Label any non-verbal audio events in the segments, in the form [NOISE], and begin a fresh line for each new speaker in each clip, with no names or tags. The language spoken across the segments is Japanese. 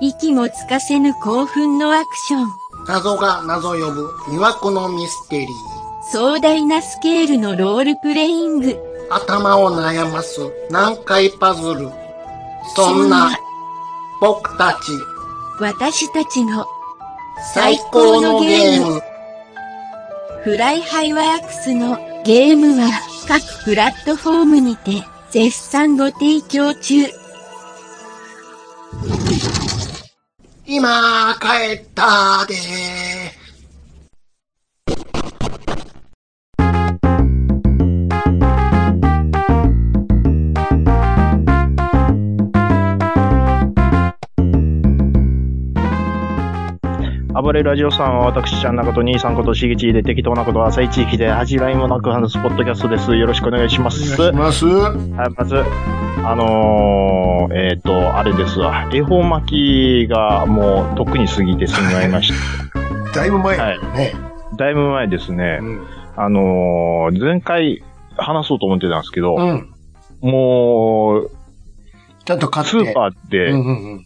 息もつかせぬ興奮のアクション。
謎が謎呼ぶ魅惑のミステリー。
壮大なスケールのロールプレイング。
頭を悩ます難解パズル。そんな、僕たち
私たちの
最高のゲーム。
フライハイワークスのゲームは各プラットフォームにて絶賛ご提供中。
今帰ったで
暴れラジオさんは私、ちゃん中と兄さんことしげちで適当なことは浅い地域で恥じらいもなく話すポッドキャストです。よろしくお願いします。
お願いします。
はい、まず、あのー、えっ、と、あれですわ。恵方巻きがもうとっくに過ぎてしまいまし
だいぶ前
た。はい。
ね。 [LAUGHS]
だいぶ前ですね
う。ん。
あのー、前回話そうと思ってたんですけど、
うん。
もう、
ちゃんと買って。
スーパーって、
うんうんうん。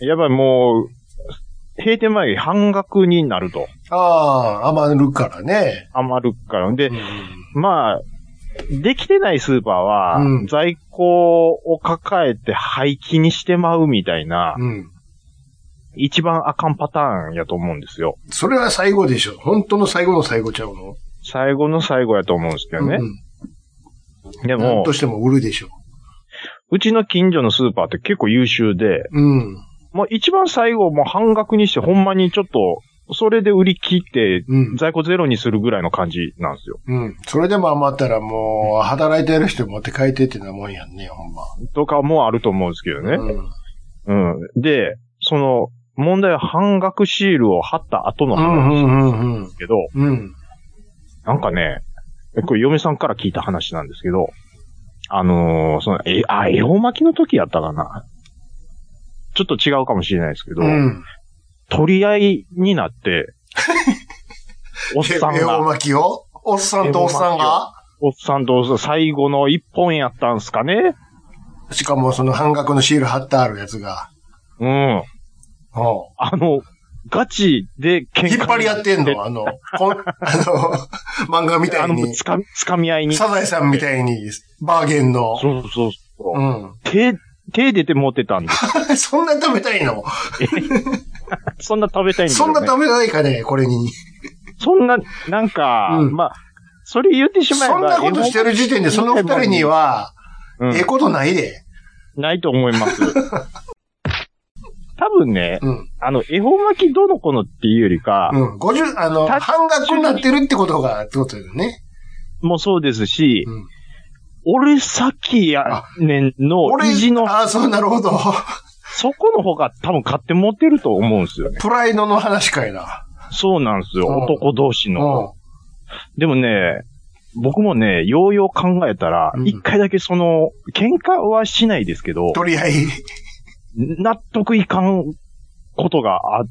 やばいもう、閉店前より半額になると。
ああ、余るからね。
余るから。で
う、ん
まあ、できてないスーパーは
うん、
在庫を抱えて廃棄にしてまうみたいな、
うん。
一番あかんパターンやと思うんですよ。
それは最後でしょ。本当の最後の最後ちゃうの
最後の最後やと思うんですけどね
う。ん
で
うん。なん
も
と、しても売るでしょ。
うちの近所のスーパーって結構優秀で、
うん。
もう一番最後もう半額にしてほんまにちょっと、それで売り切って、
うん。
在庫ゼロにするぐらいの感じなんですよ。
うん。それでも余ったらもう、働いてる人持って帰ってってなもんやんね、ほんま。
とかもあると思うんですけどね。
うん。
うん。で、その、問題は半額シールを貼った後の
う
話なんで
んうんうん
すけど、
うん。うん。
なんかね、これ嫁さんから聞いた話なんですけど、あのーその、え、あ、恵方巻きの時やったかな。ちょっと違うかもしれないですけど、
うん。
取り合いに
[LAUGHS]
なって、おっさん
恵方
が、
巻きをおっさんとおっさん
恵方
が
おっさんと最後の一本やったんすかね
しかもその半額のシール貼ってあるやつが。
うん。
う
あの、ガチで
ん。
喧嘩
引っ張り合ってんのあの、こん、あの、漫画みた
あ
い
の、
に
つ、かみ、つかみ合いに。そ
サザエさんみたいに、バーゲンの。
うそうそう。
うん。 [LAUGHS]
手、手出て持ってたんです。
そんな食べたいの
そんな食べたいんです
そ
よ、
ん
ね。
な食べないかね、これに。
そんな、なんか、
うん
まあ、それ言ってしまえば。
そんなことしてる時点で、その二人には、
うん
ええことないで。
ないと思い
[LAUGHS]
ます。多分ね、
うん。
あの、恵方巻きどのこのっていうよりか、
うん。五十、あの、
た
半額になってるってことが、ってことだよね。
もうそうですし、
うん。
俺先やねんの
俺
意地、の、
ああ、そう、なるほど。 [LAUGHS]
そこの方が多分買って持てると思うんですよね。
プライドの話かいな。
そうなんですよ、
うん
男同士
う
の。
ん。
でもね、僕もね、ようよう考えたら
う、ん
一、回だけその、喧嘩はしないですけど、
取り合い。
納得いかんことがあっ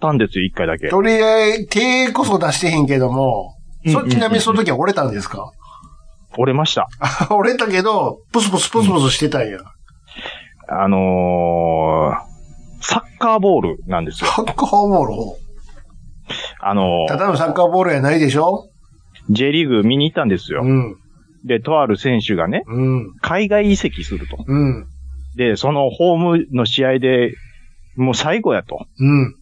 たんですよ、一回だけ。
取り合い、手こそ出してへんけども、そ、ちなみにその時は折れたんですか [LAUGHS]
折れました。
折れたけど、プスプスプスプスしてたんや。
あのー、サッカーボールなんです
サ
よ。
ッカーボールを。
あの
た
ー、
だのサッカーボールやないでしょ
J リーグ見に行ったんです
う
よ。
ん。
で、とある選手がね、
うん。
海外移籍すると。
うん。
で、そのホームの試合で、もう最後やと。
うん。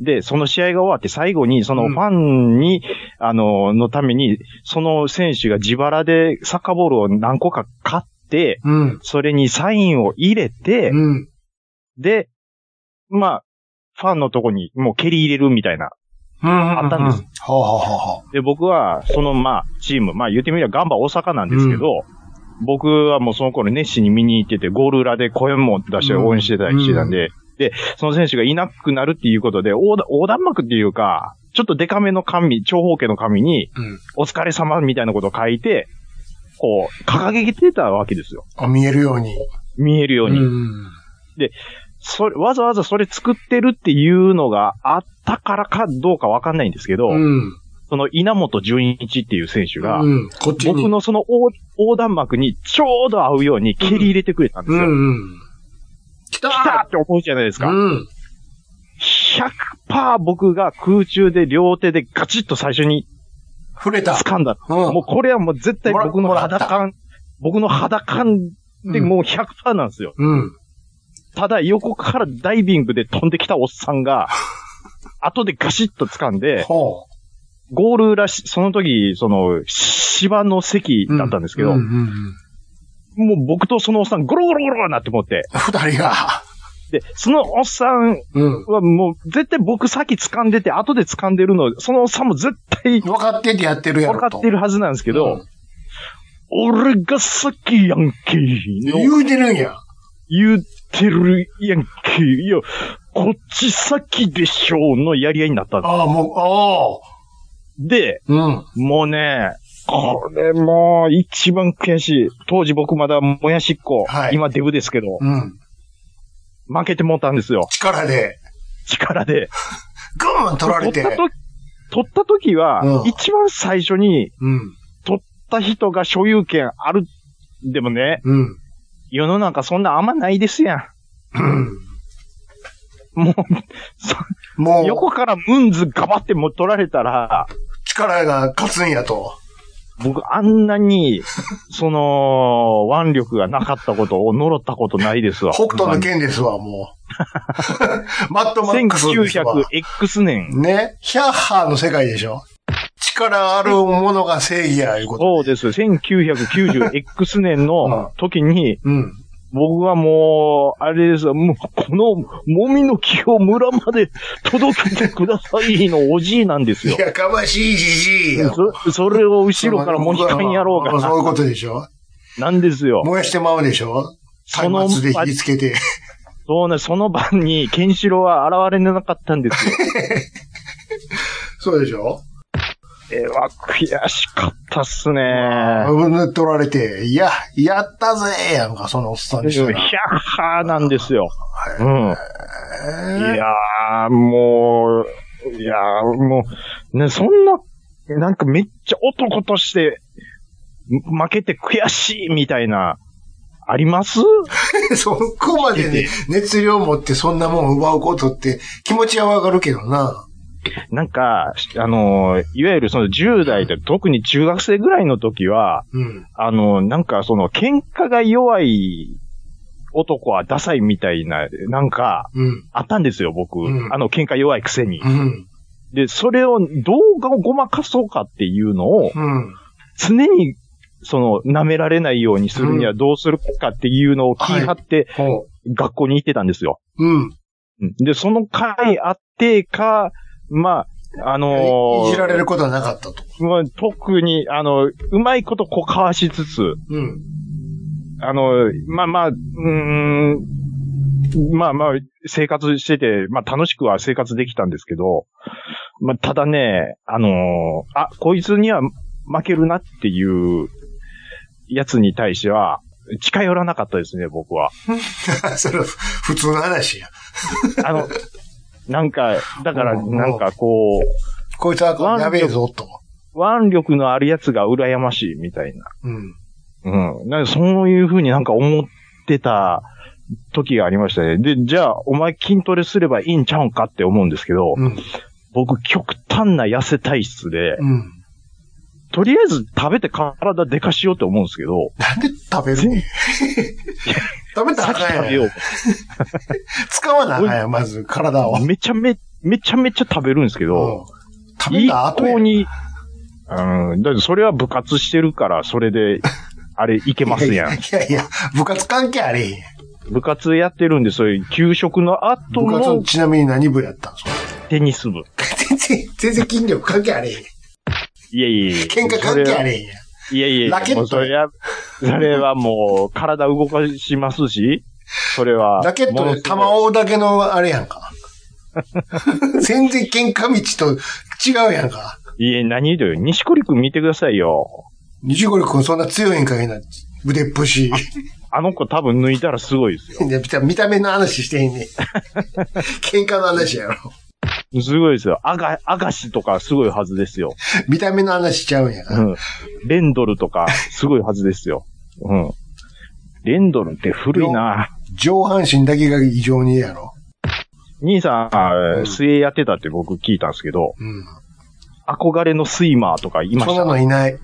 で、その試合が終わって最後に、その
うん
ファンに、あのー、のために、その選手が自腹でサッカーボールを何個か買って、
うん。
それにサインを入れて、
うん。
で、まあ、ファンのとこにもう蹴り入れるみたいな。
あ
あったんです。
はあ、はあはあはあ、
で、僕は、そのまあ、チーム、まあ言ってみればガンバ大阪なんですけど、僕はもうその頃熱心に見に行ってて、ゴール裏で声も出して応援してたりしてたんで、で、その選手がいなくなるっていうことで、横断横断幕っていうか、ちょっとデカめの紙、長方形の紙に、
うん。
お疲れ様みたいなことを書いて、こう、掲げてたわけですよ。
あ、見えるように。
見えるように。
うん。
それ、わざわざそれ作ってるっていうのがあったからかどうかわかんないんですけど、
うん。
その稲本純一っていう選手が、
うん。こっちに。
僕のその横横断幕にちょうど合うように蹴り入れてくれたんで
う
す
ん
よ。
うん。
来た
来たって思うじゃないですか。
うん。
100%僕が空中で両手でガチッと最初に
触れた。
掴んだ。
うん。
もうこれはもう絶対
もら
僕の
もらった
肌感、僕の肌感でもう100%なんですよ。
うん。
ただ横からダイビングで飛んできたおっさんが、後でガシッと掴んで、
ほう。
ゴールらし、その時、その、芝の席だったんですけど、
うんうんうん
もう僕とそのおっさんゴロゴロゴロゴロなって思って、
二人が。
で、そのおっさん
うん。
はもう絶対僕先掴んでて、後で掴んでるの、そのおっさんも絶対
分かっててやってるやろ
分
と。
かってるはずなんですけど、
うん
俺が先やんけの
言うてるんや。
言ってるやんけいや、こっち先でしょうのやり合いになったんで
ああ、も
す。で、
う、ああ。うん。
もうね、これもう一番悔しい。当時僕まだもやしっこ、
はい
今デブですけど、
うん。
負けてもったんですよ。
力で、
力で。
グーン取られて
取っ。たと取った時は、
うん
一番最初に
うん。
取った人が所有権ある。でもね、
うん。
世の中そんなあんまないですやん。
うん。
もう、そ
もう、
横からムンズガバってもう取られたら、
力が勝つんやと。
僕あんなに、その、腕力がなかったことを呪ったことないですわ。
北斗の剣ですわ、
[LAUGHS]
もう。マットマックスですわ。
1900X 年。
ね。ヒャッハーの世界でしょ。力あるものが正義や、いうこと。
そうです。1990X 年の時に、
うん。
僕はもう、あれですよもう、この、もみの木を村まで届けてくださいのおじいなんですよ
い。やかましいじじいや。
そ、それを後ろからモヒカンやろう
まあそういう
が、
ことでしょ。
なんですよ。
燃やしてまうでしょ。
その
松明で火つけて。
そうね、その晩に、ケンシロウは現れなかったんです
[LAUGHS]
よ。
そうでしょ。
えれは悔しかったっすね。
うん取られて、いや、やったぜやんか、そのおっさん
ヒ
にし
ャ
た
ッ
ら。
ハーなんですよ。うん。い
えー
やー、もう、いやー、もう、ね、そんな、なんかめっちゃ男として、負けて悔しいみたいな、あります
そこまでね、熱量持ってそんなもん奪うことって気持ちはわかるけどな。
なんか、あのー、いわゆるその10代で、特に中学生ぐらいの時は、
うん。
あのー、なんかその、喧嘩が弱い男はダサいみたいな、なんか、
うん。
あったんですよ、僕。
うん
あの、喧嘩弱いくせに。
うん。
で、それを、動画をごまかそうかっていうのを、
うん。
常に、その、舐められないようにするにはどうするかっていうのを気張って、
ほ
学校に行ってたんですよ。
う。う
う
ん。
んで、その回あってか、まあ、あのー
いじられることはなかったと。
まあ特に、あの、うまいことこうかわしつつ、
うん。
あの、まあまあ、うーん、まあまあ、生活してて、まあ楽しくは生活できたんですけど、まあただね、あのーあ、こいつには負けるなっていうやつに対しては、近寄らなかったですね、僕は。
[LAUGHS] それは普通の話や。
あの、なんか、だから、
うん
なんかこう、
こいつはやべえぞと。
腕力のあるやつが羨ましいみたいな。
うん。
うん。なんかそういうふうになんか思ってた時がありましたね。で、じゃあ、お前筋トレすればいいんちゃうんかって思うんですけど、
うん。
僕極端な痩せ体質で、
うん。
とりあえず食べて体でかしようって思うんですけど、
なんで食べるね [LAUGHS] 食べたらあ
先
か
食
ん
べよ
やん。
う。
使わなあかんやん、まず体を。
めちゃめ、めちゃめちゃ食べるんですけど、
うん食べた後
一
や
向
ん。
に、うん、だってそれは部活してるから、それで、
[LAUGHS]
あれ、いけますやん。
いやいや、部活関係あれへんやん。
部活やってるんで、そういう給食の後
部活
の
ちなみに何部やったんですか [LAUGHS]
テニス部。
全然、全然筋力関係あれへんやん。
いやいやいや。
喧
そ
嘩関
れ
係
は
あれへんやん。
いやいやいや、
ラケット
もうそれは、それはもう、体動かしますし、それは。
ラケットで球
も
を追うだけのあれや
[LAUGHS]
んか。全然喧嘩道と違うやんか。
のすごい。いや、何言うとよ。西堀くん見てくださいよ。
西堀君そんな強いんかいな。腕っぷし。
あの子多分抜いたらすごいですよ。
いや見た見た目の話してへんねん。喧嘩の話やろ。
すごいですよ。あが、あがしとかすごいはずですよ。
見た目の話しちゃうんやから。
うん。レンドルとかすごいはずですよ。うん。レンドルって古いな。
上半身だけが異常にええやろ。
兄さ
うん
ん、水泳やってたって僕聞いたんですけど、
うん。
憧れのスイマーとかいま
そ
し
んな
た。
のい
[LAUGHS]
ない。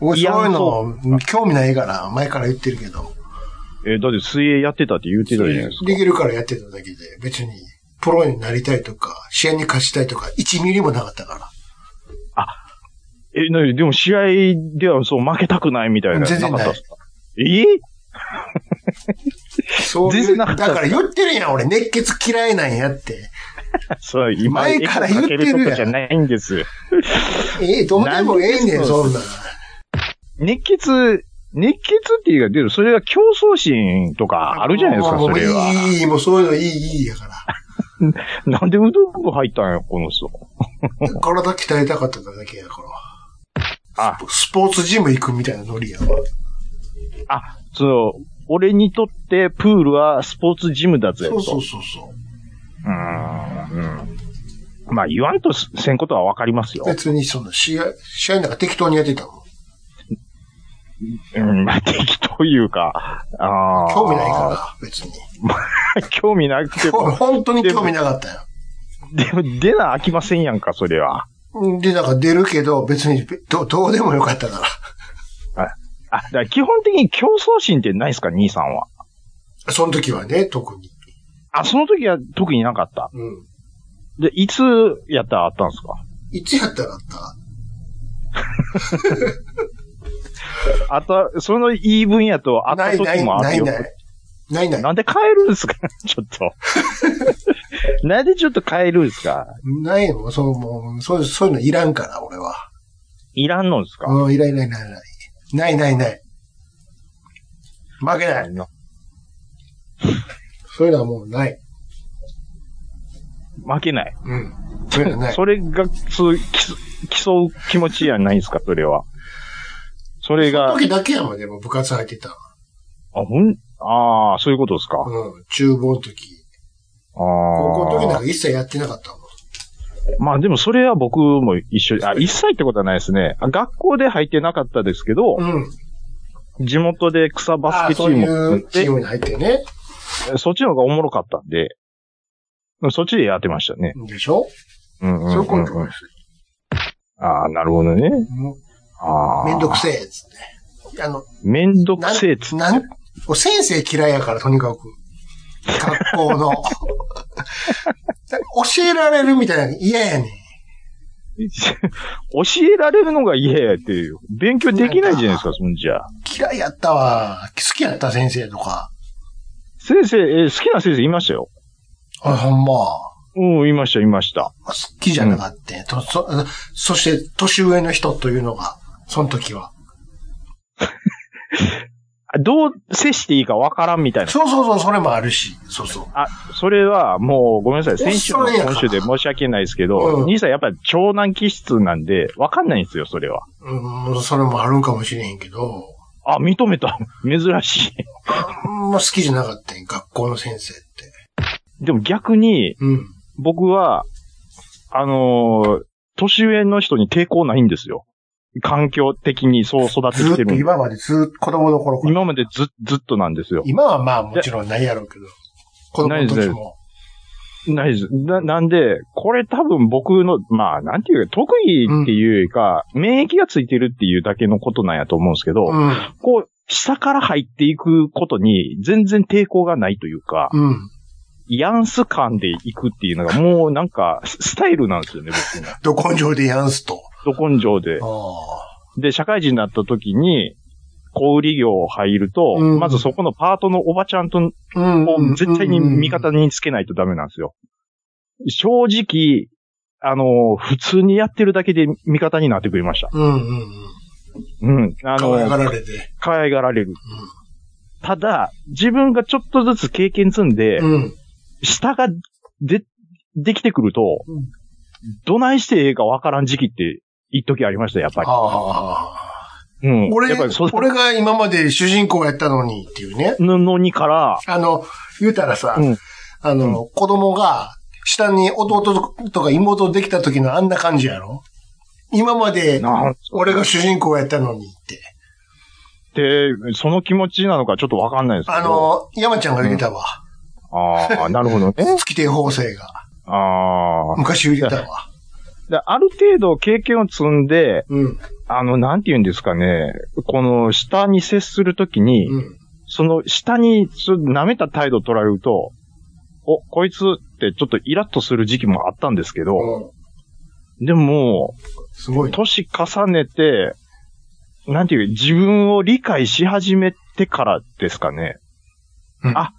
俺、
いや
そういうの、興味ないから、前から言ってるけど。
えーだって水泳やってたって言ってたじゃないですか。
できるからやってただけで、別に、プロになりたいとか、試合に勝ちたいとか、1ミリもなかったか
え、なにでも試合ではそう負けたくないみたいな。
全然ない
かったっすかえ [LAUGHS]
ら。そうい
全
う、
然なか
だ
った
から言ってるやん、俺、熱血嫌いなんやって。
そう、今、
前から言ってるやん
絵を描けことじゃないんです。
ええ、どうでもええねん、
何
そんなん。
熱血、熱血っていうか、でもそれが競争心とかあるじゃないですか、
も
そうれ
もう
は。
いい、もうそういうのいい、いいやから。
なんでうどん部入ったんや、この人。
体鍛えたかっただけやから。
あ、
スポーツジム行くみたいなノリやわ。
あ、その、俺にとってプールはスポーツジムだぜ、
そ
と。
うそうそうそう
ーん。うん。まあ、言わんとせんことはわかりますよ
う。。別にその試合、試合なんか適当にやってたもん。
うん、まあ、敵というか、ああ。
興味ないから、別に。
ら。 [LAUGHS] 興味なくて
ほ
も。
[LAUGHS] 本当に興味なかったよ。
でも、出な飽きませんやんか、それは。
で、なんか出るけど、別にど、どうでもよかったか
あ、だから基本的に競争心ってないですか、兄さんは。
ら。その時はね、特に。
あ、その時は特になかった。
うん。
で、いつやったらあったんですか
いつやったらあった
あと、その言い分やと、あっ
な
た
いない、
時もあっ
な
た
い
よ。
ない。ないない。
なんで変えるんですか [LAUGHS] ちょっと。
[LAUGHS]
なんでちょっと変えるんですか
ないもん、そう、もう、そうそういうのいらんから、俺は。
いらんのですか、
うん、いらんいらんいらんいらんないないない。負けない。そういうのはもうない。
負けない。
うん。そういうのはない。
それが、そう、競う気持ちやないですかそれは。それ
そ
が
の、時だけやもん、でも部活入ってた。
あ、ほん、ああ、そういうことですか。あ
うん、厨房の時。
あ。
高校の時なんか一切やってなかったもん。
まあでもそれは僕も一緒で、あ、一切ってことはないですね。あ学校で入ってなかったですけど、
うん。
地元で草バスケチーム
あそう
を
いうチー
作
ムに入ってね。
って、そっちの方がおもろかったんで、そっちでやってましたね。
でしょ、
うんうんうん、
そういうことです。
ああ、なるほどね。
も
ああ。
うめんどく
せ。
せえ、つって。あの、
めんどく
なん
せえっつって。
なん、お先生嫌いやから、とにかく。学校の。 [LAUGHS] 教えられるみたいなの嫌やねん。
教えられるのが嫌やっていう。勉強できないじゃないですか、そんじゃ。
嫌いやったわ。好きやった先生とか。
先生、えー好きな先生いましたよ。
あ、ほんま。
うん、いました、いました。
好きじゃなかった、とそ。そして、年上の人というのが、その時は。
あどう接していいかわからんみたいな。
そうそうそう、それもあるし。そうそう。
あ、それはもうごめんなさい。先週
お
の
っさんやから
今週で申し訳ないですけど、
うん
兄さんやっぱり長男気質なんで、わかんないんですよ、それは。
うん、それもあるんかもしれへんけど、
あ、認めた。 [LAUGHS] 珍しい。
あんま好きじゃなかったんや学校の先生って。
でも逆に、
うん。
僕は、あのー年上の人に抵抗ないんですよ。環境的にそう育って
ず
き
ってと、
るんで。
今までずっと子供の頃から。
今までず、ずっとなんですよ。
今はまあもちろんないやろうけど、子供の時も。
ないです。な、なんで、これ多分僕の、まあ、なんていうか、特技っていうか、免疫がついてるっていうだけのことなんやと思うんですけど、
うん。
こう、下から入っていくことに全然抵抗がないというか、
うん。
ヤンス感で行くっていうのがもうなんか、ススタイルなんですよね、僕の。
ど根性でやんすと。
ど根性で
あ。あ。
で、社会人になった時に、小売業入ると、
うん
まずそこのパートのおばちゃんと
うん
もう絶対に味方につけないとダメなんですよ。正直、あの、普通にやってるだけで味方になってくれました。
うんうんうん。
うん。あ
可愛が
の、
られて。
可愛がられる。ただ、自分がちょっとずつ経験積んで、
うん。
下がで、できてくると
うん、
どないしてええかわからん時期って、一時ありました、やっぱ
あ
り。
あ。
うん。
俺
やっぱり、そ、
俺が今まで主人公やったのにっていうね。
のにから、
あの、言うたらさ、
うん
あの、子供が、下に弟とか妹できた時のあんな感じやろ今まで、
な
俺が主人公やったのにって。
って、その気持ちなのかちょっとわかんないですけど。
あ、の、山ちゃんが入れたわ。
ああ、なるほどね。
[LAUGHS] 月亭法制が。
ああ。
昔入れたわ。
である程度経験を積んで、
うん。
あの、なんて言うんですかね、この下に接するときに、
うん。
その下にちょっと舐めた態度を取られると、お、こいつってちょっとイラッとする時期もあったんですけど、
うん
でも、
すごい。
年重ねて、なんていう、自分を理解し始めてからですかね。
うん
あ、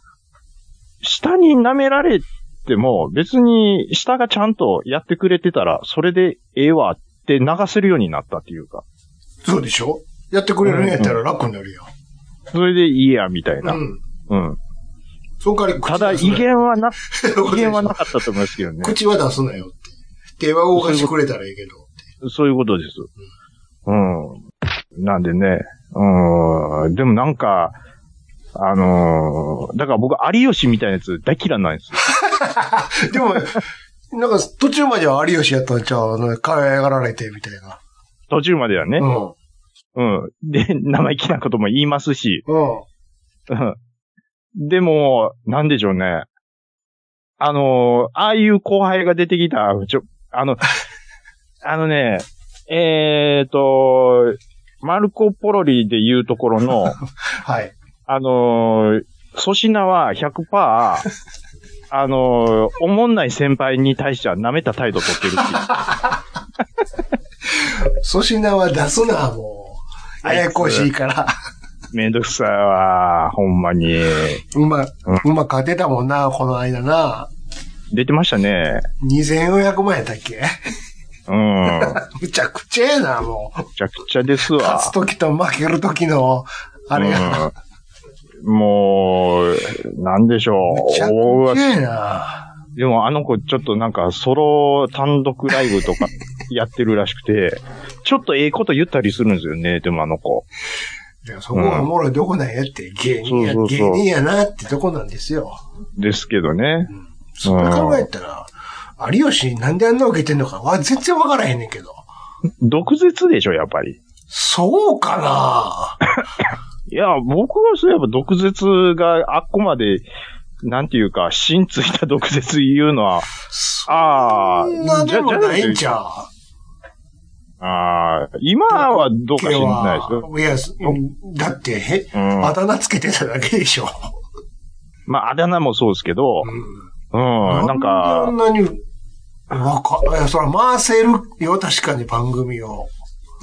下に舐められても、別に下がちゃんとやってくれてたら、それでええわって流せるようになったっていうか、
そうでしょやってくれるんやったら楽になるよ。
それでいいや、みたいうな。うん。
ん。その代わり口
ただ、
出
威
すなよ
厳はな、
そういうこ
威
とでし
厳
ょ
はなかったと思いますけどね。
口は出すなよって。手は動かしてくれたらいいけど。
そういうことです。うん。なんでね、うん。でもなんか、あのーだから僕、有吉みたいなやつ大嫌いなんですよ。
でも、なんか途中までは有吉やったんちゃうの可愛がられてみたいな。
途中まではね
う。ん。
うん。で、生意気なことも言いますし。
うん。
うん。でも、なんでしょうね。あのーああいう後輩が出てきた、ちょ、あの、あのね、えーと、マルコ・ポロリで言うところの、
はい。
あのー、粗品は100%、あのー、おもんない先輩に対しては舐めた態度を取ってるっていう。
粗品は出すな、もう。
あ
や
いつ
やこしいから。 [LAUGHS]
めんどくさいわ、ほんまに。
うま、うま勝てたもんな、この間な。
出てましたね。
2400万やったっけ
うん。
むちゃくちゃやな、もう
め。ちゃくちゃですわ
勝。つときと負けるときの、あれや。
うんもう、なんでしょう
むちゃ。
お
く
う
ちゃやな。
でもあの子ちょっとなんかソロ単独ライブとかやってるらしくて、ちょっとええこと言ったりするんですよね、でもあの子。
だからそこがおもろいどこなんやって、芸人や、
そうそう
芸
そう
人やなってとこなんですよ。
ですけどね。
それ考えたら、有吉なんであんな受けてんのか、わ、全然わからへんねんけど。
毒舌でしょ、やっぱり。
そうかない
や、僕はそういえば毒舌があっこまで、なんていうか、芯ついた毒舌言うのは、あ
そ
ー
んなでもないんちゃう
あー今はどうか知らないですよ。
いや、すだって、へ、
うん
あだ名つけてただけでしょ。
まあ、あだ名もそうですけど、うん、なん
あん
か、
なに、わか、いや、そら回せるよ、確かに番組を。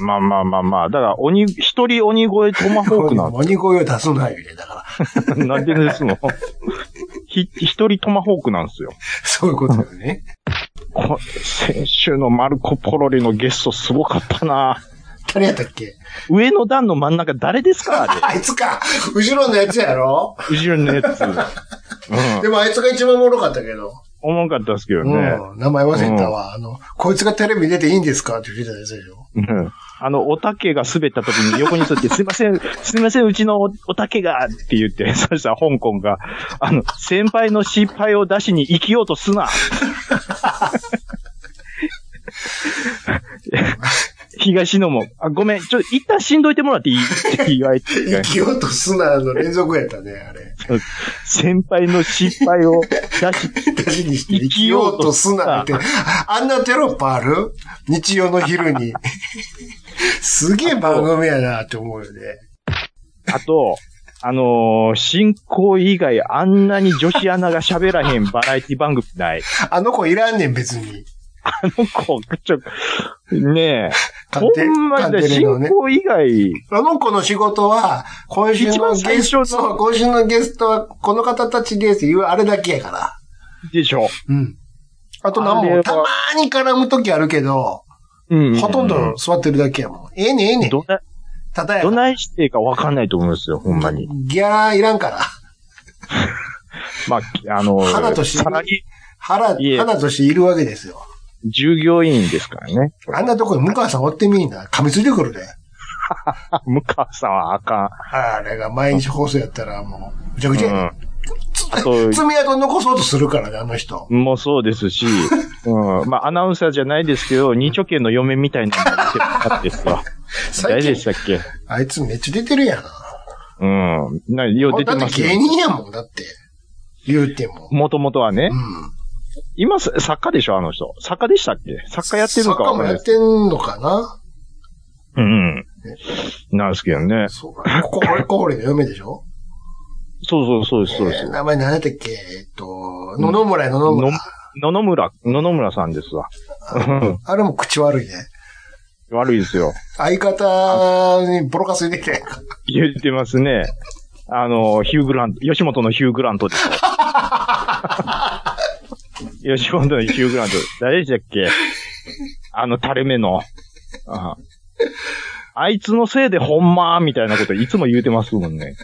まあまあまあまあ、だから、鬼、一人鬼越トマホークなん
鬼声を出すなよ、だから。 [LAUGHS]
でなんでですのひ、一人トマホークなんですよ。
そういうことよね。
こ先週のマルコ・ポロリのゲストすごかったな
誰やったっけ
上の段の真ん中誰ですかあれ
あいつか後ろのやつやろ
後ろのやつ。うん。
でもあいつが一番おもろかったけど。
おもろかったですけどね。
うん。名前忘れたわ。あの、こいつがテレビ出ていいんですかって言ってたやつでしょ。
うんあの、おたけが滑った時に横に座って、すいません、すいません、うちのおおたけがって言って、 [LAUGHS] そしたら香港が、あの、先輩の失敗を出しに生きようとすな。 [LAUGHS] 東野も、あごめん、ちょ、っと一旦しんどいてもらっていいって言われて、
生きようとすなの連続やったね、あれ。
先輩の失敗を出し、
私にして生きようとすなって。あんなテロップある日曜の昼に。すげえ番組やなって思うよね。
あと、あのー進行以外あんなに女子アナが喋らへんバ [LAUGHS] ラエティ番組ない。
あの子いらんねん、別に。
あの子、ちょ、ねえ。
勝
ほ
手
んま
勝
に、
手に
進
のね。
行以外、
あの子の仕事は、今週
一
の
番
ゲ
最初
ス
の
ト、そう今週のゲストはこの方たちですっていうあれだけやから。
でしょ。
うん。あとなん
あれ
も、
は
たまーに絡むときあるけど、
うん
ほとんど座ってるだけやもん。ええねんええねん。
どな、
ただや
どないしていいかわかんないと思うんですよ、ほんまに。
ギャラいらんから。
まあ、あの、
花として
さらに
腹、
いえ
腹としているわけですよ。
従業員ですからね。
あんなとこに向川さんおってみんな、噛みついてくるで。
向川さんはあかん。
あれが毎日放送やったらもう、むちゃくちゃやね、つ
あと
爪痕残そうとするからね、あの人。
うん。もうそうですし、 [LAUGHS] うん。まあ、アナウンサーじゃないですけど、二丁
[LAUGHS]
拳の嫁みたいなのが出てたんですよ。誰でしたっけ
あいつめっちゃ出てるやん。
うん。な、よう出て
だ
ま
って
すよ
芸。人やもん、だって。言うても。
もともとはね
う。ん。
今、さ作家でしょあの人。作家でしたっけ作家やってるのかわかん
作家も
ない
や
で
っ
す。
てんのかな
うんうん。なんですけどね。
そうか。ここ、これ、こほれの嫁でしょ
そうそうそうです、そうで
えー
す。
名前何だったっけえっと、野々村や野々
の
村。、
野々村、野々村さんですわ。うん
あれも口悪いね。
悪いですよ。
相方にボロカス入れてないか。
言ってますね。あの、ヒューグラント、吉本のヒューグラントですよ。吉本のヒューグラント。誰でしたっけあの、垂れ目の。ああいつのせいでほんまーみたいなこといつも言うてますもんね。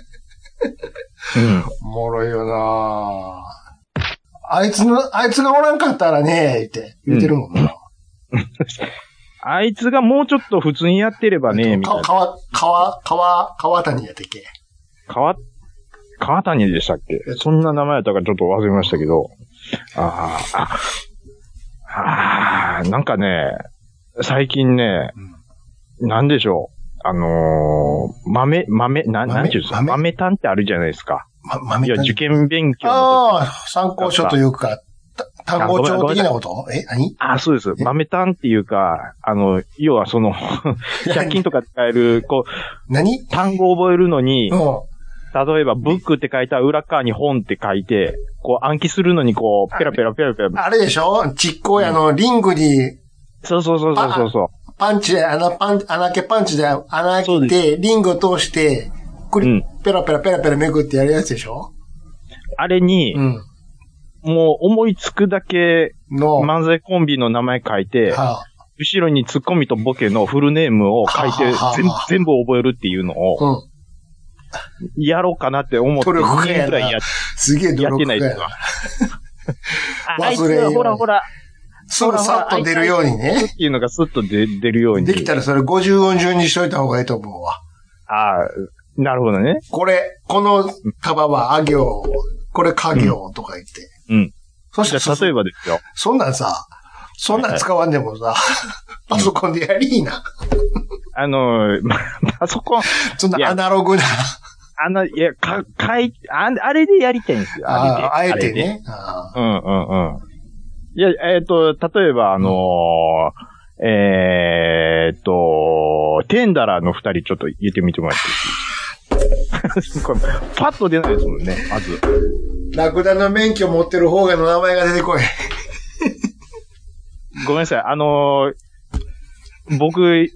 うん。
おもろいよなあいつの、あいつがおらんかったらね、って言ってるもんな。
あいつがもうちょっと普通にやってればね、みたいな。
か川、川、川、川谷やったっけ
川、川谷でしたっけそんな名前やったからちょっと忘れましたけど。あーあ、あーなんかね、最近ね、なんでしょう。あのー、豆、豆、な
豆
なんていうんですか
豆
豆炭ってあるじゃないですか。
ま、豆
いや、
谷
受験勉強の時。
ああ、参考書というか、た単語帳的なことえ、何
ああ、そうです。豆炭っていうか、あの、要は
[LAUGHS]
その、100均とか使える、こう、
何
単語を覚えるのに
う、ん。
例えば、ブックって書いたら裏側に本って書いて、こう暗記するのにこう、ペラペラペラペラ。
あれでしょ実行屋のリングに
そうそうそうそうそうそ
パンチで、穴パン、穴開けパンチで穴開けて、リングを通して、く
う
り
ん、
ペラペラペラペラめくってやるやつでしょ
う。あれに
う、ん。
もう思いつくだけ、
の、
漫才コンビの名前書いて、
は
後ろにツッコミとボケのフルネームを書いて
はあはあ、
全全部覚えるっていうの
あ、
を、
うん。
やろうかなって思って、
努
2
力家
年
や
くら
ない
やっ
すげえ努
やって
力
な
家
いで
や
すわ
[LAUGHS] な。。
ああいつ
忘れよう
ほらほら、
すぐさっと出るようにね。
っていうのがスッと出出るように。
できたらそれ50音順にしといた方がいいと思うわ。
ああ、なるほどね。
これ、この束はあ行、これ家行とか言って。
うん。
そ
じゃ
した
あ
ら、
例えばですよ。
そんなんさ、そんなん使わんでもさ、パソコンでやりいな。
あの、まパソコン、
そん
い
な
や
アナログな、
あの、いや、か、かい、ああれでやりたいんですよ。あれで。
ああえ
れ
て
で。
ね。あ
うんうんうん。いや、えっ、と、例えば、あのーえっ、と、テンダラーの二人ちょっと言ってみてもらっていい [LAUGHS] ですかこれパッと出ないですもんね、まず。
ーラクダの免許持ってる方がの名前が出てこ
[LAUGHS]
い。
ごめんなさい、あのー僕、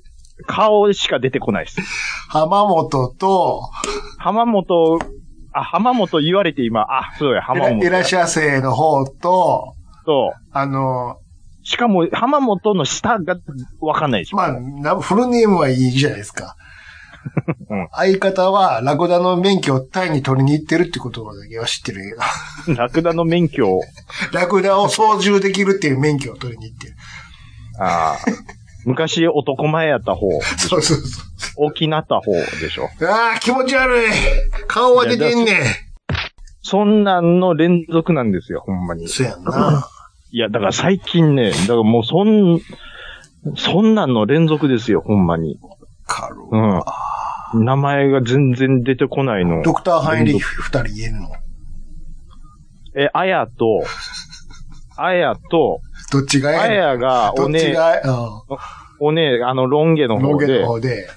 顔しか出てこないです。
浜本と、
浜本、あ、浜本言われて今、あ、そうや、浜
いら
本
っしゃせの方と、
と、
あの、
しかも浜本の下がわかんないでしょ。
まあ、なフルネームはいいじゃないですか
[LAUGHS] うん。
相方はラクダの免許をタイに取りに行ってるってことだけは知ってるけど。
[LAUGHS] ラクダの免許を、
ラクダを操縦できるっていう免許を取りに行ってる。
あー昔男前やった方、
そうそうそ
大きなった方でしょ。
う。ああ、気持ち悪い。顔は出てんね
そんなんの連続なんですよ、ほんまに
ん。。そうやんな。
いや、だから最近ね、だからもうそん、そんなんの連続ですよ、ほんまに。
カル
う。ん。名前が全然出てこないの。
ドクターハインリーフ二人言えるの
え、あやと、あやと、
どっちが
あ
ええの
やが
ど
お
っち
姉、
がええ
お姉、あの、ロン毛の
うん。ロ
方
ケ
で
の、方で。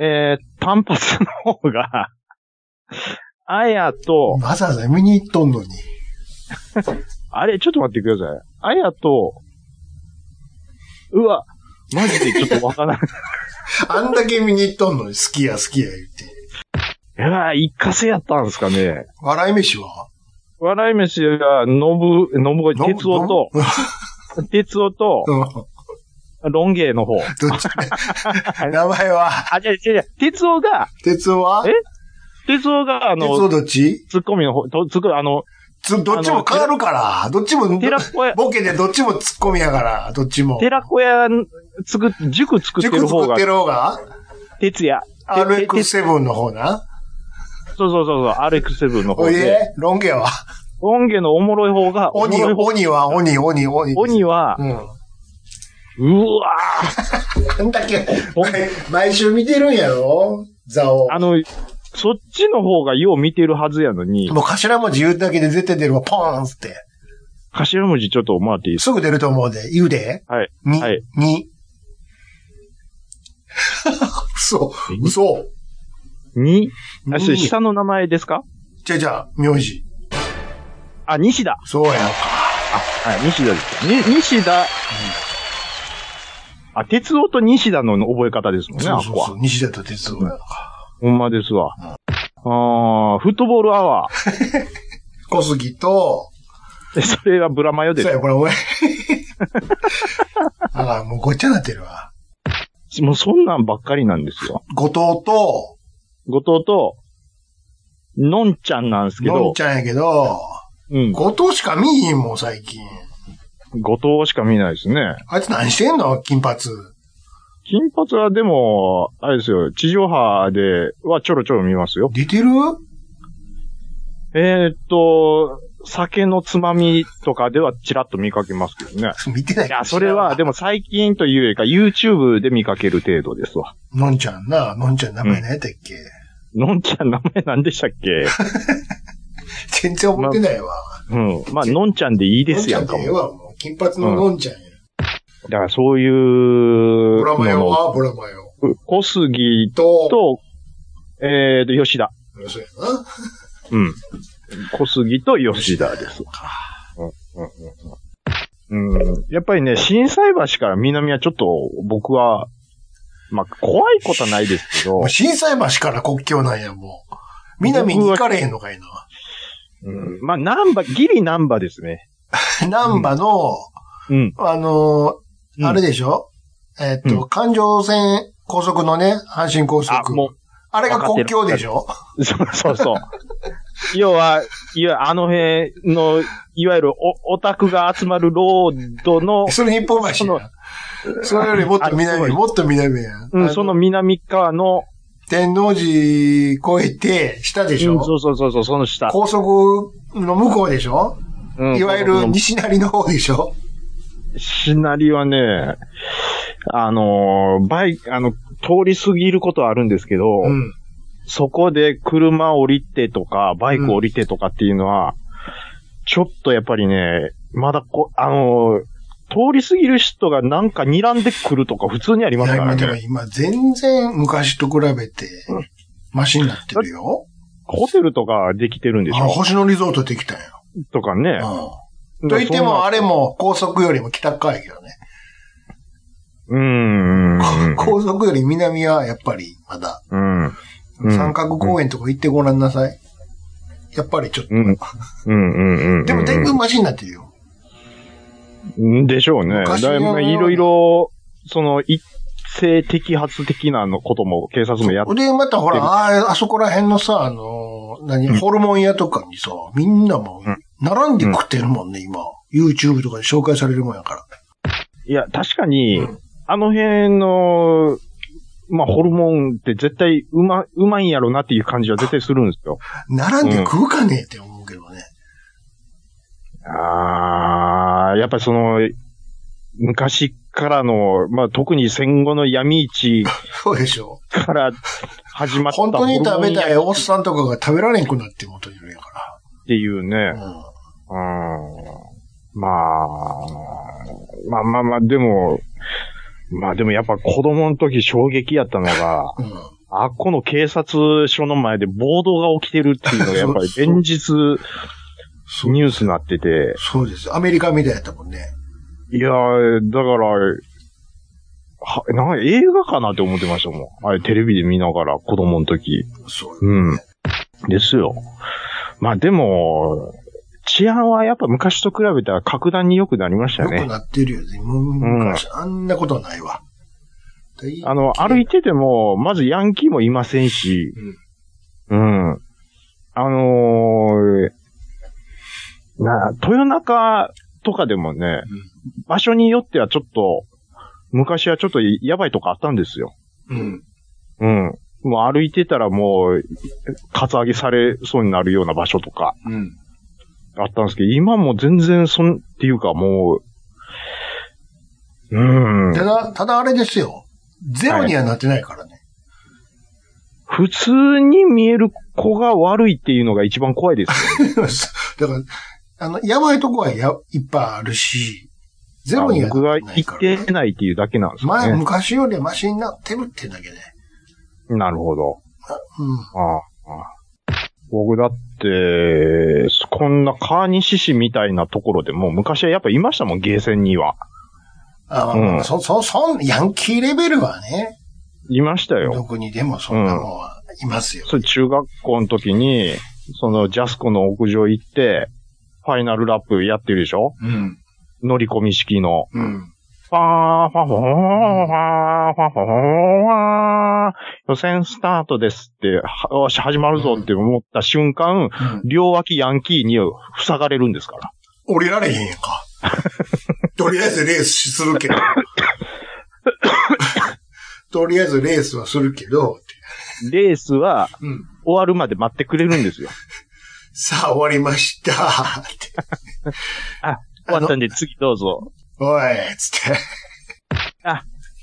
えー、単発の方
[LAUGHS]
が、あやと、
わざわざ見に行っとんのに。
あれ、ちょっと待ってください。あやと、うわ、マジでちょっとわからん。
あんだけ見に行っとんのに、好きや好きや言って。
い [LAUGHS] やー、一過性やったんですかね。
笑い飯は
笑い飯が、のぶ、のぶ、
のぶ
鉄夫と、鉄夫と、
うん
ロンゲーの方。
ど
[LAUGHS]
っちが名前は
あ、違う違う違う、鉄夫が、
鉄夫は
え鉄夫が、あ
鉄夫
の、
どっち
ツッコミの方、とツッコミ、あの、
つどっちも変わるから。どっちも、
テラコや
ボケでどっちもツッコミやから、どっちも。
寺子屋つく、塾作ってる
塾
方
作
が
って、る方が
鉄也。てて
?RX7 の方な。
そうそうそうそう、RX7 の
お
方
い
で、
で、ロン毛は
ロンゲーのおもろい方が、お
鬼、
もろい方
鬼は鬼、鬼、鬼。
鬼
は。
は
う、ん。
うわー、
あんだけ
お、
毎週見てるんやろザオ。
あの、そっちの方がよう見てるはずやのに、
もう頭文字言うだけで絶対出るわ、ポーンっつって。
頭文字ちょっともらっていいです
すぐ出ると思うで、言うで。
かはい。
に、
はい
に。嘘、嘘。
に、あ、
に
下の名前ですか
じゃあじゃあ、名字。
あ、西田。
そうやんか。
はい、西田です。に、西田。あ、鉄夫と西田の覚え方ですもんね、
そ
あ
う
そ
そ
こ
う
は
そ。う。西田と哲夫やんか。
ほんまですわ。あーフットボールアワー。
小杉と、
で [LAUGHS] それはブラマヨで
そう
す。
や、こ
[LAUGHS]
れ俺。だからもうごっちゃになってるわ。
もうそんなんばっかりなんですよ。
後藤と、
後藤と、のんちゃんなんですけ
の
ど
んち、ゃんやけど、
うん。
後藤しか見えへんもん、最近。
後藤しか見ないですね。
あいつ何してんの金髪。
金髪はでも、あれですよ、地上波ではちょろちょろ見ますよ。
出てる
えー、っと、酒のつまみとかではちらっと見かけますけどね。
見てない
いや、それは、でも最近というよりか YouTube で見かける程度ですわ。
のんちゃんな、のんちゃん名前何やったっけ、
のんちゃん名前何でしたっけ
全然覚えてないわ。
うん。まあ、のんちゃんでいいですやんか
のんちゃんでええ
も。
わ、もう。金髪ののんちゃんや。
だからそういう
ブラマヨ
の
は、ブラマヨ。
の、小杉
と、
と、えーと、吉田。
そうやな。
うん。小杉と吉田ですわ。うんうんうんうんやっぱりね、震災橋から南はちょっと僕は、まあ、怖いことはないですけど
もう、震災橋から国境なんや、もう。南に行かれへんのかいな。
うんまあ、南波、ギリ南波ですね。
南波の、
うん。
あのー
うん
あれでしょえーっと、
う
環状線高速のね、阪神高速。
あ、も
あれが国境でしょ、
う、そうそうそう。要は、いや、あの辺の、いわゆるお、オタクが集まるロードの
[LAUGHS] それ日本橋や。それよりもっと
あ
南、
の
もっと南や。
うん、その南側の、
天王寺越えて、下でしょ、
うんそうそうそうそう、その下。
高速の向こうでしょ、
うん
いわゆ
そ
る
の
西成の方でしょ
シナリはね、あのーバイク、あの、通り過ぎることはあるんですけど、
うん。
そこで車降りてとか、バイク降りてとかっていうのは、ちょっとやっぱりね、まだこ、あのー通り過ぎる人がなんか睨んでくるとか普通にあり
い
ます
や、
か
今、
ら
だから
ね。
今、全然昔と比べて、マシになってるよ。
ホテルとかできてるんでし
あの
ょ
星野リゾートできたんよ。
とかね。
うん。と言っても、あれも高速よりも北っ側やけどね。
うーん。
[LAUGHS] 高速より南はやっぱりまだ、
うん。うん
三角公園とか行ってごらんなさい。やっぱりちょっと。
うん。うん。うん。うん。
でも、だいぶマシになってるよ。
でしょうね。だ
昔
い
の
ぶいろいろ、その、一斉摘発的なのことも、警察もやっ
で、またほら、
で
あああそこら辺のさ、あの、何、ホルモン屋とかにさ、みんなも
うん、
並んで食ってるもんね、今。YouTube とかで紹介されるもんやから。
いや、確かに、
うん
あの辺の、まあ、ホルモンって絶対、うま、うまいんやろなっていう感じは絶対するんですよ。
並んで食うかねえって思うけどね。
あー、やっぱりその、昔からの、まあ、特に戦後の闇市
そうでしょ。
から始まった
本当に食べた
ホルモン
いおっさんとかが食べられんくなってもとるやか
っていうね。
ら。うん。
うんまあ、まあまあまあ、でも、まあでもやっぱ子供の時衝撃やったの [LAUGHS] が、
うん。
あっこの警察署の前で暴動が起きてるっていうのがやっぱり連日
そう
ニュースになってて、
そうです。アメリカみたいやったもんね。
いやー、だから、はなんか映画かなって思ってましたもん。あれテレビで見ながら子供の時。
そうよ。
うん。ですよ。まあでも、治安はやっぱ昔と比べたら格段に良くなりました
よ
ね。
くなってるよね。もう昔、あんなことはないわ。大
あの、歩いてても、まずヤンキーもいませんし、うん。あのーな、豊中とかでもね、場所によってはちょっと、昔はちょっとやばいとこあったんですよ。
うん。
うん。もう歩いてたらもう、カツアゲされそうになるような場所とか
うん。
あったんですけど、今もう全然そん、っていうかもう、うん。
ただ、ただあれですよ。ゼロにはなってないからね。
普通に見える子が悪いっていうのが一番怖いですよ。
[LAUGHS] だから、あの、やばいとこはやいっぱいあるし、ゼロには
僕が
な
言
いか
っ
ら
てないっていうだけなんです
前、
よね。
昔よりはマシになってるってだけで。
なるほど。
うん。
ああ僕だって、こんな川西市みたいなところでもう昔はやっぱいましたもん、ゲーセンには。
あ、
うん
そ、そ、そん、ヤンキーレベルはね、
いましたよ
ど。こにでもそんなもんはいますよ。
それ中学校の時に、そのジャスコの屋上行って、ファイナルラップやってるでしょ
うん。
乗り込み式の。
うん。
ファー、ファフォー、ファー、ファフォー、ファー、予選スタートですって、はよし、始まるぞって思った瞬間、両脇ヤンキーに塞がれるんですから。
降りられへんやんか。 [LAUGHS] とりあえずレースす
[LAUGHS]
るけど。とりあえずレースはするけど、
レースは
うん。
終わるまで待ってくれるんですよ。
さあ終わりました。って
あ、終わったんで次どうぞ。
おい、つって。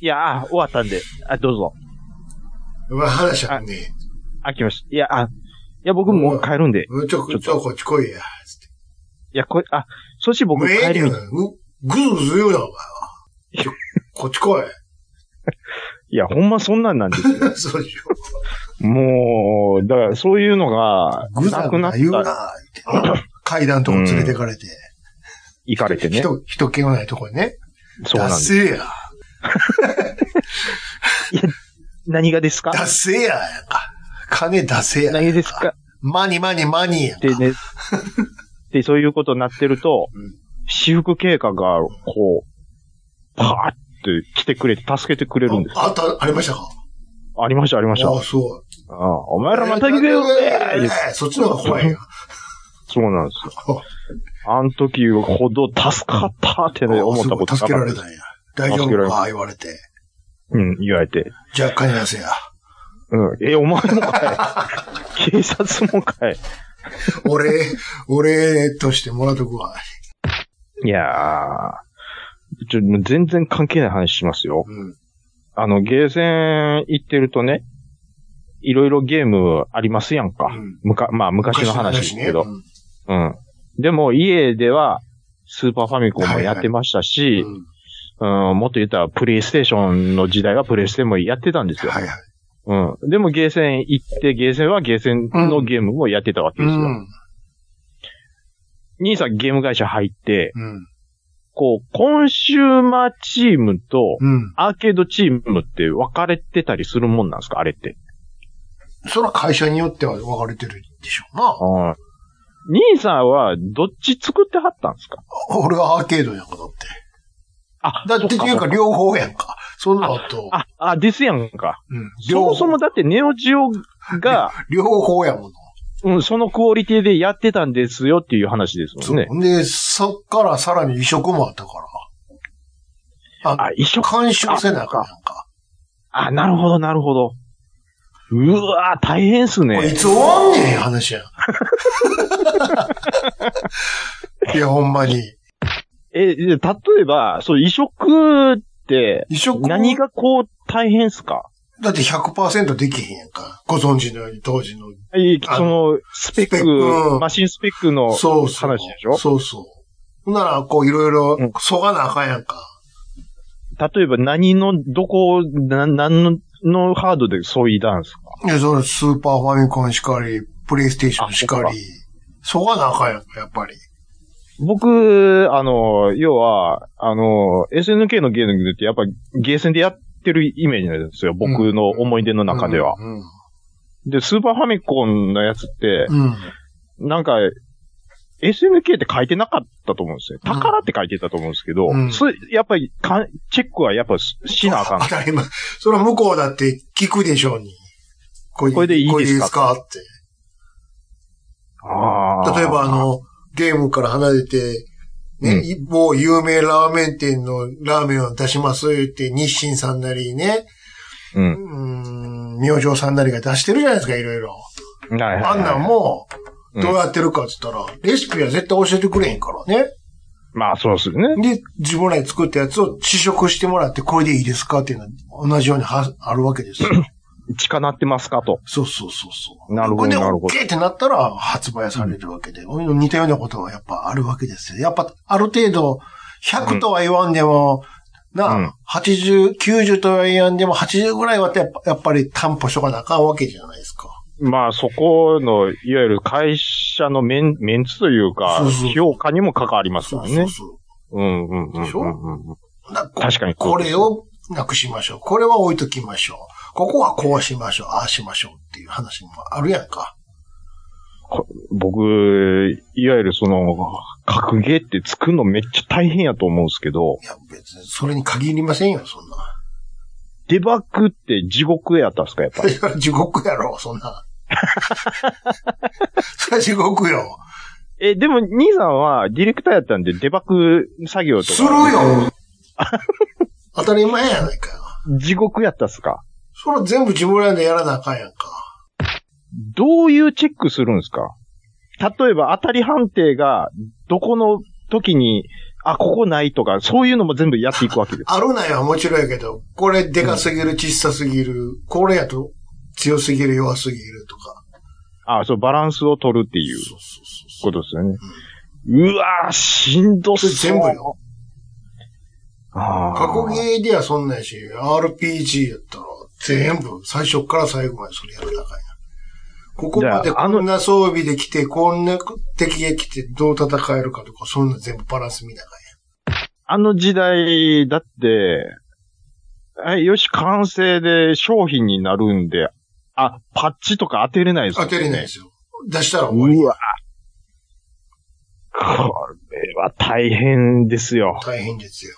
いや、あ、終わったんで、あ、どうぞ。
まあ話はね、
あ、来ました。いや、あ、いや、僕もう帰るんで。
うんちょ、ちょ、こっち来いや。つって。
いや、これ、あ、そして僕
もうえ
帰
えけ
り
ど
道
な、うぐずぐず言うな、お前は。ちょこっち来い。 [LAUGHS]
いや、ほんまそんなんなんですよ。
そうでしょ。
もう、だからそういうのが、
ぐざ
な
ぐ
くな
ざ
っ
言う
た、
な、って。階段とこ連れてかれて。
行かれてね。
人、人気のないとこにね。
そうなん
ダ
です。
セーや。
何がですか
ダセーや、やんか。金出せや。
何がですか
マニマニマニやん
で
か。
ね、で、そういうことになってると
うん、
私服経過が、こう、パーって来てくれて、助けてくれるんです。
ああった、ありましたか
ありました、ありました。
ああ、そう。
あお前らまた来てよ
え
ね
ーそっちの方が怖いよ。
そうなんですよ。あの時ほど助かったってね、思ったこと
あ
なか
そう
っ
助けら
た
れたんや。大丈
助けら
夫
れ
か
た
言われて。
うん、言われて。
じゃあ金出せや。
うん。え、お前もかい警察もかい
俺、俺としてもらっとくわ。
いやー、ちょ、もう全然関係ない話しますよ。
うん。
あの、ゲーセン行ってるとね、いろいろゲームありますやんか。
うん
むか、まあ、昔の話ですけど。
昔の話ね
うん。でも、家では、スーパーファミコンもやってました
うん
し、
うん
うん、もっと言ったら、プレイステーションの時代はプレイステもやってたんですよ。
はいはい。
うん。でも、ゲーセン行って、ゲーセンはゲーセンのゲームもやってたわけ
う
ですよ。
ん。
兄さんゲーム会社入って、
うん。
こう、コンシューマーチームと、
うん。
アーケードチームって分かれてたりするもんなんですかあれって。
そら会社によっては分かれてるでしょうな。
兄さんはどっち作ってはったんですか
俺はアーケードやんか、だって。
あ、
だって、
そ
っ
か
ていうか、両方やんか。そんなのと、
あ、あ、ですやんか。
うん
そもそも
両方
だってネオジオが、
両方やもの。
うん、そのクオリティでやってたんですよっていう話ですも
そ
ん
う。
ね。
で、そっからさらに移植もあったから。あ、
あ、一緒か。
干渉せなあかんやんか。
あ、なるほど、なるほど。うわ大変っす
これ
ね。
いつ終わんねん、話や
[LAUGHS]
ん。いや、ほんまに。
え、で例えば、そう、移植って、
移植
何がこう大変っすか
だって100%できへんやんか。ご存知のように、当時の。
え
あ
その、スペッ
スペックう
ク、
ん
マシンスペックの
そう
話
そ
で
う。
しょ
そうそう。ほんなら、こう、いろいろ
うん、
そがなあかんやんか。
例えば何の、どこを、な、何の、のハードで削いだんですか
いや、それ、スーパーファミコンしかり、プレイステーションしか
あ
り、そがなあかんやんか、やっぱり。
僕、あの、要は、あの、SNK のゲームってやっぱゲーセンでやってるイメージなんですよ。僕の思い出の中では。
うん。
で、スーパーファミコンのやつって、
うん。
なんか、SNK って書いてなかったと思うんですよ。宝って書いてたと思うんですけど、
うん
それ、やっぱりかん、チェックはやっぱししなあかん
当。たり前。それは向こうだって聞くでしょうに。これ
これでいいですか
これですかって。
あー
例えばあ、の、ゲームから離れて、ね、
うん
い某有名ラーメン店のラーメンを出します言って、日清さんなりね、
うん
う。ーん、明星さんなりが出してるじゃないですか、いろいろ。
はいはいはい
あんなんも、
うん
どうやってるかって言ったら、レシピは絶対教えてくれへんからね。
まあ、そうですよね。
で、自分ら
[LAUGHS]
で作ったやつを試食してもらって、これでいいですかっていうのは同じようにはあるわけですよ。
近なってますかと。
そうそうそうそう。
なるほど
これで
なるほど
OK ってなったら発売されるわけで、こういうの似たようなことはやっぱあるわけですよ。やっぱある程度、100とは言わんでも、な、
うん
80、90とは言わんでも、80ぐらいはってやっぱやっぱり担保しとかなあかんわけじゃないですか。
まあそこの、いわゆる会社のメンメンツというか
そうそう、
評価にも関わりますから
そ
ね
う。そ
う
う
んうんうんうんうん。
でしょそうだ
確かに
これをなくしましょう。これは置いときましょう。ここはこうしましょう。ああしましょうっていう話もあるやんか。
こ僕、いわゆるその、格ゲーって作るのめっちゃ大変やと思うんですけど、
いや、別にそれに限りませんよ、そんな。
デバッグって地獄やったんですか、やっぱり。
それは地獄やろ、そ
[LAUGHS]
んな。それは地獄よ。
え、でも、兄さんはディレクターやったんで、デバッグ作業と
する
か、
よ。当たり前やないかよ。
地獄やったっすか
それは全部自分らでやらなあかんやんか。
どういうチェックするんですか例えば、当たり判定が、どこの時に、あ、ここないとか、そういうのも全部やっていくわ [LAUGHS] けです。
あるないはもちろんやけど、これでかすぎる、小さすぎる、これやと強すぎる、弱すぎるとか。
あ、そう、バランスを取るっていう
そうそうそうそ
こ
う。
とですよね。うわー、しんど
そ
そう。
れ全部よ。
あー
過去ゲーではそんなんやし、RPG やったら全部、最初から最後までそれやらなあかんやん。ここまで
じゃあ
こ
あの
んな装備できて、こんな敵が来てどう戦えるかとか、そんな全部バランス見なあかんやん。
あの時代、だって、はい、よし、完成で商品になるんで、あ、パッチとか当てれないです、
当てれないですよ。出したら終わり。
うわ。これは大変ですよ。
大変ですよ。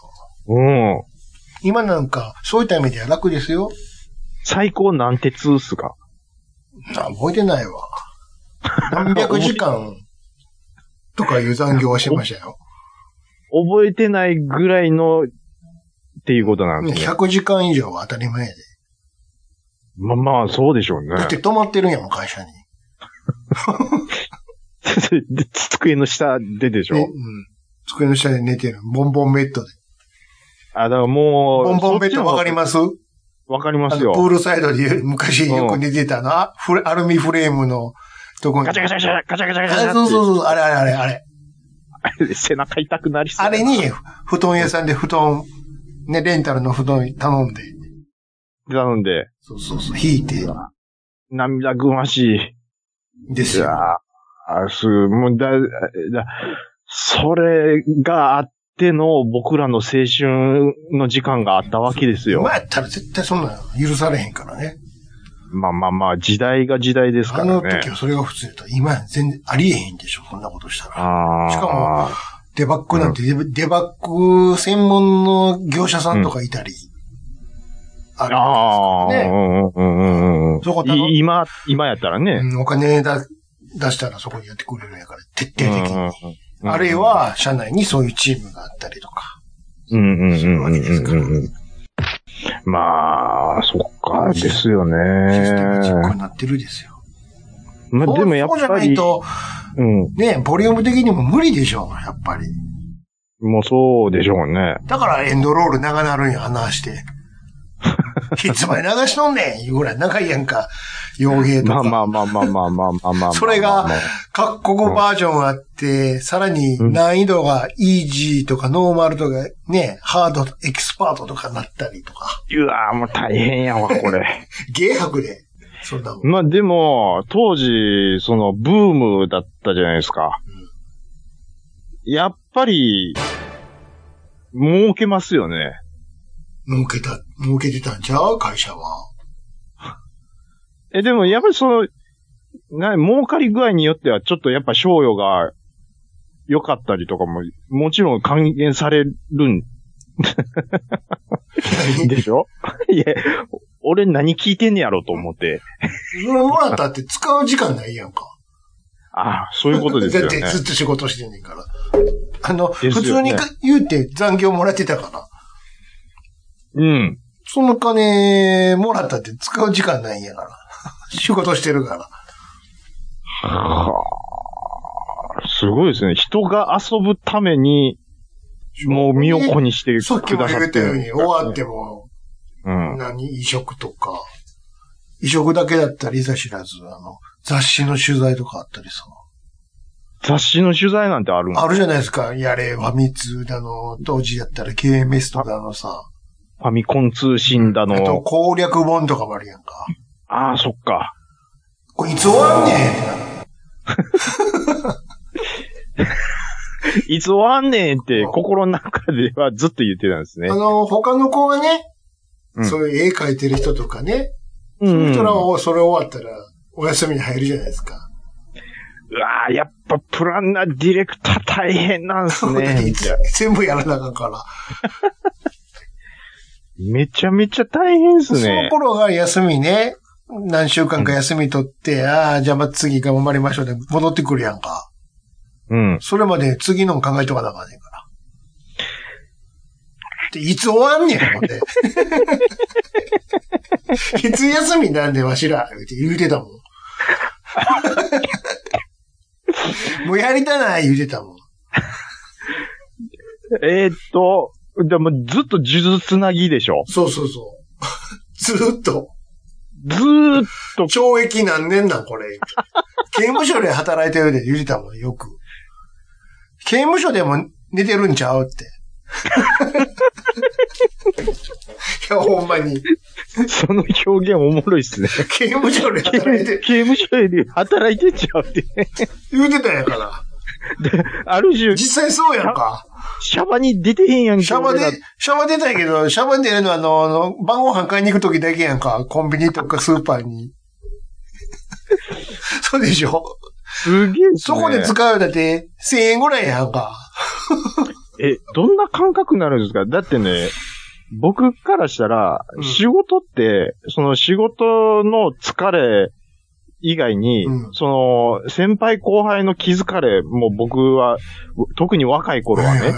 うん。
今なんか、そういった意味では楽ですよ。
最高何鉄っすか
な覚えてないわ。何百時間とかいう残業はしまし
[LAUGHS]
たよ。
覚えてないぐらいの、っていうことなんですね。
100時間以上は当たり前で。
まあまあ、そうでしょうね。
だって止まってるんやもん、会社に。
[LAUGHS] で机の下ででしょ
ねうん。机の下で寝てる。ボンボンベッドで。
あ、だからもう、
ボンボンベッドわかり
す。
ます
わかりま
あ
す
の、プー
よ。
ルサイドで昔よく寝てたの、あフレアルミフレームのとこに。
ガチャガチャガチャ、ガチャガチャガチャガチャって。
あそうそうそう、あれあれあれあ
[LAUGHS]
れ。
背中痛くなりそう。
あれに、布団屋さんで布団、ね、レンタルの布団頼んで、
なので、
そうそうそう、引いて、
涙ぐましい。
です
いやー
よ。
あ、す、もうだ、だ、それがあっての僕らの青春の時間があったわけですよ。
今やったら絶対そんなの許されへんからね。
まあまあまあ、時代が時代ですか
あ
ら
の
ね
時。はそれが普通やったら、今や全然ありえへんでしょ、そんなことしたら。
ああ。
しかデバッグなんて、デバデバッグ専門の業者さんとかいたり。ある
ああ、
ね
うんうんうんうんうん
そこ頼む
い今、今やったらね。
うんお金だ出したらそこにやってくれるんやから、徹底的
うんうん
に。
うん
あるい、は、社内にそういうチームがあったりとか、
うんうんうん
するわ
うん
けですから。
うんうん。まあ、そっか、ですよ
システムチック
ね。
になってるですよ。
まあでもやっ
そうじゃ
ぱ
ない
り、
と、
うん。
ね、ボリューム的にも無理でしょう、やっぱり。
もうそうでしょうね。
だからエンドロール長なるんや、話して。 [LAUGHS] いつまで流しとんねんいうぐらい長いやんか。洋芸と
まあ
か。
まあまあまあまあまあまあまあまあ。
それが、各国バージョンあって、さらに難易度がイージーとかノーマルとかね、ハード、エキスパートとかなったりとか。
うわーもう大変やわ、これ。
芸博で、そんなもん。
まあでも、当時、その、ブームだったじゃないですか。やっぱり、儲けますよね。
儲けた、儲けてたんちゃう会社は。
え、でもやっぱりその、な、儲かり具合によっては、ちょっとやっぱ賞与が良かったりとかも、もちろん還元されるんでしょいや、俺何聞いてんねやろと思って。
それもらったって使う時間ないやんか。
ああ、そういうこと
[LAUGHS]
ですよね
だっ。てずっと仕事してんねんから。あの、
すよね
普通にか言うて残業もらってたから。
うん。
その金もらったって使う時間ないんやから。仕事してるから。
はあ、すごいですね。人が遊ぶために、もう身を粉にしてくださ
さ
っ
ってき
る
も言ったように、終わっても、
うん。
何、移植とか、移植だけだったり、いざ知らず、あの、雑誌の取材とかあったりさ。
雑誌の取材なんてあるん
あるじゃないですか。やれ、ファミ通だの、当時やったら KMS とかのさ。
ファミコン通信だ
あと
の。
攻略本とかもあるやんか。
ああ、そっか。
これいつ終わんねんってなる
いつ終わんねんって心の中ではずっと言ってたんですね
あ。の、他の子がね、
うん
そういう絵描いてる人とかね、
う
そ
ん
の
う
人ら
ん。
はそれ終わったらお休みに入るじゃないですか。。
うわあ、やっぱプランナーディレクター大変なんですね
いつ全部やらなあかんから。
めちゃめちゃ大変です
その
ね。
頃が休みね、何週間か休み取って、ああ、じゃあまあ次頑張りましょうね。戻ってくるやんか。
うん。
それまで次の考えとかなあかんねんから。でいつ終わんねん、ほん
[LAUGHS]
で。いつ休みなんでわしら、言うて言うてた
[LAUGHS]
もん。もうやりたない、言うてたもん。
えーっと、でもずっと呪術つなぎでしょ
そうそうそう。ずーっと。
ずーっと、
懲役何年なん、これ。刑務所で働いてるで言うてたもん、よく。刑務所でも寝てるんちゃうって。 [LAUGHS] いや、ほんまに。
その表現おもろいっ
[LAUGHS]
すね。
刑務所で
刑
働いて、
務所より働いてっちゃうって。
言うてたんやから。
ある種、
実際そうやんか。
シャバに出てへんやんけ。
シャバで
俺ら、
シャバ出たんやけど、シャバ出るのはあの、あの晩ご飯買いに行くときだけやんか。コンビニとかスーパーに。 [LAUGHS] そうでしょ
すげえっすね。
そこで使うだって、1000円ぐらいやんか。
え、どんな感覚になるんですかだってね、僕からしたら
う、ん
仕事って、その仕事の疲れ以外に、
うん
その、先輩後輩の気づかれも僕は、特に若い頃はね、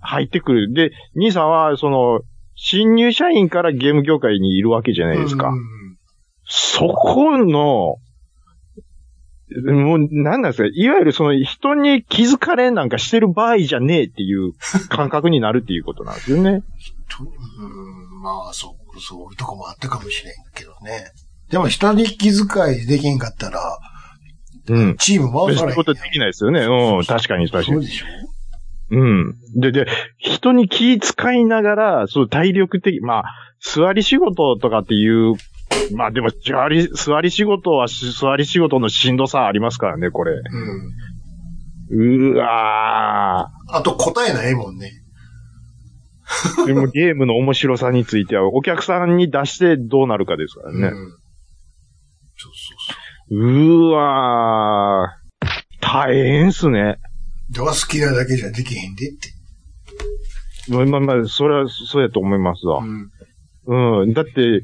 入ってくる。で、兄さんは、その、新入社員からゲーム業界にいるわけじゃないですか。
うん
そこの、もう、なんなんですかいわゆるその人に気づかれなんかしてる場合じゃねえって
[LAUGHS]
いう感覚になるっていうことなんですよね。
とうんまあ、そう、そういうとこもあったかもしれんけどね。でも、人に気遣いできんかったら、
うん。
チーム回
そ
さ
ういう
れへんや
こ
ん
とできないですよね。うん。確かに、確か
そう
に。
でしょ
うん。で、で、人に気遣いながら、そう体力的、まあ、座り仕事とかっていう、まあでも、座り、座り仕事はし、座り仕事のしんどさありますからね、これ。
うん。
うわー。
あと、答えないもんね。
でもゲームの面白さについては、お客さんに出してどうなるかですか
うん。そ
らね。
うそうそう
ーわー。大変っすね。
う。では、好きなだけじゃできへんでって。
まあまあまあ、それは、そうやと思いますわ。
ん。
うん。だって、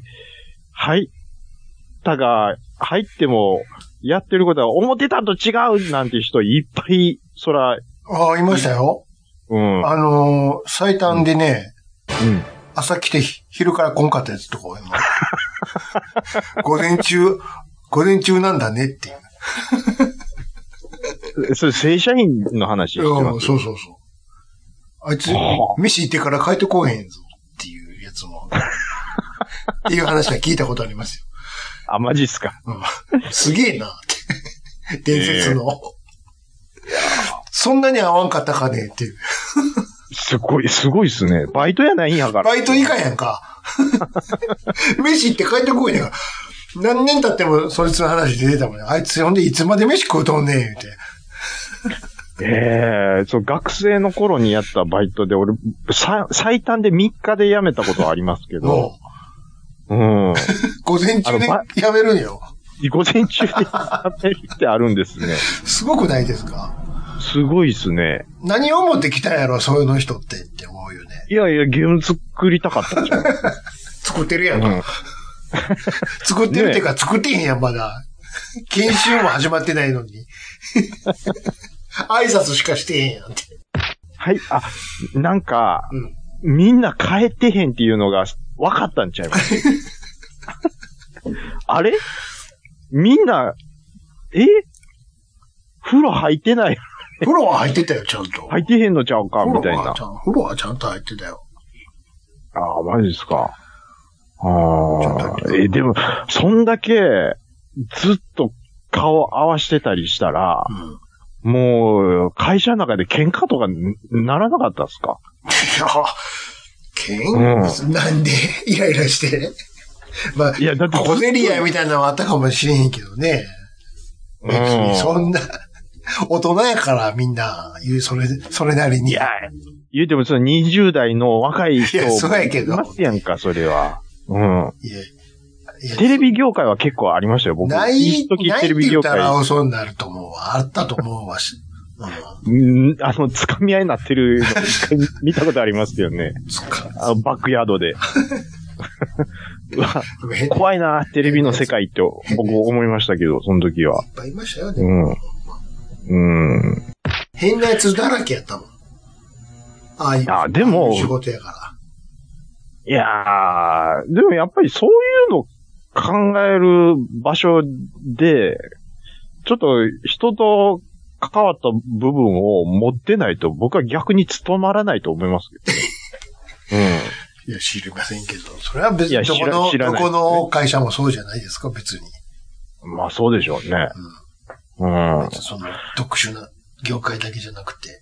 入ったが、入っても、やってることは思ってたんと違うなんて人いっぱい、そら、
ああ、いましたよ。
うん。
あのー最短でね、
うん
朝来てひ昼から来んかったやつとか
[LAUGHS]
は今午前中、午前中なんだねっていう。
それ、正社員の話して
う
ま
ん
す。
そうそうそう。あいつ
は、
飯行ってから帰ってこうへんぞっていうやつも。っていう話は聞いたことあります
あ、マジっすか。
よ。うん、すげえなって。伝説の。そんなに合わんかったかねっていう。
すごい、すごいっすね。バイトやないんやから。
バイト以下やんか。飯行って帰ってこいねんから。何年経ってもそいつの話出てたもんね。あいつ呼んでいつまで飯食うとんねん、言うて。
ええそう、学生の頃にやったバイトで、俺、さ最短で3日で辞めたことはありますけど、
も
うん。
う、午前中で
あのば
やめるんよ。
午前中で辞めるってあるんですね。
すごくないですか
すごいですね。
何を持ってきたんやろ、そういうの人ってって思うよね。
いやいや、ゲーム作りたかったんじゃん。
作ってるやんか。
うん
[LAUGHS] 作ってるっていうか、作ってへんやん、まだ。研修も始まってないのに。 [LAUGHS] 挨拶しかしてへんやんって。
はい、あ、なんか、
うん
みんな帰ってへんっていうのが分かったんちゃいます
[LAUGHS]
あれみんな、え風呂入ってない
風呂は入ってたよ、ちゃんと。
入ってへんのちゃうかみたい
風呂は
な
ち。ゃん風呂はちゃんと入ってたよ。
ああ、マジですか。ああ。え、でも、そんだけ、ずっと顔合わしてたりしたら、
うん
もう、会社の中で喧嘩とかならなかったですか
いや、喧嘩、なんで、イライラして。まあ、
いやだって
小競り合いみたいなのはあったかもしれへんけどね。別
う
に
ん
そんな、大人やからみんな、言う、それ、それなりに。
いや、言うてもその20代の若い人
いやそうやけど
いますやんか、それは。うん。
いや、いや
テレビ業界は結構ありましたよ、僕。
ない、
一時
ない
テ
っ
レ
て
ビ
言
業
った
界、
ら
うん
嘘になると思うわ。あったと思うわし。うん
あの、つかみ合いになってるの一回見たことありますよね。
そっか。
あバックヤードで。うわ
変いっ
怖いな、テレビの世界って僕思いましたけど、その時は。
ぱいいましたよ
う
ね。
ん。うん。
変なやつだらけやったもん。ああいう。
あでも
ああいう仕事やか
いやー、でもやっぱりそういうの考える場所で、ちょっと人と関わった部分を持ってないと僕は逆に務まらないと思いますけ [LAUGHS] ど。
ら。いや、知りませんけど。それは別
い
に
や
ど
知
こ
ら
の、
知ら
ど
ない
この会社もそうじゃないですか、別に。
うん。まあそうでしょうね。うん。あ、
その、特殊な業界だけじゃなくて。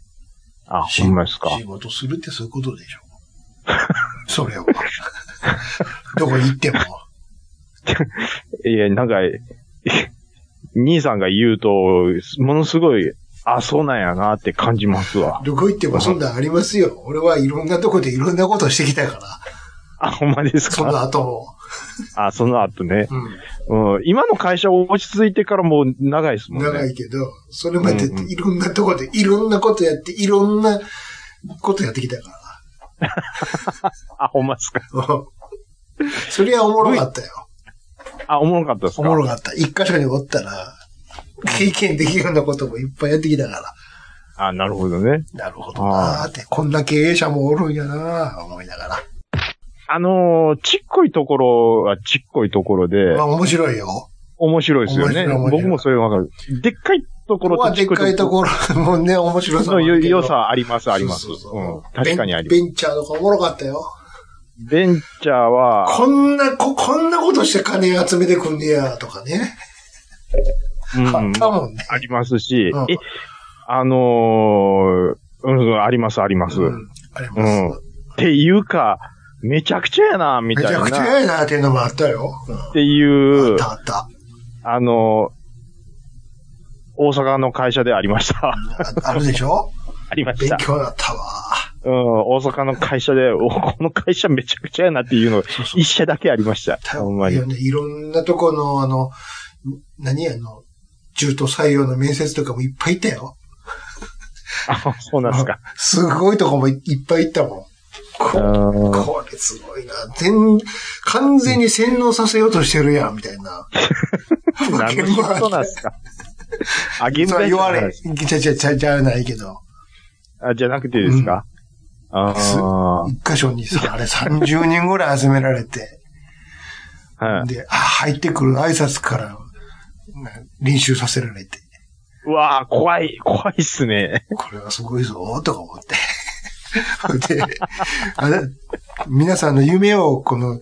し
ほんまですか。
仕事するってそういうことでしょ。 [LAUGHS] それは。どこに行っても。
いや、なんか、 [LAUGHS] え兄さんが言うと、ものすごい、あ、そうなんやなって感じますわ。
どこ行ってもそんなんありますよ。俺はいろんなとこでいろんなことしてきたから。
あ、ほんまです
そ
か。
の
[LAUGHS]
後も。
あ、その後ね。
うん。
うん、今の会社落ち着いてからもう長いですもんね。
長いけど、それまで
うんうん
いろんなとこでいろんなことやって、いろんなことやってきたか。
あ、ほんまっすから
[LAUGHS] そりゃおもろかったよ。
あ、おもろかったっす
お
か
もろかった。一箇所におったら、経験できるようなこともいっぱいやってきたから。
あ、なるほどね。
なるほどなーって、こんな経営者もおるんやなー思いながら。
あのーちっこいところはちっこいところで
まあ、面白いよ。
面白いですよね
面白い面。白い
僕もそれわかる。でっかいとこ
ここ
ろ
は
とち
で
っ
っ
こいとこ
か
ろ
いところも
[LAUGHS]
ね、面白さもあ
の
るけど
良さあります、あります。、
そううそうそうん
確かにありま
ベ
す。
ンベンチャーとかおもろかったよ。
ベンチャーは、
こんな、こ、こんなことして金集めてくんねや、とかね。
うん
あったもんね。
ありますし、
うん
え、あのーうん、あります、あります。
う
っ
ん。あります。
うんていうか、めちゃくちゃやな、み
めち
たい
ゃ
な。
くちゃ
っ
やなっていうのもあったよ。うん
てい
あ
う
っ、たあった。
あの、大阪の会社でありました。 [LAUGHS]
ああるでしょ
ありまし
勉
た。
強だったわ。
うん、大阪の会社で、おこの会社めちゃくちゃやなっていうの、一社だけありました。ほんま
い
に
や。ね、いろんなとこの、あの、何あの、中途採用の面接とかもいっぱいいたよ。
あ、そうなんですか。
すごいとこもいっぱい行ったもん。こ
うん
これすごいな。全、完全に洗脳させようとしてるやん、みたいな。
何のことなんですか。あ、現
そう
在地
言
の
われ。
話
ちゃちゃちゃちゃないけど。
あ、じゃなくてですか。ああ
一箇所にさ、あれ30人ぐらい集められて。
ー、はい。
で、あ入ってくる挨拶から、ね練習させられて。
うわあ、怖い、怖いっすね。
これはすごいぞ、とか思って。 [LAUGHS] ほんで、あれ、皆さんの夢をこの、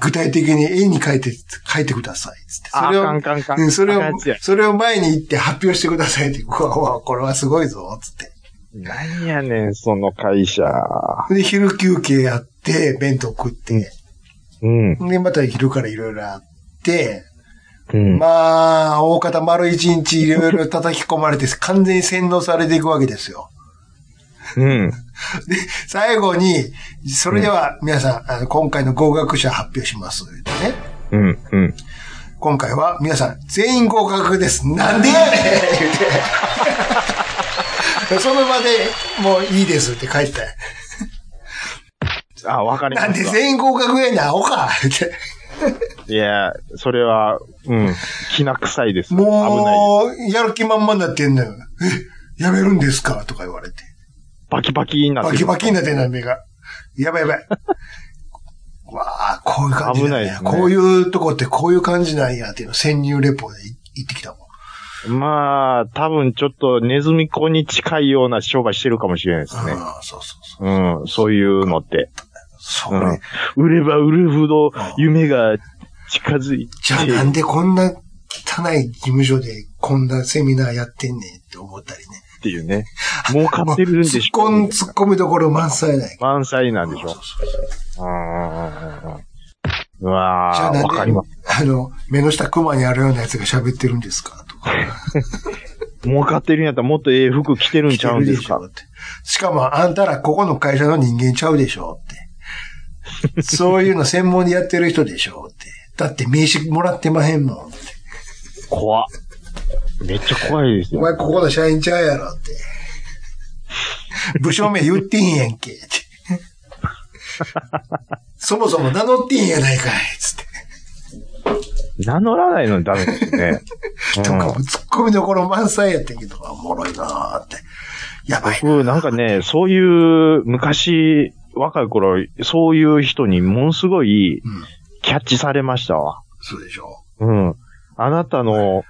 具体的に絵に描いて、描いてください。つって。
あ
それ
ー、カン
を、
カンカ
うん
ン。
それを
あかんやつや、
それを前に行って発表してくださいって、 [LAUGHS] うわうわ、これはすごいぞ、つって。
何やねん、その会社。
で、昼休憩やって、弁当食って、
うん。
で、また昼からいろいろあって、
うん。
まあ、大方丸一日いろいろ叩き込まれて、 [LAUGHS] 完全に洗脳されていくわけですよ。
うん。
で、最後に、それでは皆さん、あの今回の合格者発表します。言うてね。
うん。うん。
今回は皆さん、全員合格です。なんでやねん言う
[LAUGHS]
て。その場でもういいですって帰ったよ
あ、わかりま
なんで
した。
全員合格やねん、アホか [LAUGHS] 言うて。
いや、それは、うん、きな臭いです。危ない。
もう、やる気満々になってんのよ。え、やめるんですかとか言われて。
バキバキになって
バ
る
キバキになってんの、目が。やばいやば [LAUGHS] い。わあ、こういう感じなん
危ない
や
ですね
こういうとこってこういう感じなんやっていうの、潜入レポで行ってきたもん。
まあ、多分ちょっとネズミ子に近いような商売してるかもしれないですね。
ああ、そうそうそう。
うん、そういうのって。
それ、
うん。売れば売るほど夢が近づいて。
じゃあなんでこんな汚い事務所でこんなセミナーやってんねんって思ったりね。
っていうね。儲かってるんでし
もう
ょ、
突っ込ん、突っ込みどころ満載ない。
満載なんでし
そう
ょ
そう。そ
う
う
んうんうんうんうんう
じゃ
わ
あ
ー、わ
な
か
ん
り
で
ま、
あの、目の下熊にあるようなやつが喋ってるんですかとか。
す。儲かってるんやったらもっとええ服着てるんちゃうんですか
着てるでしょってしかも、あんたらここの会社の人間ちゃうでしょって。そういうの専門でやってる人でしょって。だって名刺もらってまへんもんって。
怖っめっちゃ怖いです
お
よ。
前ここの社員ちゃうやろって。部署名言ってへんやんけ。ってそもそも名乗ってへんやないかい。つって。
名乗らないのにダメです
[LAUGHS]
ね。うん
とかもツッコミどころ満載やったけど、おもろいなーって。やばいな。
僕、なんかね、そういう、昔、若い頃、そういう人にものすごい
うん。
キャッチされましたわ。
そうでしょ。
うん。あなたの、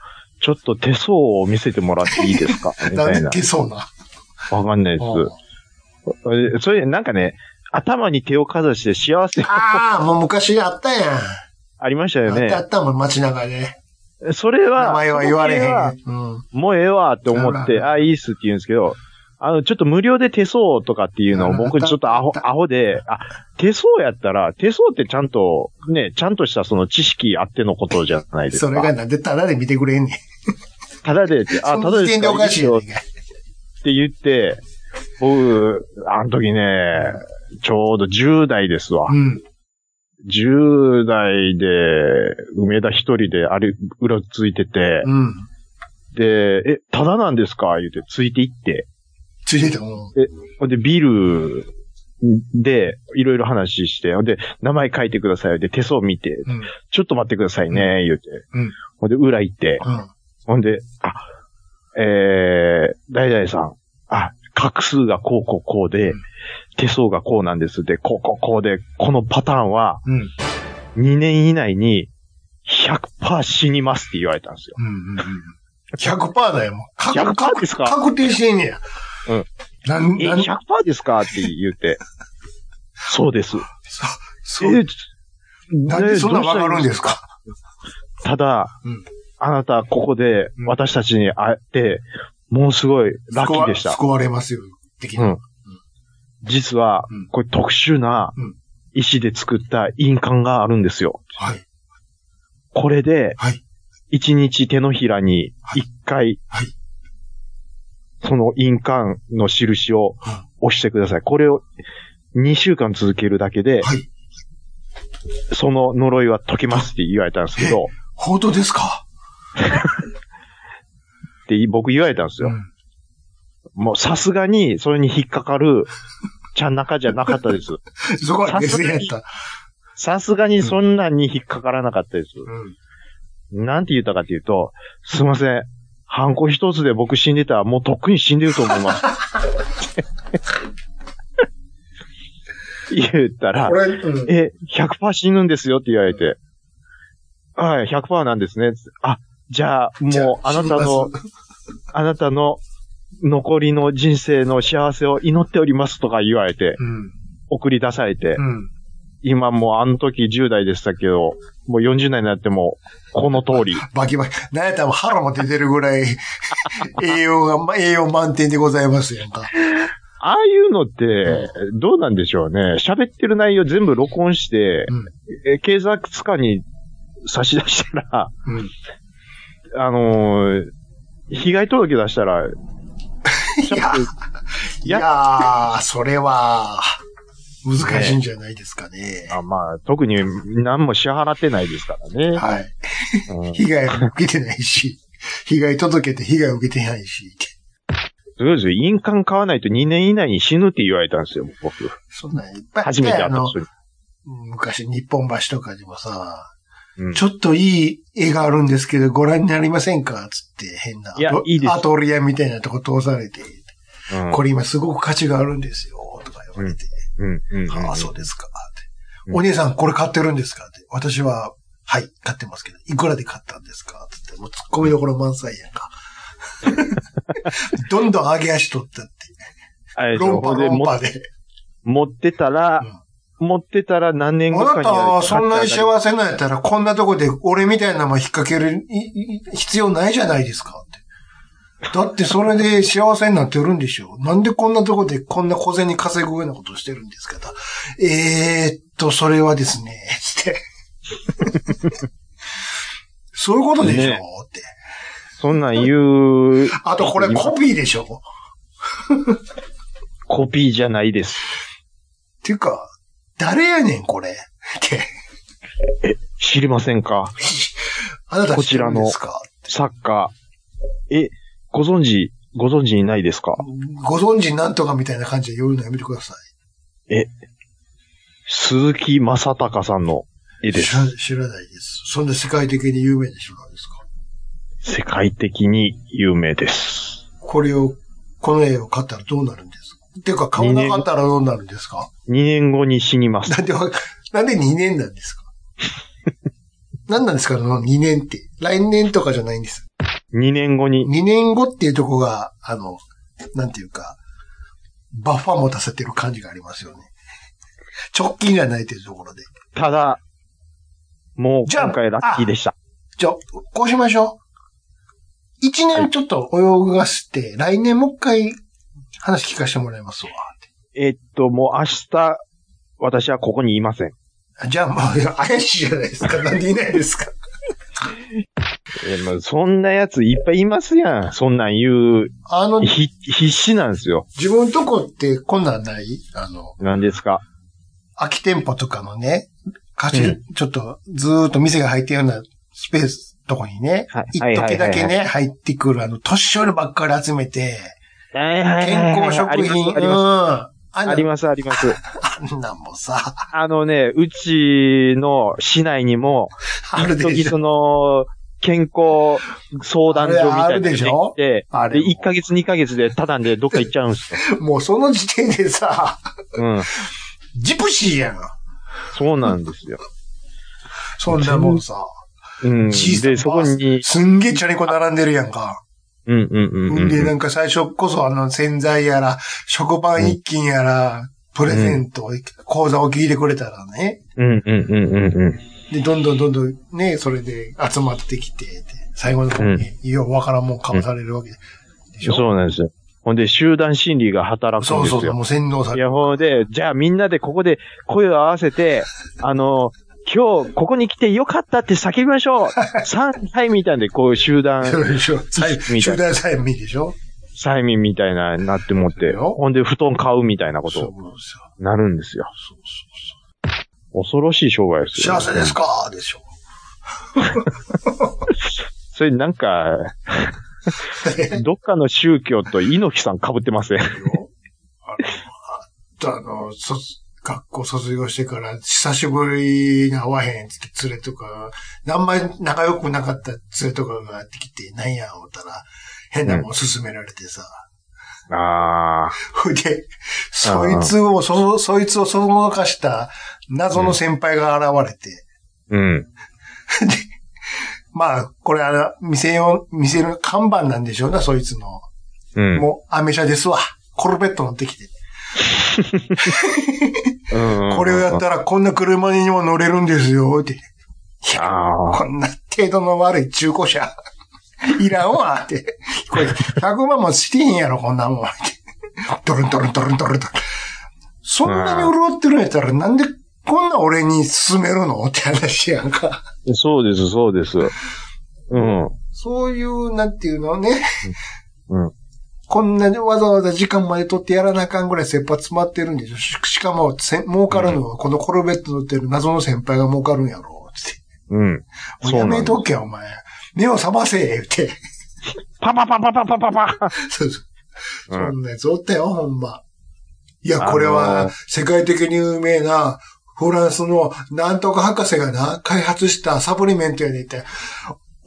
ちょっと手相を見せてもらっていいですかみ
[LAUGHS] な
たい
んで
な。
手そうな。
わかんないですえ。それ、なんかね、頭に手をかざして幸せ
ああ、もう昔あったやん。
ありましたよ
あ
ね。
ったあったもん、街中で。
それは、
名前は言われへ
僕は
ん。うん。
もうええわって思っ
あ
て、
ら
あ、いいっすって言うんですけど、あの、ちょっと無料で手相とかっていうのを
あら
僕ちょっとアホ
あ、った
アホで、あ、手相やったら、手相ってちゃんと、ね、ちゃんとしたその知識あってのことじゃないです
そ
か。
れがなんでタダで見てくれんねん。
ただで、あ、
そ
た
の
だで
時点
す
で
か
おかしい
いい
よ
っすよ。って言って、僕、あの時ね、ちょうど10代ですわ
う。ん。
10代で、梅田一人であれ、うろついてて、
うん。
で、え、ただなんですか言うて、ついていって。
ついてたもん。
ほんで、ビルで、いろいろ話して、ほんで、名前書いてください。で、手相見て、
うん。
ちょっと待ってくださいね、言うて。
うん
ほんで、裏行って、
うん。
ほんで、あ、えー、誰々さん、あ、画数がこうこうこうで、
うん
手相がこうなんです。で、こうこうこうで、このパターンは、
うん。
2年以内に100%死にますって言われたんですよ。
うん。うん。100%だよ、もう。確
100%ですか
確定してんねや。
うん。
なん、
え、
なん、
100%ですかって言っ
[LAUGHS]
て。そうです。
そ、そ
え
う、なんでそんなんわかるんですか
ただ、
うん
あなた、ここで
うん、
私たちに会って、もうすごいラッキーでし
救わ
た。
救われますよ、的
う
な。
ん実は
うん、
これ特殊な
うん
石で作った印鑑があるんですよ。
はい。
これで
はい、
一日手のひらに一回
はいはい、
その印鑑の印を押してください。これを2週間続けるだけで、
はい。
その呪いは解けますって言われたんですけど、
本当ですか
って僕言われたんですよ。
うん
もうさすがに、それに引っかか
[LAUGHS]
る、ちゃん中じゃなかったです。
そこは別にやった。
さすがにそんなに引っかからなかったです。
うん。
なんて言ったかっていうと、すいません。ハンコ一つで僕死んでたら、もうとっくに死んでると思い
[LAUGHS]
ます。言ったら
こ、れ、うん。
え、100%死ぬんですよって言われて、はい、100%なんですね。あ、じゃあ、
じゃ
もう、あなたの、あなたの残りの人生の幸せを祈っておりますとか言われて、
うん。
送り出されて、
うん。
今もうあの時10代でしたけど、もう40代になっても、この
[LAUGHS]
通り。
バキバキ。なんやったらもう腹も出てるぐ
[LAUGHS]
らい、栄養が、ま栄養満点でございますやんか。
ああいうのって、どうなんでしょうね。喋ってる内容全部録音して、
うん
え警察官に差し出したら、 [LAUGHS]
うん。
あのー被害届出したら、
いや、いやー、それは、難しいんじゃないですかね。
あまあ、特に何も支払ってないですからね。
はい。
うん
被害も受けてないし、被害届けて被害受けてないし。
とりあえず、印鑑買わないと2年以内に死ぬって言われたんですよ、僕。
そんなんいっぱいあって
初めて会
あ
った
の、
人に。
昔日本橋とかでもさ、
うん
ちょっといい絵があるんですけど、ご覧になりませんかつって変な。
いや
アト
いいです
アトリエみたいなとこ通されて、
うん
これ今すごく価値があるんですよ、とか言われて。
うんうんうん
ああ、そうですか。って
うん
お姉さん、これ買ってるんですかって。私は、はい、買ってますけど、いくらで買ったんですかつって、もう突っ込みどころ満載や
[LAUGHS]
んか。どんどん上げ足取ったって。
あれでしょ
論破
ほんで
論
も
破で。
持ってたら、持ってたら何年後
あ
か
な
に
たはそんなに
せ
幸せなんやったら、こんなとこで俺みたいなのも引っ掛けるいい必要ないじゃないですかって。だってそれで幸せになってるんでしょなんでこんなとこでこんな小銭稼ぐようなことをしてるんですかとえー、っと、それはですね、つって。 [LAUGHS] そういうことでしょ、
ね
って。
そんなん言う。
[LAUGHS] あとこれコピーでしょ
コピーじゃないです。
っていうか、誰やねん、これ。って。
知りませんか
あなた知ってるんですか
サッカー。え、ご存知、ご存知にないですか
ご存知なんとかみたいな感じで言うのやめてください。
鈴木正隆さんの絵で
知
す。
ら知らないです。そんな世界的に有名な人なんですか
世界的に有名です。
これを、この絵を買ったらどうなるんですかっていうか、買わなかったらどうなるんですか
2年後に死にます
な。んでわ、なんで2年なんで
[LAUGHS]
すか何なんですかその2年って。来年とかじゃないんです。
2年後に、
2年後っていうとこが、あの、なんていうか、バッファー持たせてる感じがありますよね。直近じゃないというところで。
ただ、もう
じゃあ
今回ラッキーでした。
じゃあ、こうしましょう。一年ちょっと泳がして、来年もう一回話聞かせてもらいますわ。
えっと、もう明日、私はここにいません。
あじゃあ、まあ、いや怪しいじゃないですか。なんでいないですか。
えーまあそんなやついっぱいいますやん。そんなん言う、
あの、
ひ、必死なんですよ。
自分のとこってこんなんないあの、
なんですか。
空き店舗とかのね、貸し、
うん
ちょっとずーっと店が入ってるようなスペースとこにね
はい、
一時だ
はいは
け
い
ね、入ってくるあの、年寄りばっかり集めて、
健
健康食品、
あり
うん。
ます、
あん
あります、あり
[LAUGHS]
ます。
なあんなんもさ、
あのね、うちの市内にも、
ある
一
で
時
しょ。
その、健康相談所みたいなのが
あれあるでしょ
でき
あ
て、で、
れも
1ヶ月2ヶ月でタダでどっか行っちゃうんですよ。
もうその時点でさ、
うん。
[LAUGHS] ジプシーやん。
そうなんですよ。
そんなもんさ。
うん。
小さ
で、そこに、
すんげえチャリコ並んでるやんか。
うんうんうんうん
で、なんか最初こそあの洗剤やら、食パン一斤やら、プレゼント、講座を聞いてくれたらね。
うんうんうんうんうん。
で、どんどんどんどんね、それで集まってきて、で最後の方に、ようわからんもんかぶされるわけでしょ。
そうなんですよ。ほんで、集団心理が働くん
そ
で
う
すよ。
そうそう、もう洗脳さ
い
れる。
や、ほうで、じゃあみんなでここで声を合わせて、あの、今日ここに来てよかったって叫びましょう
[LAUGHS]
!3 回みたいなんで、こう集団、
それでしょ。催
みたい
集団催眠でしょ。
催眠みたいな、なって思って、
よ
ほんで布団買うみたいなこ
そうそう
と、なるんですよ。
そうそう
恐ろしい商売ですよ。
幸せですかでしょ。
それなん
[LAUGHS]
か、どっかの宗教と猪木さん被ってま
[LAUGHS]
せん。
あの、卒学校卒業してから、久しぶりに会わへんっつって連れとか、あんまり仲良くなかった連れとかがやってきて、なんや思ったら、変なもん勧められてさ。
ああ、
ほい [LAUGHS] で、そいつを、そ、そいつをそのまかした謎の先輩が現れて、
うん。
まあ、これあの、店用、店の看板なんでしょうな、そいつの。
うん。
もう、アメ車ですわ。コルベット乗ってきて。
うん
これをやったらこんな車にも乗れるんですよ、って。いや
あー
こんな程度の悪い中古車、 [LAUGHS] いらんわ、って。これ、100万もしてへんやろ、こんなもん、って。ドルンドルンドルンドルンドルン。そんなに潤ってるんやったら、なんでこんな俺に勧めるのって話やんか。
そうです、そうです。うん。
そういう、なんていうのね。
うん。
こんなにわざわざ時間まで取ってやらなあかんぐらい切羽詰まってるんでしょ。ししかも、せ儲かるのは、このコルベット乗ってる謎の先輩が儲かるんやろ。つって。
うん。
もうやめとけよ、お前。目を覚ませ、言って。
パパパパパパパパ
そうそう。
う
そ
ん
んなやつおったよ、ほんま。いや、
あのー
これは、世界的に有名な、フランスのなんとか博士がな、開発したサプリメントやでって、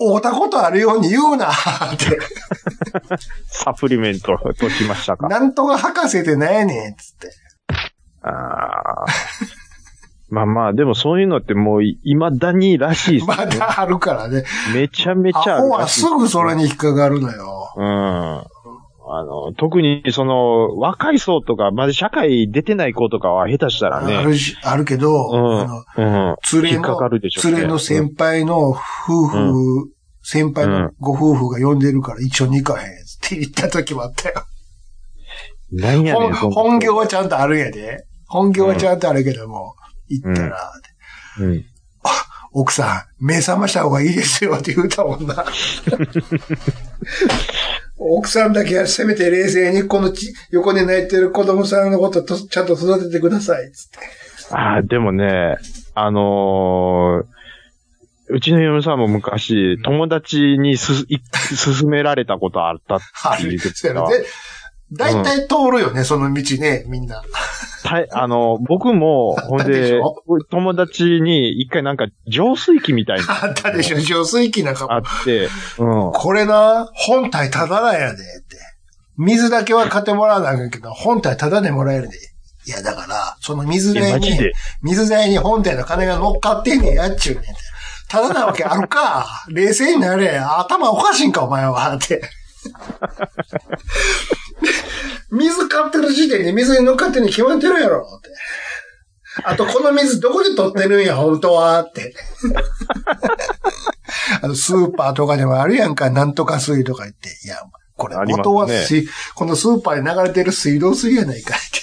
おうたことあるように言う
[LAUGHS]
な、って。
サプリメントときましたか。
なんとか博士ってなんやねん、つって。
あーまあまあ、でもそういうのってもうい未だにらしいですね
まだあるからね。
めちゃめちゃあ
ア
る
ホ
ら
は
しい。
すぐそれに引っかかるのよ。
うん。ああの、特にその、若い層とか、まだ社会出てない子とかは下手したら
あ
ね、
るし、あるけど、
うん
あ
う
の、
ん。
連れ
引っか
の
か、るでしょうね
連れの先輩の夫婦、先輩のご夫婦が呼んでるから一緒に行かへんって言った時もあったよ。
何やねん、そ
本
の
本業はちゃんとあるんやで。本業はちゃんとあるけども、行ったら、
うん。
奥さん、目覚ました方がいいですよって言うたもんな。 [LAUGHS] 奥さんだけはせめて冷静にこのち横で泣いてる子供さんのこととちゃんと育ててくださいっつって。
ああ、でもね、あのーうちの嫁さんも昔、友達にす、い、勧められたことあったって言ってたら、
[LAUGHS] で、大体通るよね、その道ね、みんな。
たいあの、僕も、
あっ
ほ
た
ん
でし
で
ょ、
友達に一回なんか浄水器みたいなの
あったでしょ、浄水器なんか
あ
も。
って、うん。
これな、本体ただなんやで、って。水だけは買ってもらわなあかんけど、本体ただでもらえるで。いや、だから、その水
え、
代
マ
に
ジ、で。
水代に本体の金が乗っかってんねんやっちゅうねん。ただなわけある
[LAUGHS]
か。冷静になれ。頭おかしいんか、お前は。って。水買ってる時点で水に乗っかってんに決まってるやろ。って。あと、この水どこで取ってるんや、本当は。って。 [LAUGHS] あの、スーパーとかでもあるやんか、なんとか水とか言って。いや、これ
ありますね
元は水、このスーパーに流れてる水道水やないかって。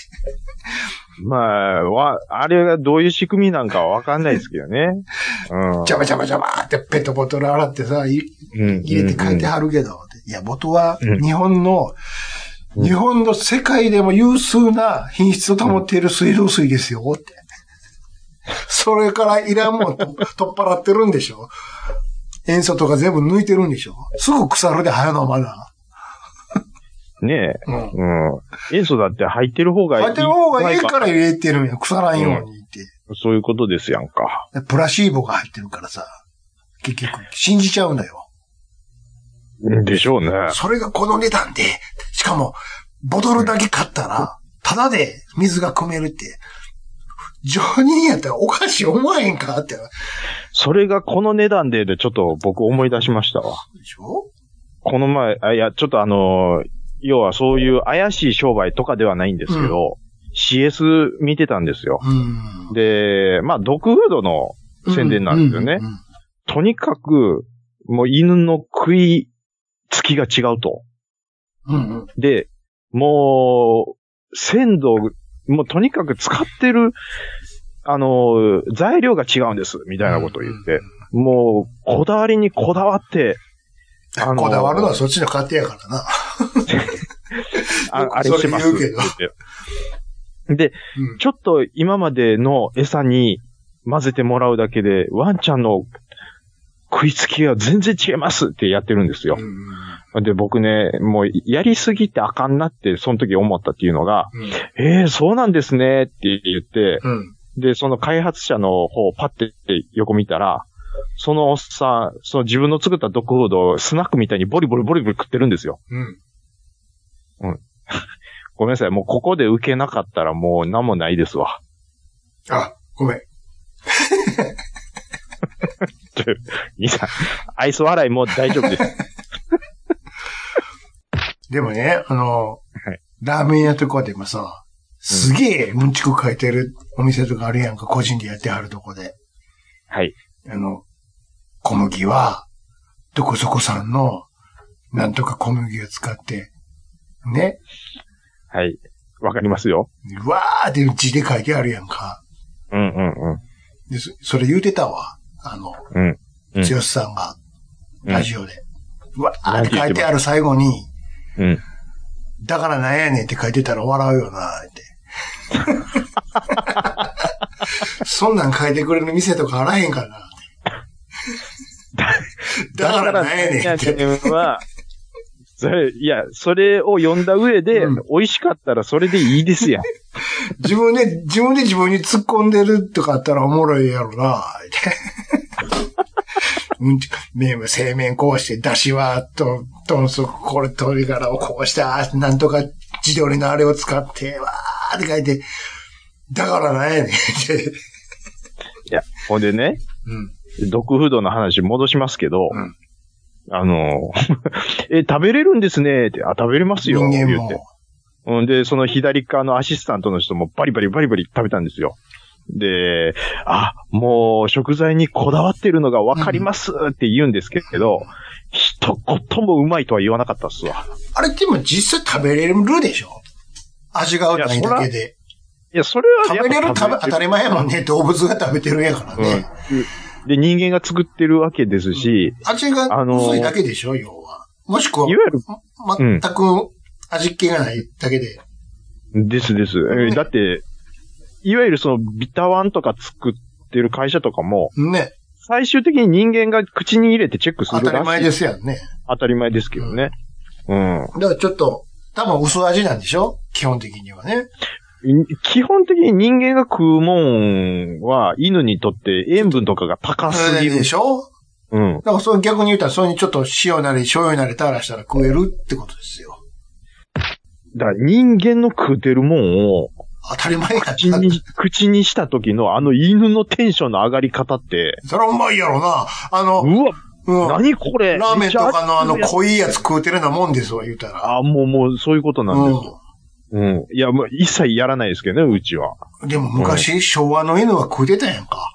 まあ、わ、あれがどういう仕組みなんかはわかんないですけどね。うん。
ジャバジャバジャバーってペットボトル洗ってさ、い
うん
入れて書いてはるけど、いや、元は
うん
日本の、
うん
日本の世界でも有数な品質を保っている水道水ですよ、って。それからいら
[LAUGHS]
んもんと取っ払ってるんでしょ塩素とか全部抜いてるんでしょすぐ腐るで早飲まな。
ねえ。
うん。
うん。塩素だって入ってる方がいい。
入ってる方がいいから入れてるんや。腐らんようにって。
そういうことですやんか。
でプラシーボが入ってるからさ、結局、信じちゃうんだよ。
でしょうね。
それがこの値段で、しかも、ボトルだけ買ったら、ただで水が汲めるって、常人やったらおかしい思わへんかって。で
それがこの値段で、で、ちょっと僕思い出しましたわ。
しょ
この前、あいや、ちょっとあのー、要はそういう怪しい商売とかではないんですけど、CS 見てたんですよ。
うん。
で、まあ、ドッグフードの宣伝なんですよね。
うんうんうん
とにかく、もう犬の食いつきが違うと。
うんうん。
で、もう、鮮度、もうとにかく使ってる、あの、材料が違うんです、みたいなことを言って、もう、こだわりにこだわって、あのー
こだわるのはそっちの家庭やからな。
あ
よく
あれしてます
そ
っ
れ
て
言うけど
言って。で、
うん
ちょっと今までの餌に混ぜてもらうだけで、ワンちゃんの食いつきが全然違いますってやってるんですよ。
うんうん
で、僕ね、もうやりすぎてあかんなって、その時思ったっていうのが、
うん
ええそうなんですねって言って、
うん。うん。
で、その開発者の方をパッて横見たら、そのおっさん、その自分の作ったドッグフードをスナックみたいにボリボリボリボリ食ってるんですよ。
うん。
ごめんなさい、もうここで受けなかったらもう何もないですわ。
あ、ごめん。
兄さん、愛想笑いもう大丈夫
[LAUGHS]
です。
でもね、あの
はい、
ラーメン屋とかでもさ、すげえうんちく書いてるお店とかあるやんか、個人でやってはるとこで。
はい。
あの、小麦は、どこそこさんの、なんとか小麦を使って、ね、
はい。わかりますよ。
うわーって字で書いてあるやんか。
うんうんうん。
で、そそれ言うてたわ。あの、
うん。うん
剛さんが、
うん
ラジオで。うわーって書いてある最後に、
うん。
だからなんやねんって書いてたら笑うよな、って。そんなん書いてくれる店とかあらへんからな。
[LAUGHS]
だからなんやねんって。
は、それ、いや、それを読んだ上で、
うん
美味しかったらそれでいいですやん。
自分で、自分で自分に突っ込んでるとかあったらおもろいやろな、 [LAUGHS] って。うんち、麺は製麺こうして、だしは、と、とんそく、これ、鶏ガラをこうして、あーなんとか自撮りのあれを使って、わーって書いて、だからなんやねんって。
いや、ほんでね、
うん。
ドッグフードの話戻しますけど、
うん
あの、 [LAUGHS] え、食べれるんですねって、あ、食べれますよ、
人間
言っ
も
て。。うん、で、その左側のアシスタントの人もバリバリバリバリ食べたんですよ。で、あ、もう食材にこだわってるのがわかりますって言うんですけど、一言もうまいとは言わなかったっすわ。
あれって今実際食べれるでしょ味が合うないだけで。
いや、それは
食
やっ
べ
ぱ
れる食べ、当たり前やもんね。動物が食べてるやからね。
うん。で、人間が作ってるわけですし、
味が
あのー
薄いだけでしょ、要は。もしくは、
いわゆる
全く味気がないだけで。
ですです。えだって、いわゆるそのビタワンとか作ってる会社とかも、
ね。
最終的に人間が口に入れてチェックする
当
らしい
たり前ですやんね。
当たり前ですけどね。うん。
だからちょっと、多分薄味なんでしょ基本的にはね。
基本的に人間が食うもんは犬にとって塩分とかが高すぎる
で。しょ
うん。
だからそれ逆に言ったら、それにちょっと塩なり醤油なり垂らしたら食えるってことですよ。
だから人間の食うてるもんを
当たり前や
口
ん。
に、口にした時のあの犬のテンションの上がり方って、
それはうまいやろな。あの、
うわ、
うん。
何これ
ラーメンとかのあの
めっちゃ熱いやつ
濃いやつ食うてるようなもんですわ、言うたら。
あ、もうもうそういうことなんですよ。
う
うん。いや、もう一切やらないですけどね、うちは。
ん。でも昔、昭和の犬は食うてたやんか。
う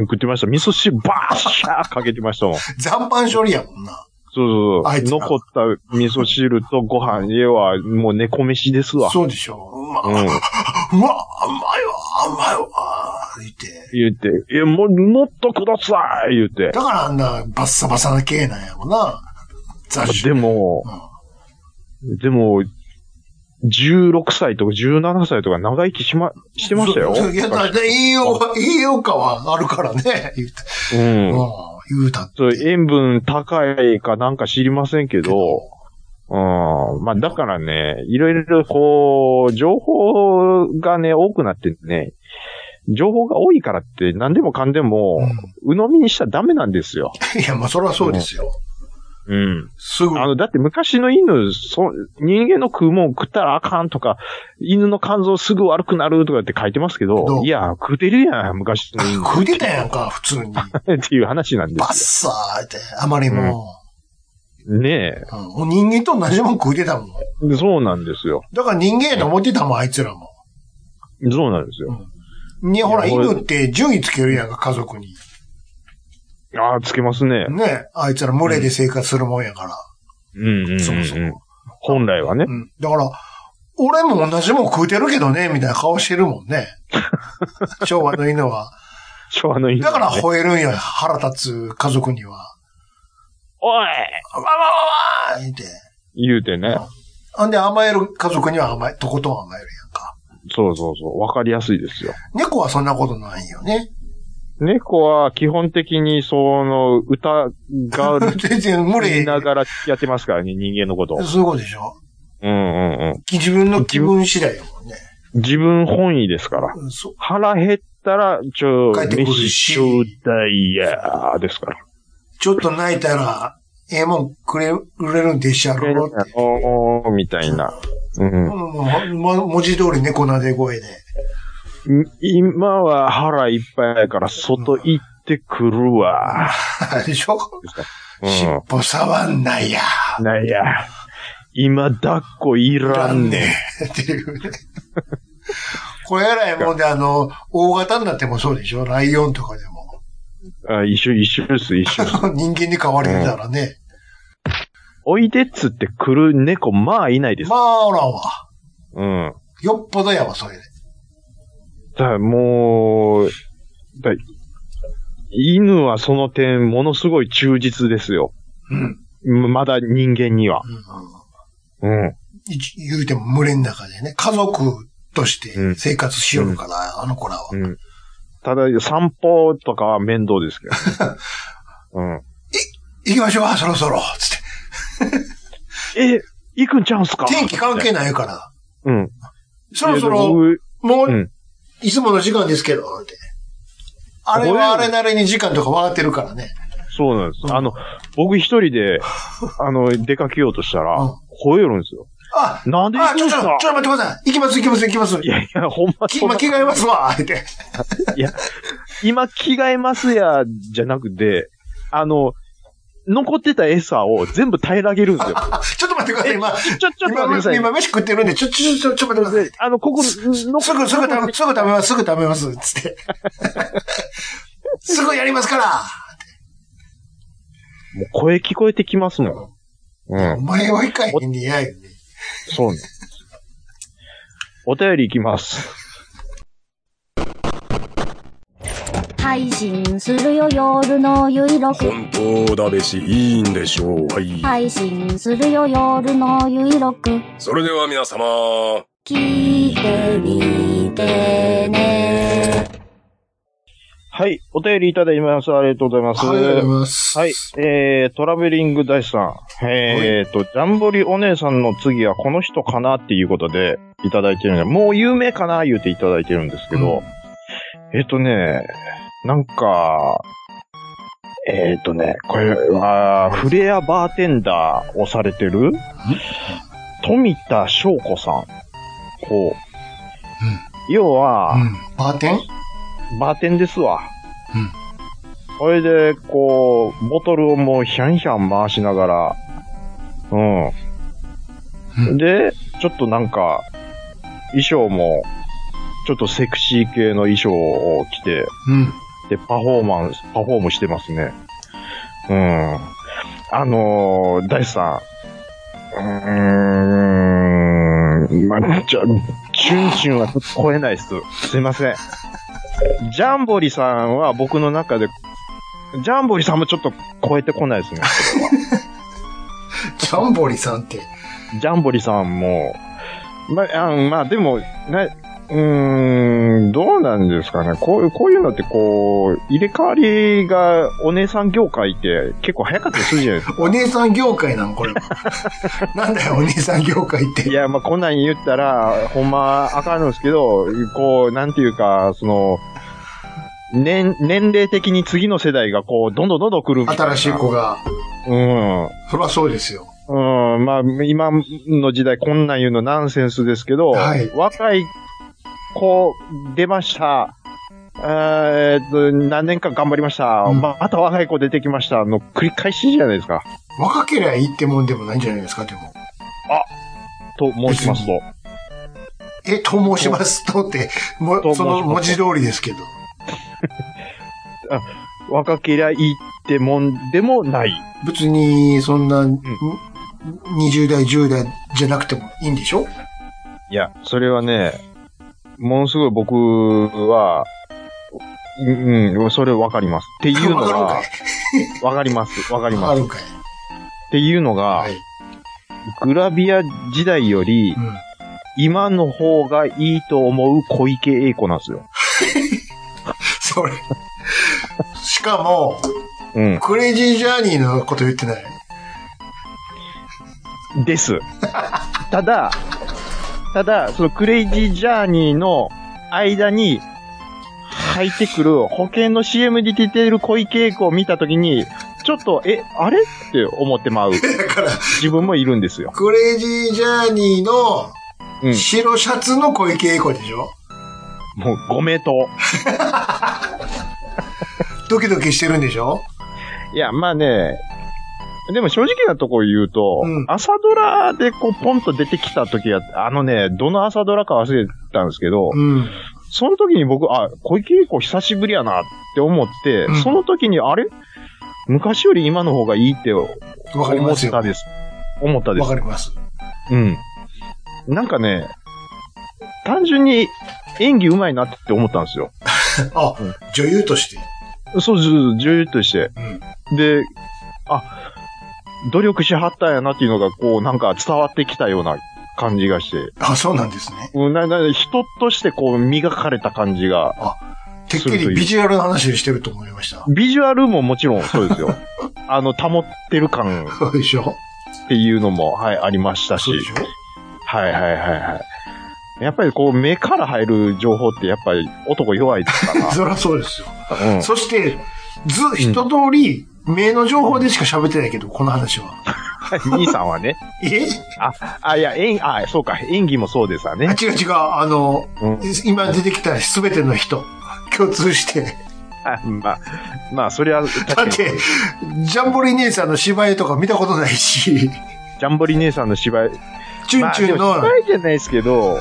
ん食ってました。味噌汁バーッかけてましたもん。そう
残飯処理やもんな。
そう
あいつ
そう。
な
残った味噌汁とご飯、家はもう猫飯ですわ。
そうでしょ。うま、う
うん
わ、うま
ん
いわ、うまいわ、言って。
言って、え、もう、もっとください言って。
だからあんなバッサバサな系なんやろな。雑
で
種。
も、でも、16歳とか17歳とか長生きしま、してましたよ。
そういや、だって栄養、栄養価はあるからね、言うて。
うん
うん。、言うたって。
そう、塩分高いかなんか知りませんけど、うん。まあ、だからね、いろいろこう、情報がね、多くなってね、情報が多いからって何でもかんでも、鵜呑みにしちゃダメなんですよ。
いや、まあ、それはそうですよ。
うん。
すぐ。
あの、だって昔の犬、そ人間の食うもん食ったらあかんとか、犬の肝臓すぐ悪くなるとかって書いてますけ
ど
ど、
う
いや、食うてるやん、昔の [LAUGHS] 犬
食うてたやんか、普通に。バ
っていう話なんで
ッ
す
サーって、あまりも
よ。ね
う。うんもう人間と同じもん食うてたもん。
え。そうなんですよ。
だから人間やと思ってたもん、あいつらも。
そうなんですよ。
ね、ほら、
いや俺
犬って順位つけるやんか、家族に。
ああ、つけますね。
ね、あいつら群れで生活するもんやから。
うんうんうんうん。
そもそも。
本来はね
う。ん。だから、俺も同じもん食うてるけどね、みたいな顔してるもんね。 [LAUGHS] 昭和の犬は。
昭和の犬、
だから吠えるんや、腹立つ家族には。
おい
わわわわーって。
言うてね。
ほんで甘える家族には甘え、とことん甘えるやんか。
そうそうそう。わかりやすいですよ。
猫はそんなことないよね。
猫は基本的にその、
[LAUGHS]
歌が、
全然無
言
理
い。ながらやってますからね、人間のことを。
そういうことでしょ
うんうんうん。
自分の気分次第やもんね。
自分本位ですから。
うんそう。
腹減ったら、ちょ、
帰ってくるし
飯ちょうだいやーですから。
ちょっと泣いたら、ええもんくれ、くれるんでっしゃろうって。
おー、みたいな。うん、
うん、も文字通り猫なで声で。 [LAUGHS]
今は腹いっぱいやから、外行ってくるわ。
あれでしょ尻
う
尾触んないや。
ん。なんや。今、抱っこいらんねん。
っていうね。これ偉いもんで、あの、大型になってもそうでしょライオンとかで
[LAUGHS]
も。
あ一緒、一緒です、一緒です。
人間に変われてたらね。
おいでっつって来る猫、まあいないです。
まあ、おらんわ。
うん。
よっぽどやわ、それで。
だからもう、だ犬はその点、ものすごい忠実ですよ。
うん。
まだ人間には。
う
うん。
ん一言うても群れの中でね、家族として生活しよるから、あの子らは。
うん。ただ、散歩とかは面倒ですけど、 [LAUGHS] ね。
行きましょう、そろそろ、つって。
うん。え、行くんちゃうんすか
天気関係ないから。
うん。
そろそ
いや
ろ、
僕
も
う、
うんいつもの時間ですけど、って。あれはあれなりに時間とか笑ってるからね。
そうなんです。
うん
あの、僕一人 [LAUGHS] で、あの、出かけようとした
う
ら
ん、
吠えるんですよ。
あ、
なんで行
あ、ち
く
ょ、
ん
ち
す
ょ、ちょ
か
っと待ってください。行きます、行きます、行きます
い。やいや、ほんま
き
そん
今
な
着替えますわ、って。 [LAUGHS]
いや、今着替えますや、じゃなくて、あの、残ってた餌を全部平らげるんですよ。
ちょっと待ってください、今。
ちょ、ちょっと待ってください。
今、今飯食ってるんで、ちょ、ちょ、ちょ、ちょ、待ってください。
あの、ここ、残
すぐ、すぐ食べ、すぐ食べます、すぐ食べます、
[LAUGHS]
つって。すぐやりますから
もう声聞こえてきますもん。う
お
ん。
前は一回に似合いよね。
そうね。お便りいきます。
配信するよ夜のゆいろく
本当だべし、いいんでしょう。はい。
配信するよ夜のゆいろく
それでは皆様、
聞いてみてね
はい。お便りいただきます。ありがとうございます。
ありがとうございます。
はい。えー、トラベリング大師さん。えーと、ジャンボリお姉さんの次はこの人かなっていうことでいただいてるんで、もう有名かな言うていただいてるんですけど、えっ、とね、なんか、えっ、とね、これは、フレアバーテンダーをされてる、富田翔子さん。こう。要は、
うん。バーテン
バーテンですわ。
うん。
それで、こう、ボトルをもうヒャンヒャン回しながら、うん。
うん
で、ちょっとなんか、衣装も、ちょっとセクシー系の衣装を着て、
うん。
で、パフォーマンス、パフォームしてますね。うん。あのー、大地さん。うーん、まあ、ちょ、チュンチュンは超えないっす。すいません。ジャンボリさんは僕の中で、ジャンボリさんもちょっと超えてこないですね。
ジャンボリさんって。
ジャンボリさんも、ま、あまあ、でも、な、うーん、どうなんですかね。こういう、こういうのってこう、入れ替わりがお姉さん業界って結構早かったりするじゃないですか。
お姉さん業界なのこれ。 [LAUGHS] なんだよ、お姉さん業界っ
[LAUGHS] い
て。
や、まあ、こんなん言ったら、ほんまあかんのですけど、こう、なんていうか、その、年、年齢的に次の世代がこう、どんどんどんどん来るみたいな。
新しい子が。
うん。
そりゃそうですよ。
うん、まあ、今の時代こんなん言うのナンセンスですけど、
はい
若い子出ました。えーっと、何年間頑張りました。
うん
まあまた若い子出てきました。の繰り返しじゃないですか。
若けりゃいいってもんでもないんじゃないですか、でも。
と申しますと。
え、と申しますとって、も
と申しますと
その文字通りですけど。
若けりゃいいってもんでもない。
別に、そんな、ん20代、10代じゃなくてもいいんでしょ
いや、それはね、ものすごい僕は、うん、うんそれわかります。っていうの
わかるん
が
か、
わかります。わかり
いわか
ます。
る
っ
んかい
ていうのが、
はい。
グラビア時代より
う、ん。
今の方がいいと思う小池栄子なんですよ。
それ。しかも、
うん。
クレイジージャーニーのこと言ってない。 [LAUGHS]
です。ただ、ただ、そのクレイジージャーニーの間に入ってくる保険の CM で出てる小池栄子を見たときに、ちょっと、え、あれって思ってまう
[LAUGHS] だから、
自分もいるんですよ。
クレイジージャーニーの
うん。
白シャツの小池栄子でしょ
もうご名答。
ドキドキしてるんでしょ
いや、まあね、でも正直なとこ言うと、
うん
朝ドラでこうポンと出てきた時は、あのね、どの朝ドラか忘れたんですけど、
うん。
その時に僕、あ、小池栄子久しぶりやなって思って、
うん
その時に、あれ昔より今の方がいいって思っ
わかりますよ。
た
わ
です。思ったで
か
す。
ります。
うん。なんかね、単純に演技上手いなって思ったんですよ。
あ、女優として。
そうそう、女優として。
うん。
で、あ、努力しはったんやなっていうのが、こう、なんか伝わってきたような感じがして、
あ、そうなんですね。
うんなな人としてこう、磨かれた感じが、
てっきりビジュアルの話をしてると思いました。
ビジュアルももちろんそうですよ。あの、保ってる感っ
そうでしょ
ていうのも、はい、ありましたし
そうでし、ょ
はいはいはいはい。やっぱりこう、目から入る情報って、やっぱり男弱いですか
[LAUGHS] そりゃそうですよ。
ら、うん、
そして、ず、一通り、名の情報でしか喋ってないけど、この話は。
兄さんはね、
え
あ、いや、演、あ、そうか、演技もそうですわ
あ
ね。
違う違う、あの、
うん [LAUGHS]
今出てきたすべての人、共通して、
まあ、まあ、そりゃ、確
だ
か
っ
に。
て、ジャンボリ姉さんの芝居とか見たことないし、
ジャンボリ姉さんの芝居。
チュンチュンの、
まあでも芝居じゃないですけど、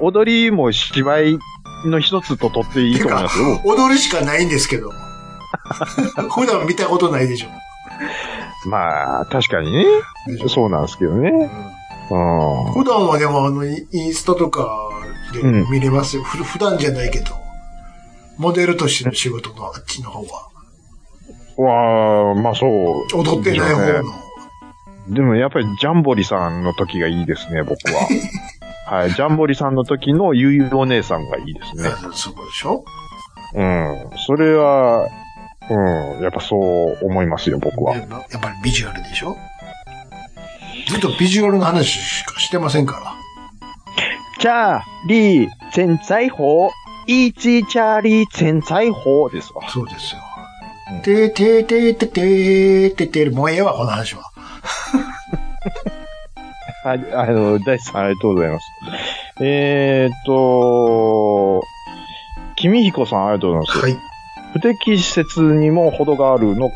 踊りも芝居の一つと取っていいと思いますよ。
踊るしかないんですけど。 [LAUGHS] 普段見たことないでしょ。
まあ、確かにね。
でしょ
そうなんですけどね。うん。
普段はでもあの、イインスタとかで見れますよ。ふ普段じゃないけど。モデルとしての仕事のあっちの方は。
わあ、まあそう。
踊ってない
いい
方
よ
の
ね。でもやっぱりジャンボリさんの時がいいですね、僕
[LAUGHS]
は。はい。ジャンボリさんの時のゆいゆいお姉さんがいいですね。
あそこでしょ
うん。それは、うん。やっぱそう思いますよ、僕は
や。っぱやっぱりビジュアルでしょずっとビジュアルの話しかしてませんから。
チャーリー潜在法。一チャーリー潜在法ですわ。
そうですよ
う。ん
てーてーてーてーてーてーてーもうええわ、この話は。
はい、あの、大地さんありがとうございます。えーっと、君彦さんありがとうございます。
はい。
不適切にも程があるの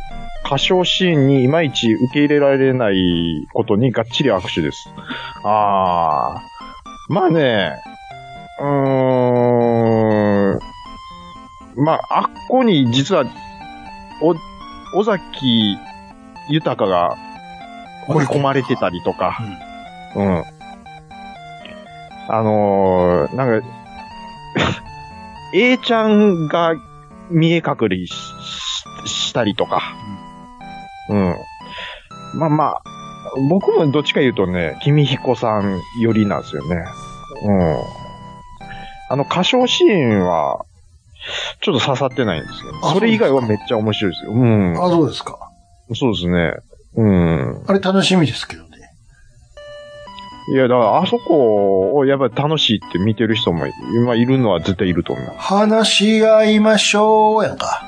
歌唱シーンにいまいち受け入れられないことにがっちり握手です。あー。まあね、うーん。まあ、あっこに実は、お、尾崎豊が追い込まれてたりとか、うん。あのー、なんか、A ちゃんが見え隠れしししたりとか。うん。まあまあ、僕もどっちか言うとね、君彦さん寄りなんですよね。うん。あの歌唱シーンは、ちょっと刺さってないんですけど、
あ
それ以外はめっちゃ面白いですよ。うん。
あ、そうですか。
そうですね。うん。
あれ楽しみですけどね。
いや、だから、あそこを、やっぱり楽しいって見てる人も、今いるのは絶対いると思う。
話し合いましょうやんか。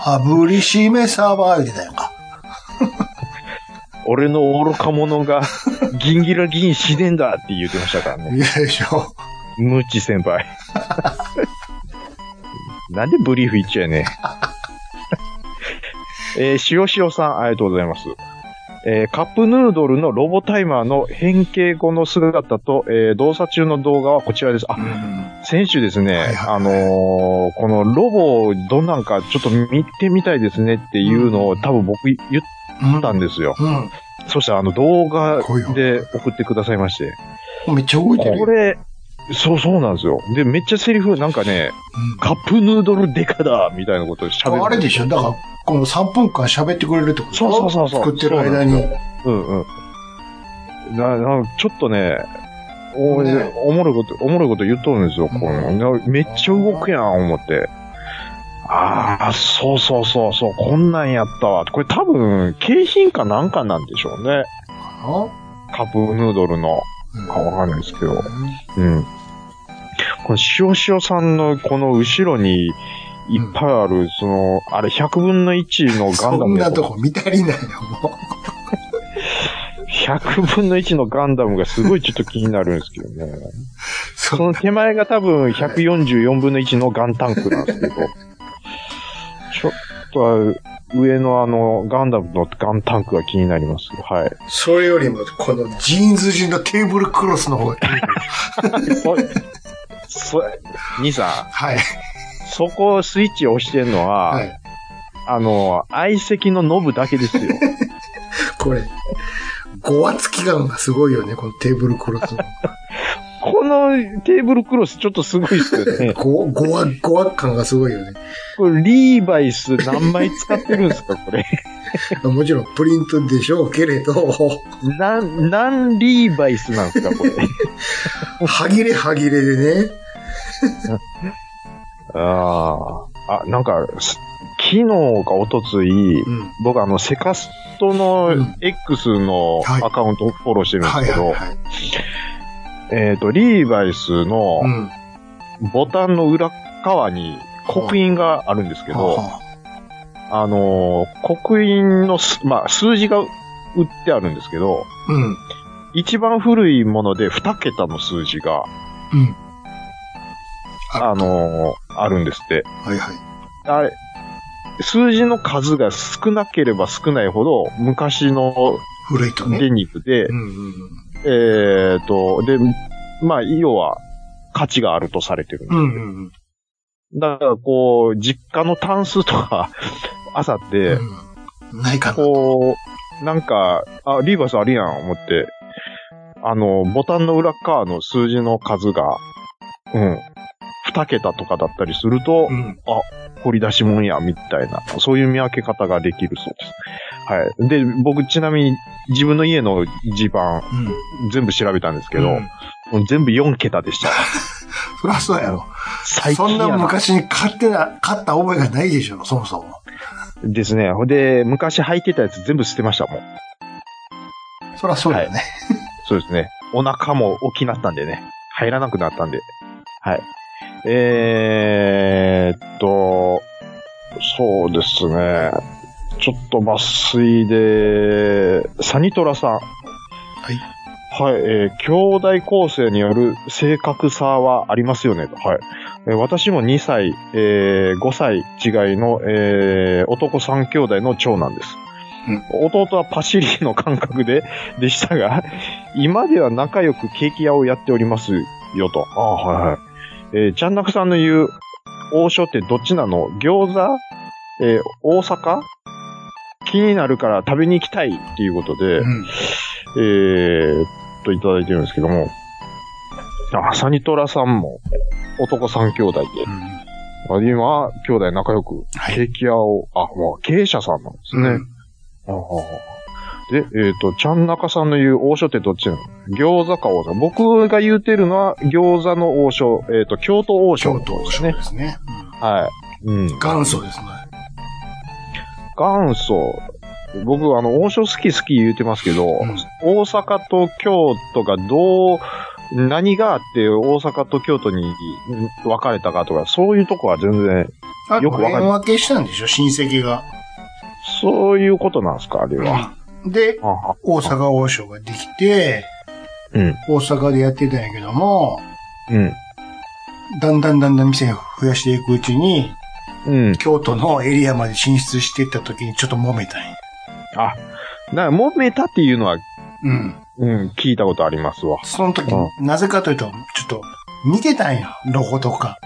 あぶりしめさば言うてたやんか。
俺の愚か者が、 [LAUGHS] ギンギラギン死ねんだって言ってましたからね。
いやでしょ。
ムッチ先輩。 [LAUGHS] なんでブリーフ言っちゃうねん。 [LAUGHS] えー、塩塩さん、ありがとうございます。えーカップヌードルのロボタイマーの変形後の姿と、えー動作中の動画はこちらです。あ、先週ですね、
はいはい
あのーこのロボをどんなんかちょっと見てみたいですねっていうのを多分僕言っ
うん。
たんですよ。
うん。
そしたらあの動画
来いよ
で送ってくださいまして。
めっちゃ動いてるよ。
これ、そうそうなんですよ。で、めっちゃセリフなんかね、カップヌードルデカだみたいなこと
う
喋
ん、
る。
あれでしょだから、この3分間喋ってくれるってこと
そうそうそうそう
作ってる間に。
そううんうん。な、な、ちょっとね、お
ね
おもろいこと、おもろいこと言っとるんですよ、このなめっちゃ動くやん、思って。ああ、そうそうそう、そう、こんなんやったわ。これ多分、景品かなんかなんでしょうね。カップヌードルの。
うん
かわかんないですけど。うん。この塩塩さんのこの後ろに、いっぱいある、その、あれ、100分の1のガンダ
そ
ム
ん
や
な
と
とこ見たりないよ、も
100分の1のガンダムがすごいちょっと気になるんですけどね。
う。
[LAUGHS] そ
そ
の手前が多分144分の1のガンタンクなんですけど、ちょっと上のあのガンダムのガンタンクが気になりますけど、はい。 [LAUGHS]
それよりも、このジーンズ地のテーブルクロスの方
[LAUGHS]
が気になる
そ、そ、兄さ
はい。
ん、そこをスイッチ押してんのは、
はい。
あの、相席のノブだけですよ。
これ、ごわつき感がすごいよね、このテーブルクロスの。
このテーブルクロスちょっとすごいっすよね。
ご、ごわ、ごわ感がすごいよね。
これリーバイス何枚使ってるんですか、これ。
もちろんプリントでしょうけれど、
[LAUGHS] なん、何リーバイスなんですか、これ。
歯切れ歯切れでね。
[LAUGHS] ああ。あ、なんか、す昨日か一昨日
うん。
僕あの、セカスト
う
の
ん
X の
はい
アカウントをフォローしてるんです
は
け
いはい
ど、
はい。
えっと、リーバイスの
うん。は
ボタンの裏側に刻印があるんですけ
あ
ど、
は
あのー、刻印のす、まあ、数字が売ってあるんですけど、
あうん。
一番古いもので2桁の数字が、
うん。
あのー、あるんですって。
はいはい。
あれ、数字の数が少なければ少ないほど、昔の
古いとね。
デニクで、
うんうん
えっと、で、まあ、要は、価値があるとされてる。
うん。うんうんうん。
だから、こう、実家のタンスとか、 [LAUGHS] あさって、
うんないかな。
こう、なんか、あ、リーバイスあるやん、思って、あの、ボタンの裏側の数字の数が、うん、二桁とかだったりすると
う、ん。
掘り出しもんや、みたいな、そういう見分け方ができるそうです。はい。で、僕、ちなみに、自分の家の地盤、
うん。
全部調べたんですけど、
うん
もう全部4桁でした。
そりゃそうやろ。
最
そ
近
ん
や
な
な
昔に買ってな、買った覚えがないでしょ、そもそも。
ですね。ほんで、昔履いてたやつ全部捨てましたもん。
そりゃそうだよね。
そうですね。お腹も大きなったんでね。入らなくなったんで。はい。えーっと、そうですね。ちょっと抜粋で、サニトラさん。
い
はい。えー兄弟構成による正確さはありますよね。はい。えー私も2歳、えー5歳違いの、えー男3兄弟の長男です。弟はパシリの感覚で、 [LAUGHS] でしたが、今では仲良くケーキ屋をやっておりますよと。ああ、はいはい。えー、ちゃんなくさんの言う王将ってどっちなの餃子えー大阪気になるから食べに行きたいっていうことで、
うん。
えー、っと、いただいてるんですけども、あ、サニトラさんも男3兄弟で、あ今、兄弟仲良く
は
ケーキ屋を、あ、まあ、経営者さんなんですね。
うん
ああで、えっ、と、ちゃんなかさんの言う王将ってどっちなの餃子か王将。僕が言うてるのは餃子の王将、えっ、と、京都王将
京
の
都
方
王
です
将
ね。
ですね。
はい。うん。
元祖ですね。
元祖。僕、あの、王将好き好き言うてますけど、
うん
大阪と京都がどう、何があって大阪と京都にうん分かれたかとか、そういうとこは全然、
あ
よく
と、
わかる
縁分けしたんでしょ、親戚が。
そういうことなんですか、あれは。
で、
ああ
大阪王将ができて、
うん。
大阪でやってたんやけども、
うん。
だんだんだんだん店を増やしていくうちに、
うん。
京都のエリアまで進出していった時にちょっと揉めたんや。
あ、な、揉めたっていうのは、
うん。
うん、聞いたことありますわ。
その時
う、
なぜかというと、ちょっと、似てたんや、ロゴとか。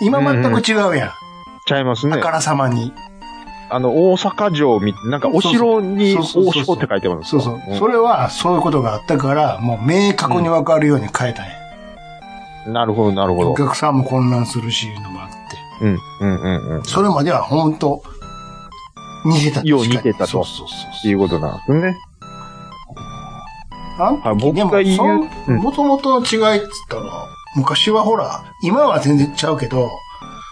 今全く違うやん。
ちゃいます
あ
ね。
からさまに。
あの、大阪城み、なんかお城に
そう
王
そうそうそう
将って書いてあるんです
そう
か
そう。
ん
それは、そういうことがあったから、もう明確にわかるように変えたんや。
なるほど、なるほ
お
ど。
客さんも混乱するし、いうのもあって。
うん、うん、うん、うん。っ
それまでは本当似てた
よう似てたと
そうそうそう
ていうことなんですね。
あん
はい僕
でも
が言ううん
もともとの違いっつったら、昔はほら、今は全然ちゃうけど、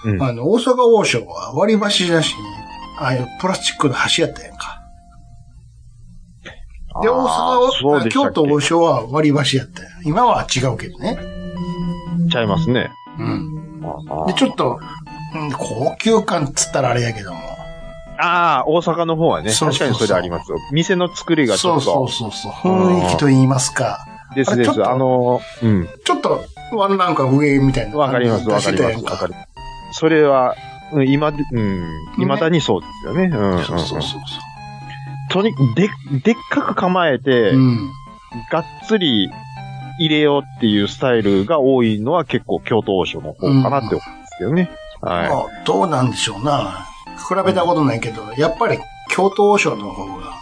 うん
あの、大阪王将は割り箸だしに、ああいうプラスチックの箸やったやんか。で、大阪
あーそう
は、
でした
京
っけ
都王将は割り箸やったやん。今は違うけどね。
ちゃいますね。
うん。
あー
で、ちょっと、うん、高級感っつったらあれやけども。
あー、大阪の方はね、
そうそう
確
そ
かに
う
それあります。店の作りがちょっ
そ
と
う、そうそうそう。雰囲気と言いますか。
で
あ
す
れ
で
ちょっ
す。
と
あの、うん。
ちょっと、ワンランク上みたいな。
わかります、わか
出して
り
た
ま
やん
す、
か
わかる。それは、うん、今で、うん、未だにそうですよね。うん、うんうん。
そうそうそうそ
とに、で、でっかく構えて、
う。うん。
がっつり入れようっていうスタイルが多いのは結構京都王将の方かなって思うんですけどね。
ま
は
あどうなんでしょうな。比べたことないけど、やっぱり京都王将の方が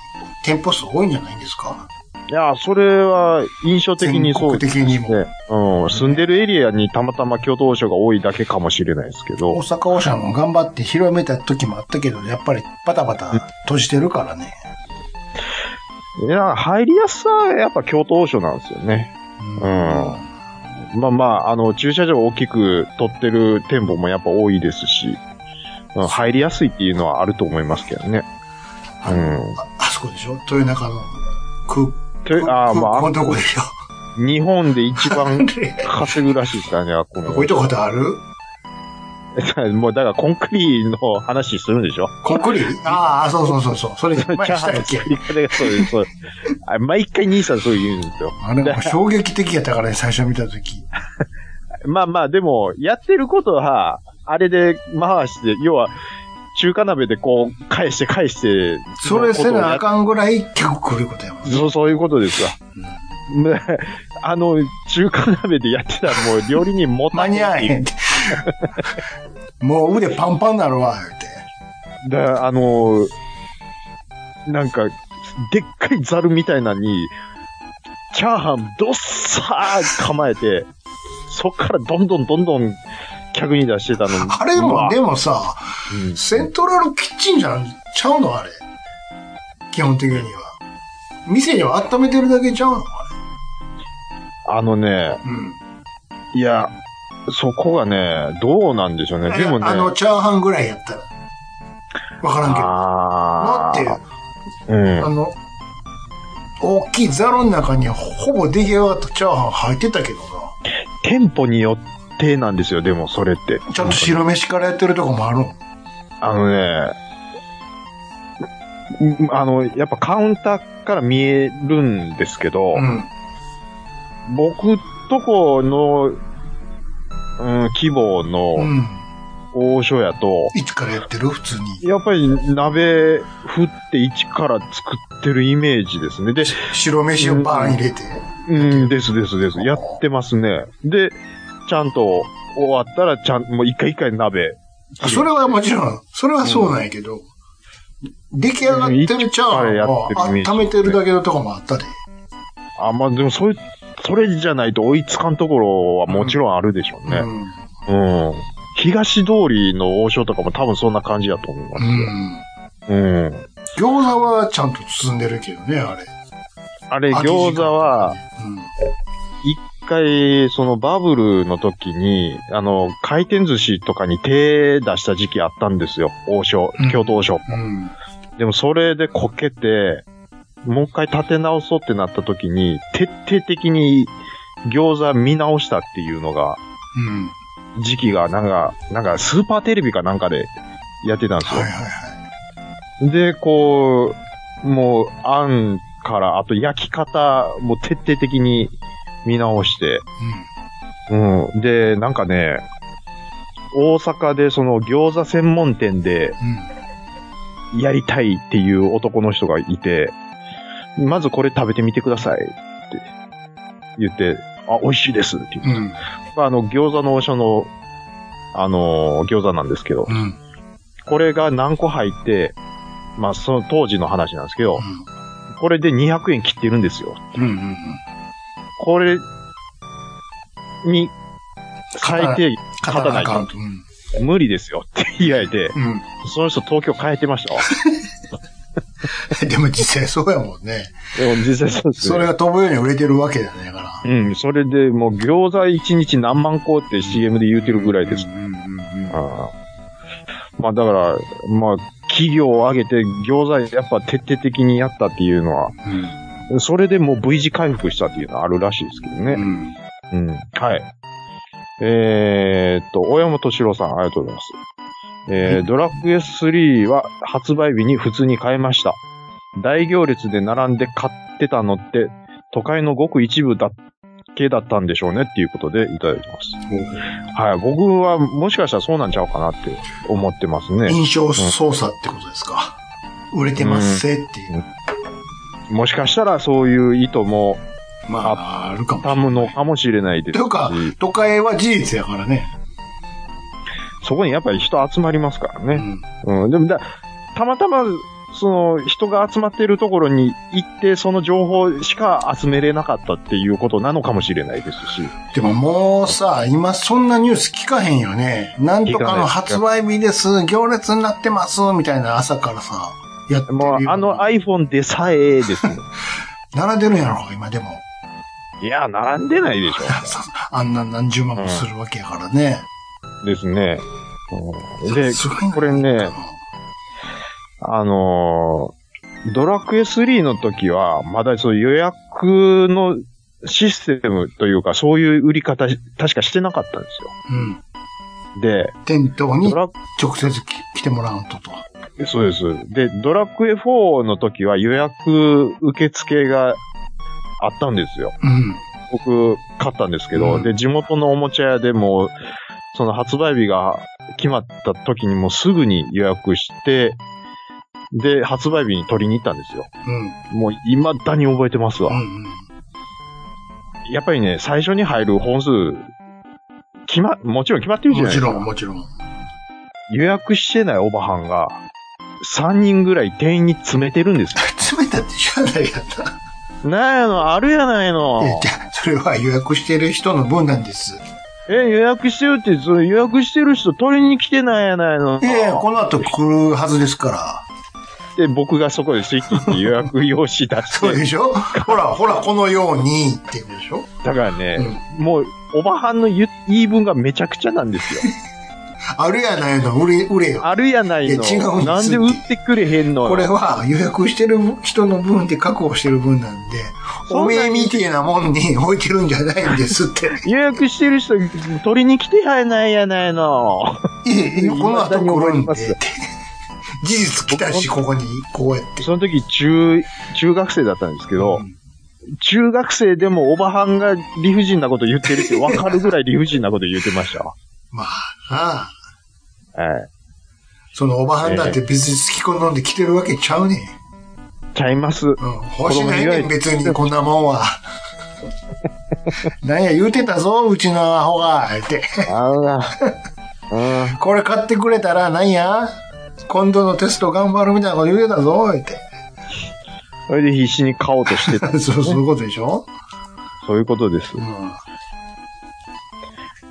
店舗数多いんじゃないんですか
い。いや、それは印象的にそうです
全国的にも
ね。うん。住んでるエリアにたまたま京都王将が多いだけかもしれないですけ
大
ど。
阪王将も頑張って広めた時もあったけど、やっぱりバタバタ閉じてるからね。
いや、入りやすさはやっぱ京都王将なんですよね。
うん
うんまあまあ、あの、駐車場を大きく取ってる店舗もやっぱ多いですし、うん入りやすいっていうのはあると思いますけどね。
あ
うん。
あそこでしょ豊中の空
というああ、ま
空
あ
港のとこでしょ。
日本で一番
で
稼ぐらしいですからね、あこの
[LAUGHS] こういうとことある
もうだからコンクリの話するんでしょ
コンクリああ、そうそうそうそう。それ前に
[LAUGHS] チャー
し
ハ
た
ン
っ
の
け
作り方がそうです、そうです。あ毎回兄さんそう言うんですよ。
あれも衝撃的やったからね、最初見た時。
まあまあ、でも、やってることは、あれで回して、要は、中華鍋でこう、返して返して、
[LAUGHS] それせなあかんぐらい結構来ることやもん。
そう、そういうことですわ。ねあの、中華鍋でやってたらもう料理人もた
間に合えへんって。 [LAUGHS] もう腕パンパンなるわ、言うて。
だあのーなんか、でっかいザルみたいなのに、チャーハンどっさー構えて、そっからどんどんどんどん客に出してたのに。
あれ
うわ
も、でもさ、
うん
セントラルキッチンじゃんちゃうのあれ。基本的には。店には温めてるだけちゃうのあ
あのね、
れ。うん。
いや、そこがね、どうなんでしょうね。でもね、
あの、チャーハンぐらいやったら。わからんけど。だ
あ
って、
ーうん
あの、大きいザルの中にほぼ出来上がったチャーハン入ってたけどな。
店舗によってなんですよ、でもそれって。
ちゃんと白飯からやってるとこもあるの。
あのね、うんあの、やっぱカウンターから見えるんですけど、
うん。
僕とこの、うん、規模
う
の
ん。
王所やと、
いつからやってる普通に。
やっぱり鍋振って一から作ってるイメージですね。で、
白飯をバーン入れて。
うん、ですですです。やってますね。で、ちゃんと終わったら、ちゃん、もう一回一回鍋。
あそれはもちろん、それはそうなんやけど、出来上がってるチャーハンは
うん一からやってるイメージ
温めてるだけのとこもあったで。
あ、まあでもそれ、それじゃないと追いつかんところはもちろんあるでしょうね。
うん。
うん。東通りの王将とかも多分そんな感じだと思いま
う
すよ。
ん。
うん。
餃子はちゃんと包んでるけどね、あれ。
あれ、餃子は、一回、そのバブルの時に、あの、回転寿司とかに手出した時期あったんですよ。王将
うん、
京都王将。
うん。うん。
でもそれでこけて、もう一回立て直そうってなった時に、徹底的に餃子見直したっていうのが、
うん。
時期がなんか、なんかスーパーテレビかなんかでやってたんです
はい
よ
はい。は
で、こう、もう、あんから、あと焼き方も徹底的に見直して、
い。うん。
うん。で、なんかね、大阪でその餃子専門店で
う
やりたいっていう男の人がいて、まずこれ食べてみてくださいって言って、あ、美味しいですって言って
ん。うん。
まあ、あの、餃子の王将の、あのー餃子なんですけど、
うん。
これが何個入って、まあ、その当時の話なんですけど、これで200円切ってるんですよ。
うん。うん。
これに変えて勝たない
かん
と
と。うん。
無理ですよって言われて、
う
その人東京変えてましたわ。
ん。でも実際そうやもんね。
でも実際そうですね。
それが飛ぶように売れてるわけじゃないから。
うん、それでもう餃子1日何万個って CM で言うてるぐらいです
うん。うん。うん。
あーまあだから、まあ企業を挙げて餃子やっぱ徹底的にやったっていうのは、それでもう V 字回復したっていうのはあるらしいですけど
う
ね。
ん。
うん。はい。えーっと、大山敏郎さん、ありがとうございます。えー、ドラクエ3は発売日に普通に買いました。大行列で並んで買ってたのって、都会のごく一部だけだったんでしょうねっていうことでいただいてます。はい。僕はもしかしたらそうなんちゃうかなって思ってますね。
印象操作ってことですか。売れてますせっていう。
もしかしたらそういう意図も
まあ、あるかもし
た
れ
む
な
の
い。
かもしれないで
と
す
いうか
し、、
都会は事実やからね。
そこにやっぱり人集まりますからね。
うん。
うん、でもだ、たまたま、その、人が集まっているところに行って、その情報しか集めれなかったっていうことなのかもしれないですし。
でももうさ、今そんなニュース聞かへんよね。なんとかの発売日です、行列になってます、みたいな朝からさ、やってる
も
よ
う、あの iPhone でさえですね。
並んでるんやろ、今でも。
[LAUGHS] いや、並んでないでし
さあんな何十万もするわけやからね。
ょ。ですね。うんで、
すごいな
これね、あのードラクエ3の時は、まだそう予約のシステムというか、そういう売り方、確かしてなかったんです
うん。
よ。で、
店頭に
ドラ
直接来てもらうとと。
そうです。で、ドラクエ4の時は予約受付があったんですよ。
うん。
僕、買ったんですけど、
うん
で、地元のおもちゃ屋でもう、その発売日が決まった時にもうすぐに予約して、で、発売日に取りに行ったんですよ。
うん。
もう未だに覚えてますわ。
うん
やっぱりね、最初に入る本数、決ま、もちろん決まって
う
る
ん。
じゃ
も
ないで
ち
すか
ろん、もちろん。
予約してないおばはんが、3人ぐらい店員に詰めてるんです
詰めたって知らないやった。
よ。なんやの、あるやないの。
えじゃあそれは予約してる人の分なんです。
え、予約してるって、その予約してる人取りに来てないやないの。
いやいや、この後来るはずですから。
で、僕がそこでスイッチって予約用紙出して。
そうでしょほら、ほら、このようにっていうでしょ
だからね、もう、おばはんの言う言い分がめちゃくちゃなんですよ。
あるやないの、売れ、売れよ。
あるやないの。
いや違うんです
なんで売ってくれへんの
これは予約してる人の分で確保してる分なんで、
そ
お
んなに
めえみてえなもんに置いてるんじゃないんです
[LAUGHS]
って。
予約してる人取りに来てはないやないの。
いえいえ、この後来るん
ま
でっ
す
て。事実来たし、ここに、こうやって。
その時、中、中学生だったんですけど、中学生でもおばはんが理不尽なこと言ってるって分かるぐらい理不尽なこと言ってましたわ。
まあなあ、
え
そのおばはんだって別に好き好んで来てるわけちゃうねん。
えちゃいます。
うん、欲しないねん、別にこんなもんは。 [LAUGHS] なんや、言うてたぞ、うちのアホが、って。
あうな。うん。
これ買ってくれたら、なんや今度のテスト頑張るみたいなこと言うてたぞ、って。 [LAUGHS]
それで必死に買おうとしてた。
そう、そういうことでしょ
そういうことです
う。ん。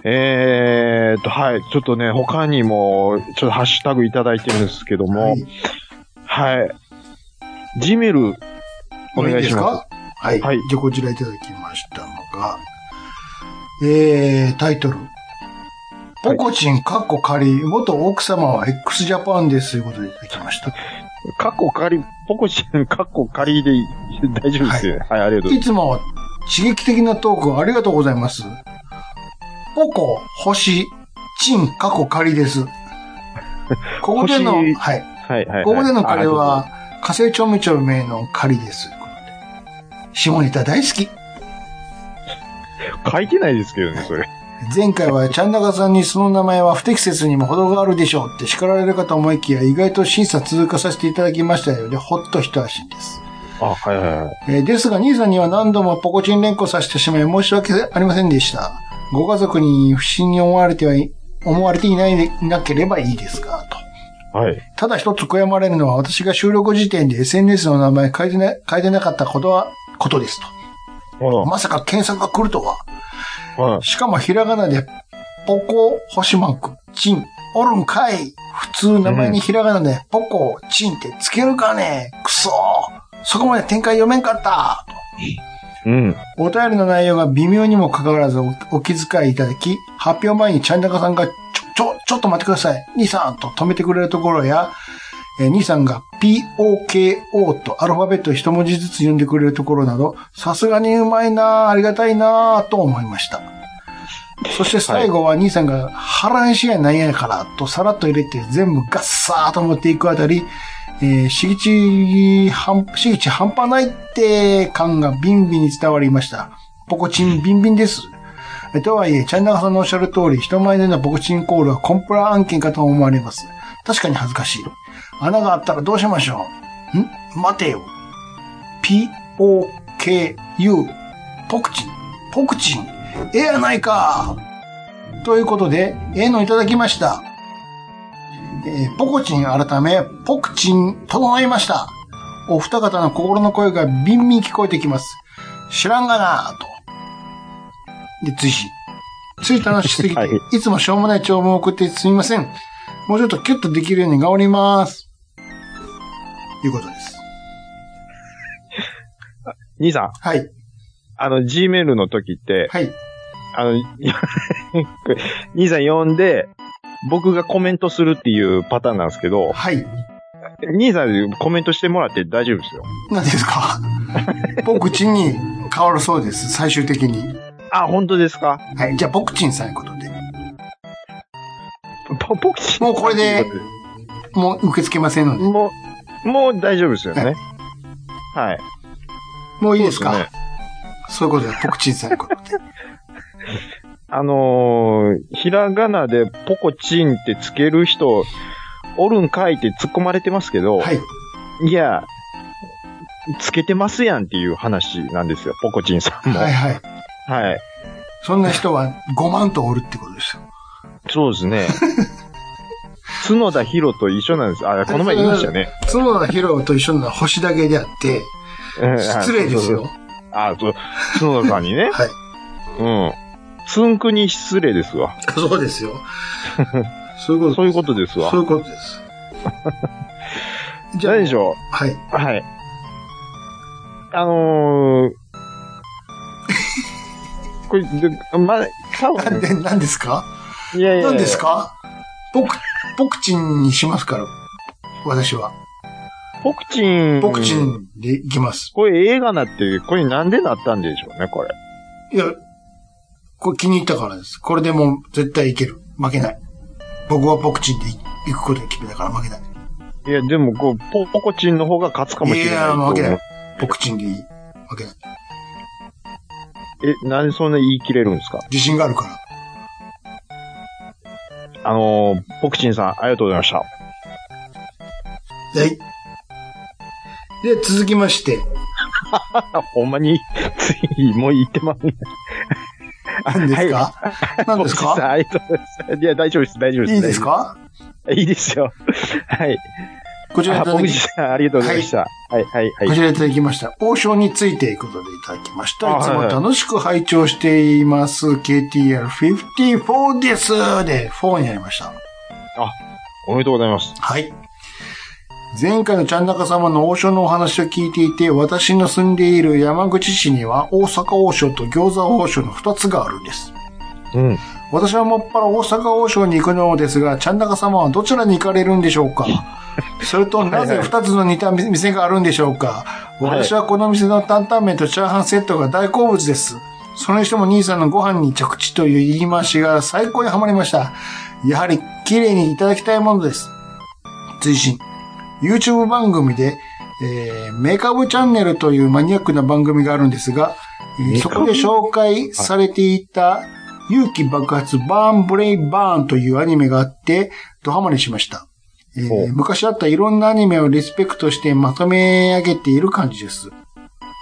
えーっと、はい。ちょっとね、他にも、ちょっとハッシュタグいただいてるんですけども、
はい
はい。ジメル、お願いします。
すかはい。
はい
じゃあこちらいただきましたのが、えー、タイトル。ポコチン、カッコ仮、元奥様は x ジャパンです、ということでいただきました。
カッコ仮、ポコチン、 [LAUGHS] カッコ仮でいい大丈夫ですよね。はい、ありがとうござい
い
ま
つも刺激的なトークありがとうございます。ポコ、星、チン、過去仮です。ここでの、
星
はい。
す。はい、はい。
ここでの彼
あ
は、火星ちょめちょめの仮です。下ネタ大好き。
りがとうございます書いてないですけどね、それ。
前回はちゃんなかさんにその名前は不適切にも程があるでしょうって叱られるかと思いきや、意外と審査通過させていただきましたようで、ほっと一安心です。
あ、はい、はい、はい。
えーですが、兄さんには何度もポコチン連呼させてしまい申し訳ありませんでした。ご家族に不審に思われてはい、思われていないで、なければいいですが、と。
はい。
ただ一つ悔やまれるのは私が収録時点で SNS の名前変えてな、変えてなかったことは、ことですと。
は
まさか検索が来るとは。
い。はい。
しかもひらがなで、ポコ、星マーク、チン、おるんかい。普通名前にひらがなで、ポコ、チンってつけるかねくそーそこまで展開読めんかった。
うん。
お便りの内容が微妙にもかかわらずおお気遣いいただき、発表前にちゃんなかさんが、ちょ、ちょ、ちょっと待ってください。兄さんと止めてくれるところや、えー兄さんが POKO とアルファベット一文字ずつ読んでくれるところなど、さすがにうまいなあありがたいなあと思いました。そして最後は兄さんが腹飯やなんやからとさらっと入れて全部ガッサーと持っていくあたり、えー、敷地半、敷地半端ないって感がビンビンに伝わりました。ポコチンビンビンです。えとはいえ、チャンナガさんのおっしゃる通り、人前でのポコチンコールはコンプラ案件かと思われます。確かに恥ずかしい。穴があったらどうしましょううん待てよ。P-O-K-U。ポクチン。ポクチン。ええやないか。ということで、ええのいただきました。えーポコチン改め、ポクチン、整いました。お二方の心の声がビンビン聞こえてきます。知らんがなぁと。で、追伸。つい楽しすぎて、
[LAUGHS] はい
い、つもしょうもない長文を送ってすみません。もうちょっとキュッとできるように頑張ります。いうことです。
兄さん、
はい。
あの、G メールの時って、
はい。
あの、 [LAUGHS] 兄さん呼んで、僕がコメントするっていうパターンなんですけど、
はい。
兄さんコメントしてもらって大丈夫ですよ。
何で
[LAUGHS]
すかポクチンに変わるそうです。最終的に。
あ、本当ですか
はい。じゃあ、ポクチンさんいうことで。
ポポクチン
もうこれでもう受け付けませんので。
もう、もう大丈夫ですよね。はい。
もういいですか
そ
そうう,、
です
いうことで、ポクチンさんいうことで。
あのーひらがなでポコチンってつける人、おるんかいって突っ込まれてますけど、
はい。
い、や、つけてますやんっていう話なんですよ、ポコチンさんも。
はいはい。
はい。
そんな人は5万とおるってことですよ。
そうです
[LAUGHS]
ね。角田博と一緒なんです。あ、この前言いましたよね。
角田博と一緒なのは星だけであって、
うん
失礼ですよ。。
[LAUGHS] あ、そう、角田さんにね。
はい。
うん。つんくに失礼ですわ。
そうですよ。そういうこと。
そういうことですわ
そう。いうこと
[LAUGHS]
です。
じゃあでしょ
はい。
う。はい。あ
[LAUGHS]
のー、これ、でま、多
なん
分、
で、何ですか
いやいやいや
何ですかポク、ポクチンにしますから。私は。
ポクチン。
ポクチ。ンでいきます。
これ映画なって、これなんでなったんでしょうね、これ。
いや、これ気に入ったからです。これでもう絶対いける。負けない。僕はポクチンで行くことに決めたから負けない。
いや、でも、こう、ポ、ポコチンの方が勝つかもしれない
いや
と思
負
う。
けない。ポクチンでいい。負けない。
え、なんでそんな言い切れるんですか
自信があるから。
あのー、ポクチンさん、ありがとうございました。
はい。で、続きまして、
あ、ほんまに、 [LAUGHS] つい、もう言ってますね。
何ですか、何で
ポクチ
す
ンさん
か
ありがとうございます。いや、大丈夫です、大丈夫です。
いいですか
いいですよ。 [LAUGHS] はい。
こちらい
あ、
ただ
ポク
き
チンさん、ありがとうございました。はい、はい、はい。
こちらいただきました。王将についていくことでいただきまし
あ
た。いつも
はいはい
楽しく拝聴しています。KTR54 です。で、4になりました。
おめでとうございます。
はい。前回のちゃん中様の王将のお話を聞いていて、私の住んでいる山口市には大阪王将と餃子王将の2つがあるんです。
うん。
私はもっぱら大阪王将に行くのですが、ちゃん中様はどちらに行かれるんでしょうかそれとなぜ二つの似た店があるんでしょうか
はい
私はこの店の担々麺とチャーハンセットが大好物です。それにしても兄さんのご飯に着地という言い回しが最高にハマりました。やはり綺麗にいただきたいものです。追伸 YouTube 番組で、えー、メカブチャンネルというマニアックな番組があるんですが、えー
メ
そ
カブ
こで紹介されていた勇気爆発バーンブレイバーンというアニメがあって、ドハマりしました。えー
ほう
昔あったいろんなアニメをリスペクトしてまとめ上げている感じです。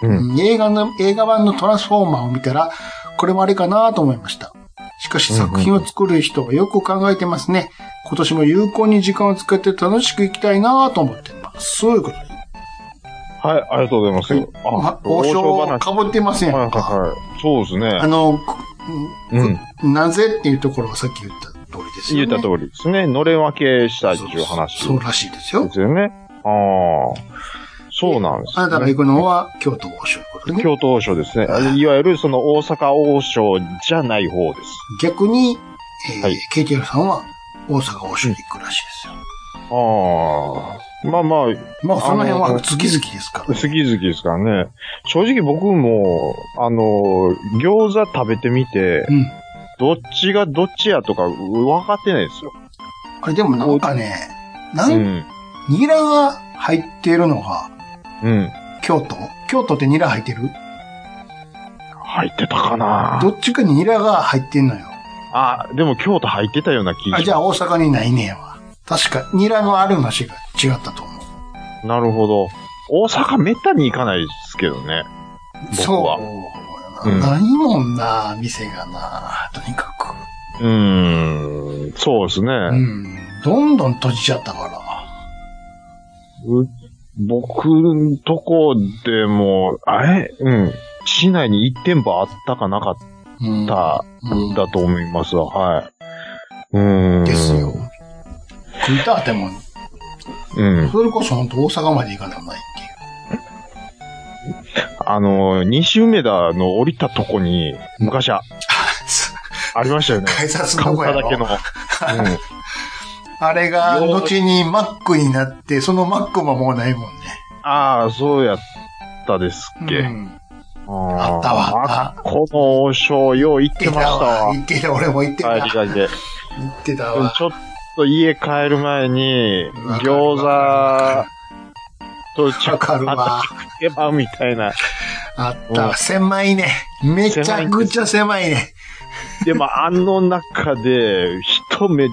うん。
映画の、映画版のトランスフォーマーを見たら、これもあれかなと思いました。しかし
うんうん
作品を作る人はよく考えてますね。今年も有効に時間を使って楽しくいきたいなと思ってます。そういうことです。
はい、ありがとうございます。
ま王将かぶってません
はい、はい、
か。
はい。そうですね
あ。の、
うん。
なぜっていうところはさっき言った通りです
言
よね。
った通りですね。のれん分けしたいっていう話。
そうそうらしいですよ
で。すよね。ああ。そうなんです、
あなたが行くのは京都王将ということでね。
京都王将ですね。いわゆるその大阪王将じゃない方です。
逆に、えー
はい
KTR さんは大阪王将に行くらしいですよ。
ああ。まあまあ、
まあ、その辺
あ
は
の
月々ですから。
好き好きですからね。正直僕も、あの、餃子食べてみて
う、ん。
どっちがどっちやとか分かってないですよ。
あれでもなんかね、な、
うんん。
ニラが入ってるのが、
うん。
京都京都ってニラ入ってる
入ってたかな
どっちかにニラが入ってんのよ。
あ、でも京都入ってたような気が
あ、
し
じゃあ大阪にないねえわ。確か、ニラのあるなしが違ったと思う。
ます。なるほど。大阪めったに行かないですけどね。僕は
そう。
うん
ないもんな、店がな、とにかく。
うーん。そうですね。
うん。どんどん閉じちゃったから。
う僕んとこでも、あれうん。市内に1店舗あったかなかっ
うん。
た、
うん
だと思いますわ。はい。うーん。
ですよ。。食いたっても、
うん。
それこそ本当大阪まで行かなきゃないっていう。
あの、西梅田の降りたとこに、昔あありましたよ
[LAUGHS]
ね。
改札
カ
の
ウ
と
ン
こ
タ
や
ーだ
ろ
けの。
[LAUGHS]
うん
あれが、後にマックになって、そのマックももうないもんね。
ああ、そうやったですっけ。
うん。
あ
あったわ、あった。
この王将、よう行っ
行
て
って
ました
わ。
たわ。
行ってた、俺も行ってた。
帰り
行
がけ。
ってたわ。
ちょっと家帰る前に、餃子
わ
とチャ
わかるわ。
ケバみたいな。
あっ
うん
た。狭いね。めちゃくちゃ狭いね。
でも、あの中で、人目、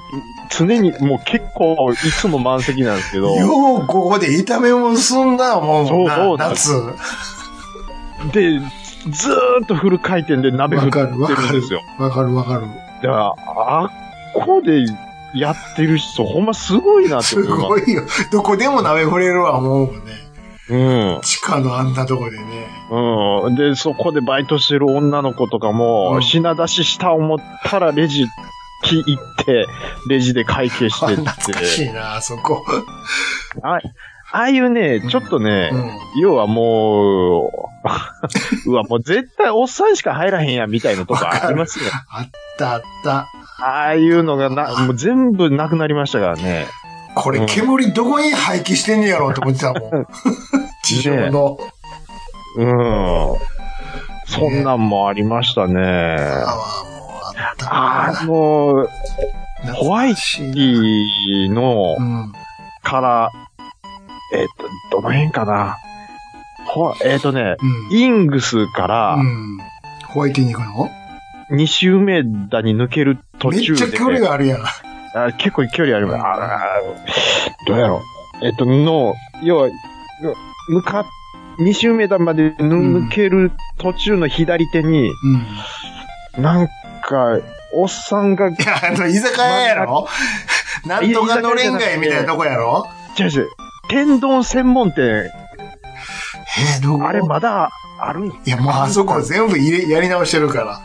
常に、もう結構、いつも満席なんですけど、
ようここで炒めも進んだもん
そう
な、
そうなんで
夏。
で、ずーっとフル回転で鍋振っ
わ
て
かるわ
る
か
んで
る
すよ。。
わかるわかる。
だから、あっこでやってる人、ほんますごいなって
す
思います
ごいよ。どこでも鍋触れるわ、思うもんね。
うん。
地下のあんなとこでね。
うん。で、そこでバイトしてる女の子とかも、
うん
品出しした思ったらレジき行って、レジで会計してっ。
[LAUGHS] 懐かしていな、あそこ。
あああいうね、ちょっとね、
うん。
要はも [LAUGHS] う、うわ、もう絶対おっさんしか入らへんや、みたいなとかありますよ。
あったあった。
ああいうのがな、もう全部なくなりましたからね。
これ煙どこに廃棄してんねやろうと思ってた
[LAUGHS]
もん。地上の。
うん。そんなんもありましたね。
ああ、もうあった
あ
な。
の、ホワイト
シ
いいの
うん。
から、えっ、と、どの辺かな。ほ、えっ、とね、
うん。
イングスから
うん。ホワイトに行くの
2周目だに抜ける途
めっ
中
ち
で、
ゃ距離があるやん。
あ結構距離あります。あーどうやろう。えっと、の、要は、向か、2周目だまで抜
ん
ける途中の左手に、
うん。
なんか、おっさんが、
いや、あの、居酒屋や
[LAUGHS]
ろなんとかのれん街みたいなとこやろ
違う違う天丼専門店、
えー、どこ
あれまだあるん
いや、もうあそこ全部入れ、やり直してるから。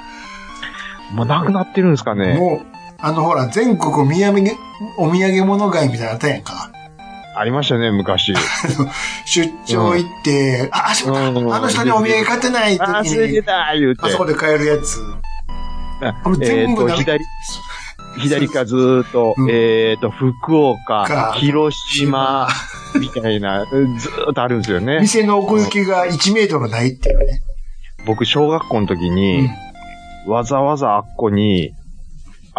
もうなくなってるんですかね。
もう、あのほら、全国お土産、お土産物街みたいなのあったやんか。
ありましたね、昔。
出張行って、あ、あし
う
あ
ん
の人にお土産買ってない時
あー、すげ
に
え、だー言うて。
あそこで買えるやつ。
あ
もう
えっ、
全部
と、
なく
左、左かずーっと、
うん
えっ、と、福
か
岡、広島、みたいな、うんずーっとあるんですよね。
店の奥行きが1メートルないっていうね。
僕、小学校の時
う
に
ん、
わざわざあっこに、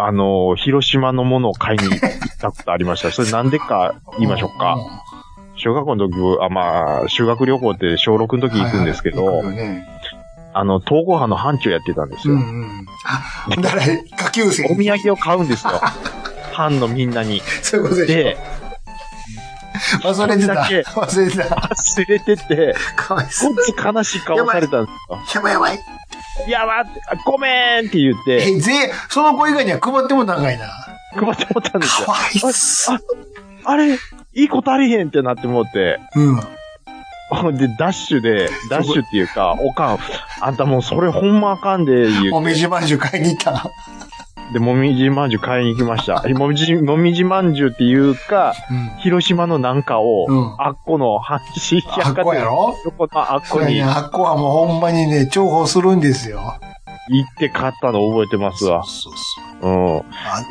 あのー、広島のものを買いに行ったことありま
[LAUGHS]
した。それなんでか言いましょうか。小学校の時、あ、まあ、修学旅行って小6の
う
時行くんですけど、
はいはい行くよね
あの、統合派の班長やってたんです
う
よ。
んうん。あ、だから、下級生
お。土産を買うん
[LAUGHS]
ですよ。班のみんなに。
そういうことで
で、
しょ。忘れてた。
だけ
忘れてた。
忘れてて、
かわい
こ
そう。
っち悲しい顔されたんですよ。
やばいやばい。
いや、わ、ごめんって言って、
え、ぜ、その子以外には配っても長いな。
配ってもらったんです
か
よ。
わいそう。
あれ、いいことありへんってなってもって、
うん。
ほんで、ダッシュで、ダッシュっていうか、おかん、あんたもうそれほんまあかんで、言
お
う
みじまんじゅう買いに行った。
て、で、もみじまんじゅう買いに行きました。えもみじ、もみじまんじゅうっていうか、
うん。
広島のなんかを、
うん
あっこの阪神
あっ
百貨
こや
店
ろ
横のあっこ
いやい
に行
や、あっこはもうほんまにね、重宝するんですよ。
って買ったの覚えてますわ。
そうそう。
うん。
あ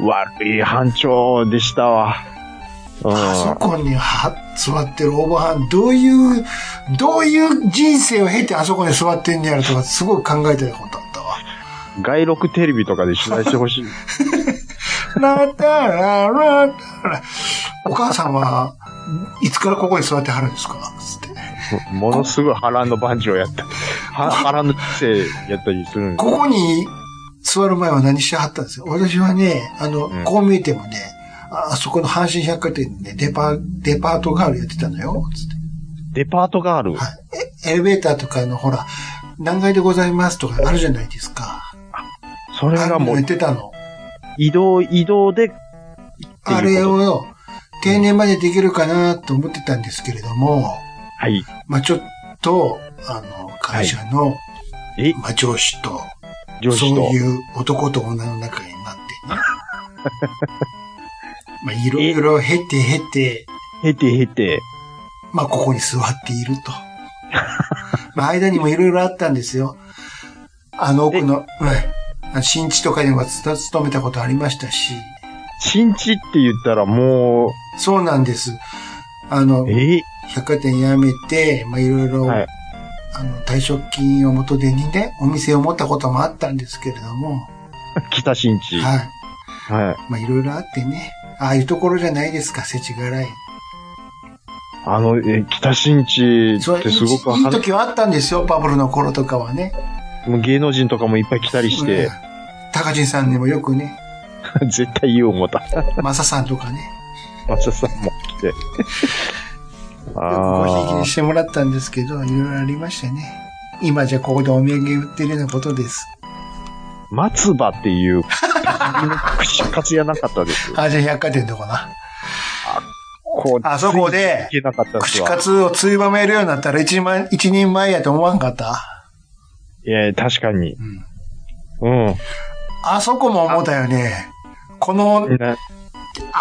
悪い班長でしたわ。うん。
あそこには座ってるおばはん、どういう、どういう人生を経てあそこに座ってんねやろとか、すごい考えてたことあったわ。
外録テレビとかで取材してほ
[LAUGHS]
しい。
ラタララタラ。お母さんはいつからここに座ってはるんですかつって。
ものすごい波乱の番長やった。は波乱の人生やったりするんです。
ここに座る前は何してはったんですよ。私はね、あの、
うん
こう見えてもね、ああそこの阪神百貨店で、ね、デパ、デパートガールやってたのよ。つっ
デ
て。
パートガール。
エレベーターとかのほら、何階でございますとかあるじゃないですか。
そ
あ
れ
れ
がもう
やってたの。
移動、移動で、と
あれをよ、定年までできるかなと思ってたんですけれども、
はい。
まあちょっと、あの、会社の、
え、
まあ上司と、
上
そう
司と。
いう男と女の仲になってね。 [LAUGHS] まあいろいろ経て経て、
へてへて。
まあ、ここに座っている
[LAUGHS]
と。まあ、間にもいろいろあったんですよ。あの奥の、うん、新地とかにもつ勤めたことありましたし、
新地って言ったらも
そうなんです。あの
う、、え
百貨店辞めて、まあ、いろいろ、
はい
あの、退職金を元手にね、お店を持ったこともあったんですけれども、
北新地。は
はい。
い。
まあ、いろいろあってね、ああいうところじゃないですか、世知辛い。
あの、え、北新地
そう、い
ってすごく
いいい
はな、
時はあったんですよ、バブルの頃とかはね。
もう芸能人とかもいっぱい来たりして
うん。高人さんにもよくね、
[LAUGHS] 絶対言う思った。
マサさんとかね、
松田さんも来て。
よく [LAUGHS] ごひいき
あ
にしてもらったんですけど、いろいろありましたね。今じゃここでお土産売ってるようなことです。
あ、松葉っていう、串カツやなかったですよ。
あ、じゃあ百貨店とかな。
こう
[LAUGHS] あそこで
ついていけなかったです
串カ
わ。
ツをついばめるようになったら一人前、一人前やと思わんかった。
いや、確かに。
うん。
うん。
あそこも思ったよね。この
な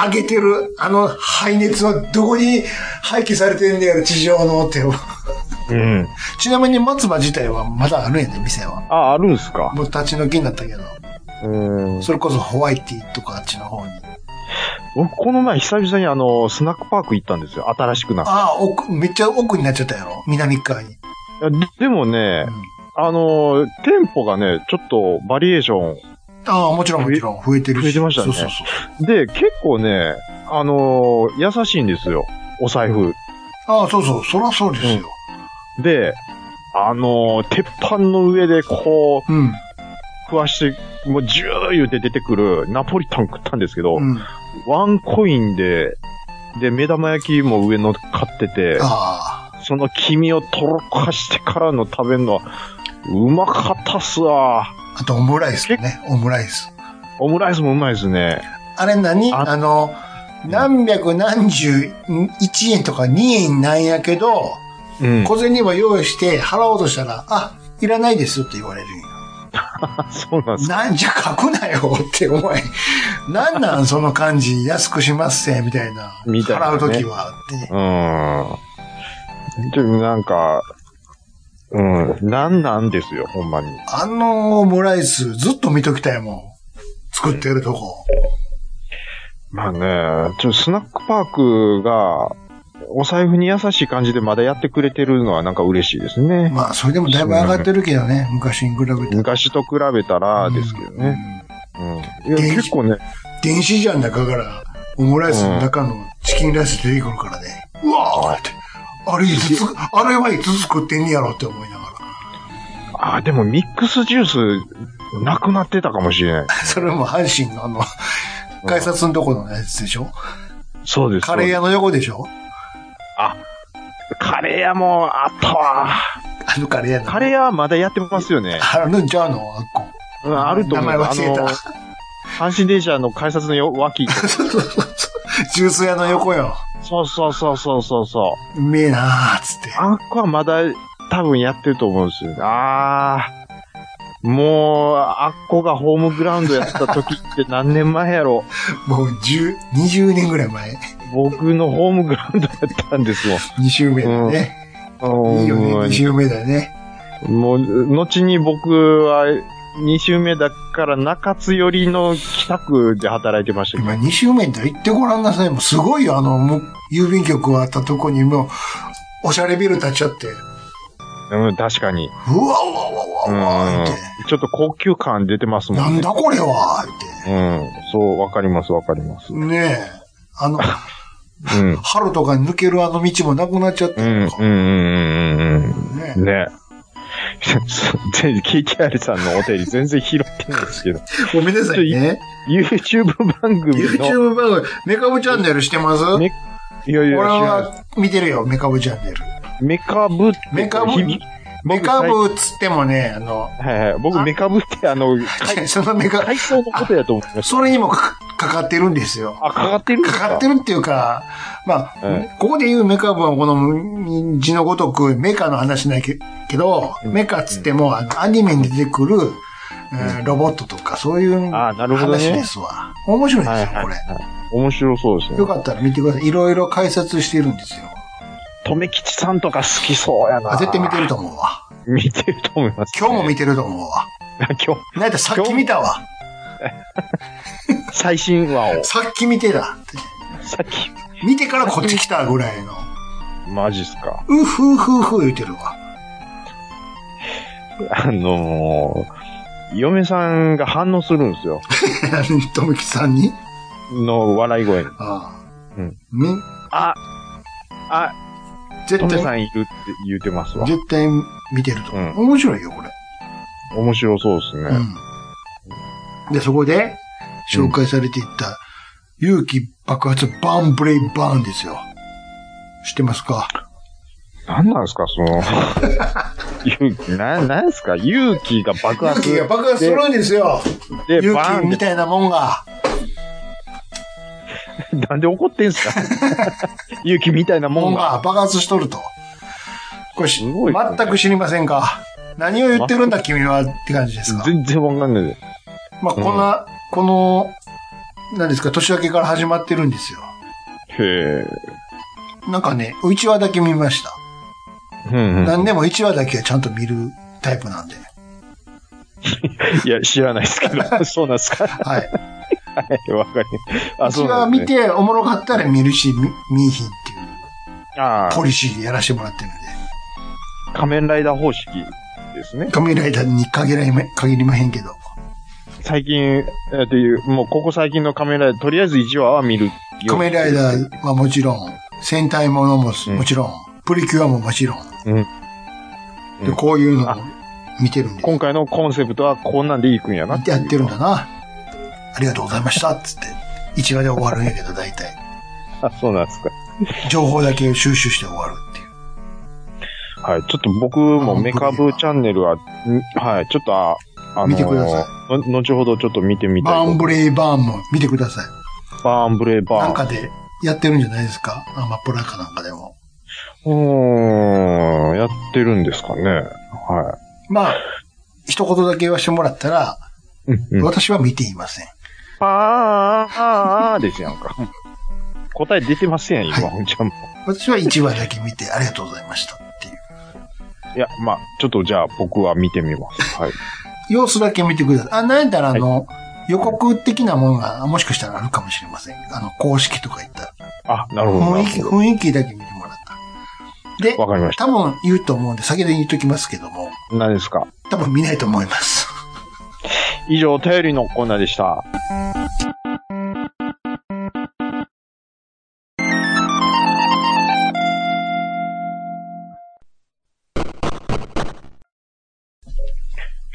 揚げてる、あの排熱はどこに廃棄されてんねやろ、地上のって。 [LAUGHS]
うん。
ちなみに松葉自体はまだあるんやね、店は。
あ、あるんすか。
もう立ち退きになったけど。
うん。
それこそホワイティとかあっちの方に。
僕、この前久々にあの、スナックパーク行ったんですよ。新しくなっ
ああ、奥、めっちゃ奥になっちゃったやろ。南側に。
いやででもね、
うん
あのー、店舗がね、ちょっとバリエーショ
ああ、もちろんもちろん増えてるし。
増えてましたね
そうそうそう。
ン。で、結構ね、あのー優しいんですよ。お財布。
ああ、そうそう。そらそうですよ。
で、あのー鉄板の上でこう、
うん。
食わして、もうジュー言うて出てくるナポリタン食ったんですけど、
うん。
ワンコインで、で、目玉焼きも上の買ってて、
あ
その黄身をとろかしてからの食べるのは、うまかったっすわ。
あ。あとオムライスね。オムライス。
オムライスもうまいですね。
あれ何あ
あ
の、何百何十一円とか2円なんやけど、
うん。
小銭は用意して払おうとしたら、あ、いらないですって言われるん
[LAUGHS]
や。
そうなんです。
なんじゃ書くなよって、お前。なんなんその感じ、安くしますせ、みたいな。
みたいな
払
ね
うときはって。
うん。でもなんか、うん、なんなんですよ、ほんまに。
あのオムライスずっと見ときたいもん。作ってるとこ。
まあね、ちょっとスナックパークが、お財布に優しい感じでまだやってくれてるのはなんか嬉しいですね。
まあ、それでもだいぶ上がってるけどね、昔に比べて。
昔と比べたらですけどね。
うん。
うん。いや、結構ね、
電子じゃん中から、オムライスの中のチキンライス出てくるからね。うわーって。あれいつつ、あれはいつ作ってんねやろって思いなが
あ、でもミックスジュース、なくなってたかもしれない。
ら。 [LAUGHS] それも阪神のあの、改札のとこのやつでしょ
そうです。
カレー屋の横でしょ
カレー屋もあったわ。
あのカレー屋の。
カレー屋はまだやってますよね。
あるんちゃうのあっこ。
うん、あると思う。
名前忘れた
あの阪神電車の改札のよ脇。
そうそうそうジュース屋の横よ。
そうそうそうそうそうそう。
うめえなーっつって。
あんこはまだ多分やってると思うんですよ。あー。もう、あっこがホームグラウンドやった時って何年前やろ。
もう10、20年ぐらい前。
僕のホームグラウンドやったんですも
2週目だね。
ん。
いいよ
ほん
ね、
ま
2
に
週目だね。
もう、後に僕は2週目だから中津寄りの北区で働いてましたけど
今。2週目だ。行ってごらんなさい。もうすごいよ。あの、もう郵便局があったとこにもう、おしゃれビル立っちゃって。う
うん、確かに。
わうわうわう
う
わうわ
ん
って。。
ちょっと高級感出てますも
なんん
ね。
だこれはっ
うん。そう、わかります、わかります。
て。
うん。
ねえ。あの、
うん、
春とか抜けるあの道もなくなっちゃっ
う
て
ん、
る
うん
のか、
うん、うん、うん。
ねえ
ね。 [LAUGHS] 全然 KKR さんのお便り全然拾ってないですけど。
ごめんなさいね。
YouTube 番組の。
YouTube 番組、メカブチャンネルしてます
メいやい
俺
や、知らない
は見てるよ、メカブチャンネル。
メカブって。
メカブ
ひび
メカブっつってもね、あの、
はいはい。僕、メカブってあの、かい
[LAUGHS] そのメカ、
海藻のことやと思いました。
それにもかかかってるんですよ。
あ、かかってるんです
かかってるっていうか、まあ、
うん
ここで言うメカブはこの字のごとくメカの話ないけけど、
うん
メカっつってもあのアニメに出てくる、うんロボットとかそういう
あなるほどね
話ですわ。面白いですよ、
はい
これ。
面白そうですね
よ。かったら見てください。いろいろ解説してるんですよ。
とめきちさんとか好きそうやな。
あ絶対見てると思うわ。
見てると思います、
今日も見
て
てると思うわ。
る。 [LAUGHS] 今日、
なんだ、さっき見たわ。
最新話を。
さっき見てだ。
さっき。
見てからこっち来たぐらいの。
マジっすか。
うふうふうふう言うてるわ。 [LAUGHS]
あのー、嫁さんが反応するんですよ。
とめきさんに。
の笑い声に。
ああ。
うん
み
あ、あ、
絶
トメさ
対、
んいるって言うてますわ。
絶対見てると思う。面白いよ、これ。
面白そうです
う
ね。
ん。で、そこで、紹介されていった、勇気爆発バーンブレイバーンですよ。知ってますか
何なんですか、その、 [LAUGHS] 勇気、な、なんですか、勇気が爆
勇
発。
気が爆発するんですよ。
で、でバ
勇気
ーン
み
って、
たいなもんが。
なんで怒ってん
[LAUGHS]
すか勇気みたいなも
も
ん
ん
が。
が爆発しとると。これし、
すごいですね
全く知りませんか何を言ってるんだ君はって感じですか
全然わかんないです。
まあ、こんな、この、何ですか、年明けから始まってるんですよ。
へ
なんかね、1話だけ見ました。
え。うん、うん。
何でも1話だけはちゃんと見るタイプなんで。
いや、知らないですけど、 [LAUGHS] そうなんですか。は
はい。
い、わかり [LAUGHS] あ、そ
1
うな
話
んです、
見
ね。
て、おもろかったら見るし、見見いひんっていう
あ
ポリシーでやらせてもらってるんで。
あ、仮面ライダー方式ですね。
仮面ライダーに限らいめ限りまへんけど。
最近、えっていう、もうここ最近の仮面ライダー、とりあえず1話は見るように。
仮面ライダーはもちろん、戦隊ものもす
うん
もちろん、プリキュアももちろん。
うんう
で
ん
こういうのを
あ
見てるんで。
今回のコンセプトはこんなんでいくんやな
見てやって
る。
るんだな。ありがとうございました。つって。1話で終わるんやけど、大体。
あ、そうなんですか。
情報だけ収集して終わるっていう。
はい。ちょっと僕もメカブチャンネルは、んはい、ちょっと、ああのー
見てくださ
の後ほどちょっと見てみたいと
バー
思い
ンブ
ます。
レイバーンも見てください。
バーンブレーバー
な
ン
ん。かでやってるんじゃないですかアマプラかなんかでも。
うーん、やってるんですかね。は
まあ、一言だけ言わせてもらったら、
い。うんうん。
私は見ていません。
あーあー、あーですやんか。答え出てません、今、ほんちゃんも。
私は1話だけ見てありがとうございましたっていう。
いや、まあ、ちょっとじゃあ僕は見てみます。はい。
様子だけ見てください。あ、なんやったらあの、予告的なものがもしかしたらあるかもしれません。あの、公式とか言った
あ、
ら。
なるほど。な
雰
る
囲気、
ほ
雰囲気だけ見てもらった。で
ど、わかりまし
多分言うと思うんで、先で言っときますけども、
た。何ですか
多分見ないと思います。
以上、お便りのコーナーでした。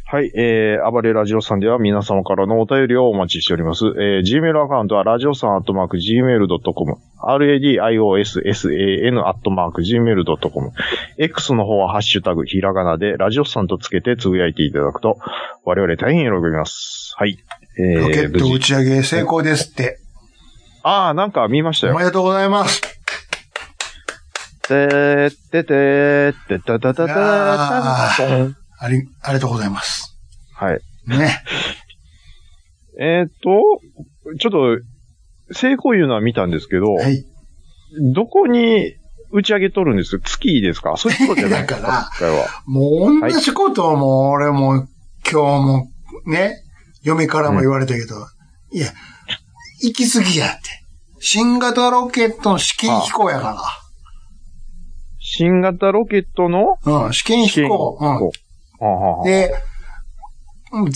はい、えー、暴れラジオさんでは皆様からのお便りをお待ちしております。えー、Gmail アカウントは、ラジオさんアットマーク Gmail.com、radiossan アットマーク Gmail.com、X の方はハッシュタグ、ひらがなで、ラジオさんとつけてつぶやいていただくと、我々大変喜びます。はい。えー
ロケッ
無
ト
事
打ち上げ成功ですって。
ああ、なんか見ました
お
よ
め。でとうございます。
てーっててーってたたたた
あ
たん。
あり、ありがとうございます。
はい。
ね。
えーっと、ちょっと、成功いうのは見たんですけど、
はい。
どこに打ち上げ取るんです月ですかそういうことじゃないです
[LAUGHS] だから
か、今回は。
もう同じことをもう俺も今日もね、嫁からも言われたけど、いや、行き過ぎやって。新型ロケットの試験飛行やか
新型ロケットの
ら。うん、試験飛行。
はあはあ
うん。
はあ
で、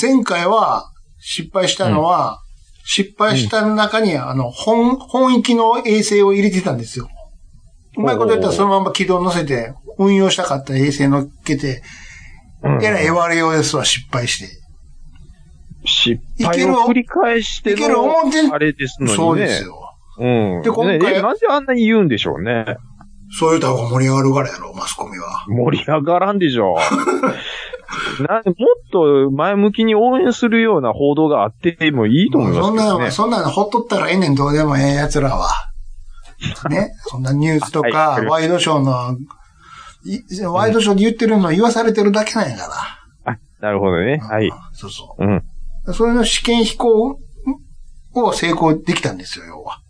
前回は失敗したのは、失敗した中にあの、本、本域の衛星を入れてたんですよ。うまいこと言ったらそのまま軌道乗せて、運用したかった衛星乗っけて、
うん
えらいわれようですわ、失敗して。
失敗を繰り返して
いける思ってん
の、あれですのにね。
そうですよ。
うん。
で今回
ねえなんであんなに言うんでしょうね。
そういうた方が盛り上がるからやろ、マスコミは。
盛り上がらんでしょう。 [LAUGHS] なもっと前向きに応援するような報道があってもいいと思います
そん
け
な
ど
の、
ね。
そんなのほっとったらええねん、どうでもええ奴ら
[LAUGHS]
は。ね。そんなニュースとか、
はい
ワイドショーの、いワイドショーで言ってるの言わされてるだけなんやか
あなるほどね。
ら。
はい
うん。。そうそ
うん。
う。それの試験飛行を成功できたんですよ、要は。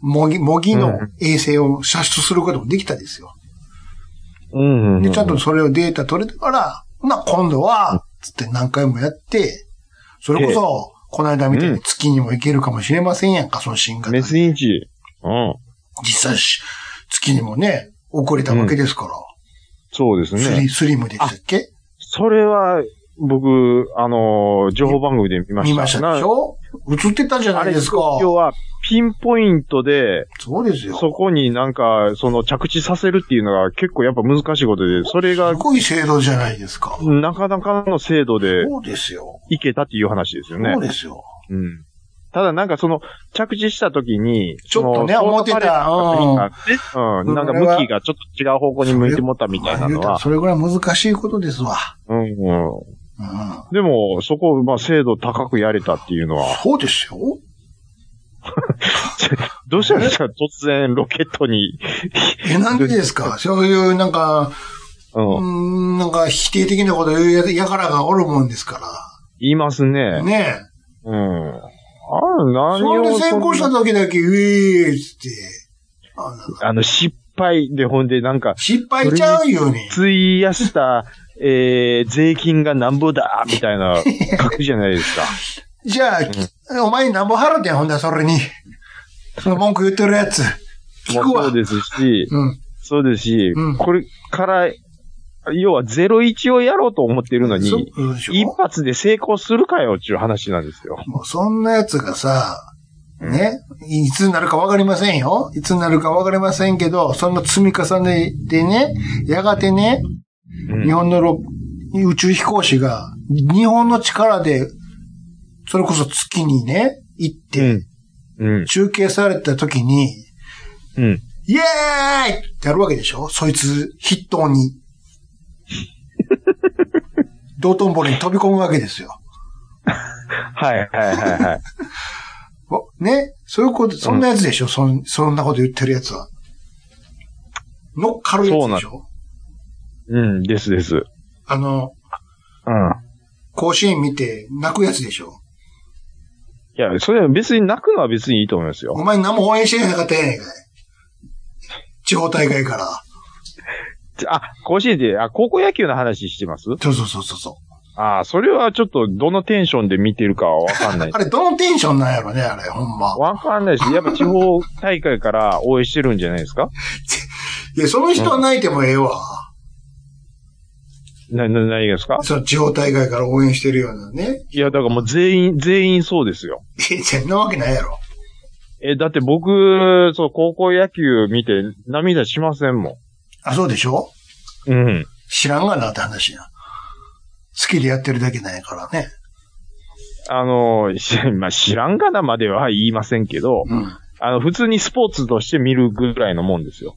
模擬、模擬の衛星を射出することもできたですよ。
うんうんうん。
で、ちゃんとそれをデータ取れたから、ほな、今度は、つって何回もやって、それこそ、この間みたいに月にも行けるかもしれませんやんか、その新型。
メスインチ。うん。
実際し、月にもね、遅れたわけですから。
そうです
ス
ね
リ。スリムでしたっけ
それは、僕、あのー情報番組で見ました。
見ました
な
でしょ映ってたじゃ
あ
ない
れ、
ですか。
要は、ピンポイントで、
そうですよ。
そこになんか、その着地させるっていうのが結構やっぱ難しいことで、それが
す、ごい制度じゃないですか。
なかなかの精度で
そうですよ。
いけたっていう話ですよね
そう。ですよ。
うん。ただなんかその、着地した時に、
ちょっとね
その
思ってた
ソーダパレットがね
ん
うん。なんか向きがちょっと違う方向に向いてもったみたいなの
まあ言うたら
は、
それぐらい難しいことですわ。
うんうん。
うん。
でも、そこを、まあ、精度高くやれたっていうのは、
そうですよ。
[LAUGHS] どうしたんですか突然ロケットに、
え、なんでですかそういう、なんか、う
う
ー
ん、
ん、なんか否定的なこと言うややからがおるもんですか
言います
ら。
ね。
ねえ。
うん。あれ、何
それ
を
で成功した
んな
時だけ、うえーっつって。あなんか
あの、失敗で、ほんで、なんか、
失敗ちゃうように。
費やした、 [LAUGHS] えー、税金がなんぼだ、みたいな、格じゃないですか。
じゃあ、お前なんぼ払ってん、ほんだらそれに。その文句言ってるやつ。 [LAUGHS] 聞く
もう
わ。
そうですし、
うん。
そうですし、
うん
これから、要は01をやろうと思ってるの
そ
に、
うでしょ
一発で成功するかよっていう話なんですよ。
もうそんなやつがさ、ね、いつになるかわかりませんよ。いつになるかわかりませんけど、その積み重ねでね、やがてね、
うん
日本のロ宇宙飛行士が、日本の力で、それこそ月にね、行って、
うん。
中継された時に、
うん。
イエーイってやるわけでしょそいつ、筆頭に。
[LAUGHS]
道頓堀に飛び込むわけですよ。
はい、はい、はい、はい。
おね、そういうこと、そんなやつでしょ、そん、そんなこと言ってるやつは。乗っかるやつでし
そ
ょ
うん、ですです。うん。
あの、甲子園見て泣くやつでしょ
いや、それは別に泣くのは別にいいと思います
お
よ。
前何も応援してなかったやないかい。地方大会から。
あ、甲子園で、あ、高校野球の話してます
そうそうそうそうそ
あそれはちょっとどのテンションで見てるかはわかんな
う。
い [LAUGHS]
あ。れ、どのテンションなんやろね、あれ、ほんま。
わかんないし、やっぱ地方大会から応援してるんじゃないですか
いや、その人は泣いてもええわ。
な、な、何がですか
その地方大会から応援してるようなね。
いや、だからもう全員、全員そうですよ。
いや、そんなわけないやろ。
え、だって僕、そう、高校野球見て涙しませんも
あ、そうでしょ
ん。うん。
知らんがなって話や。好きでやってるだけなんやからね。
あの、しまあ、知らんがなまでは言いませんけど、
うん。
あの、普通にスポーツとして見るぐらいのもんですよ。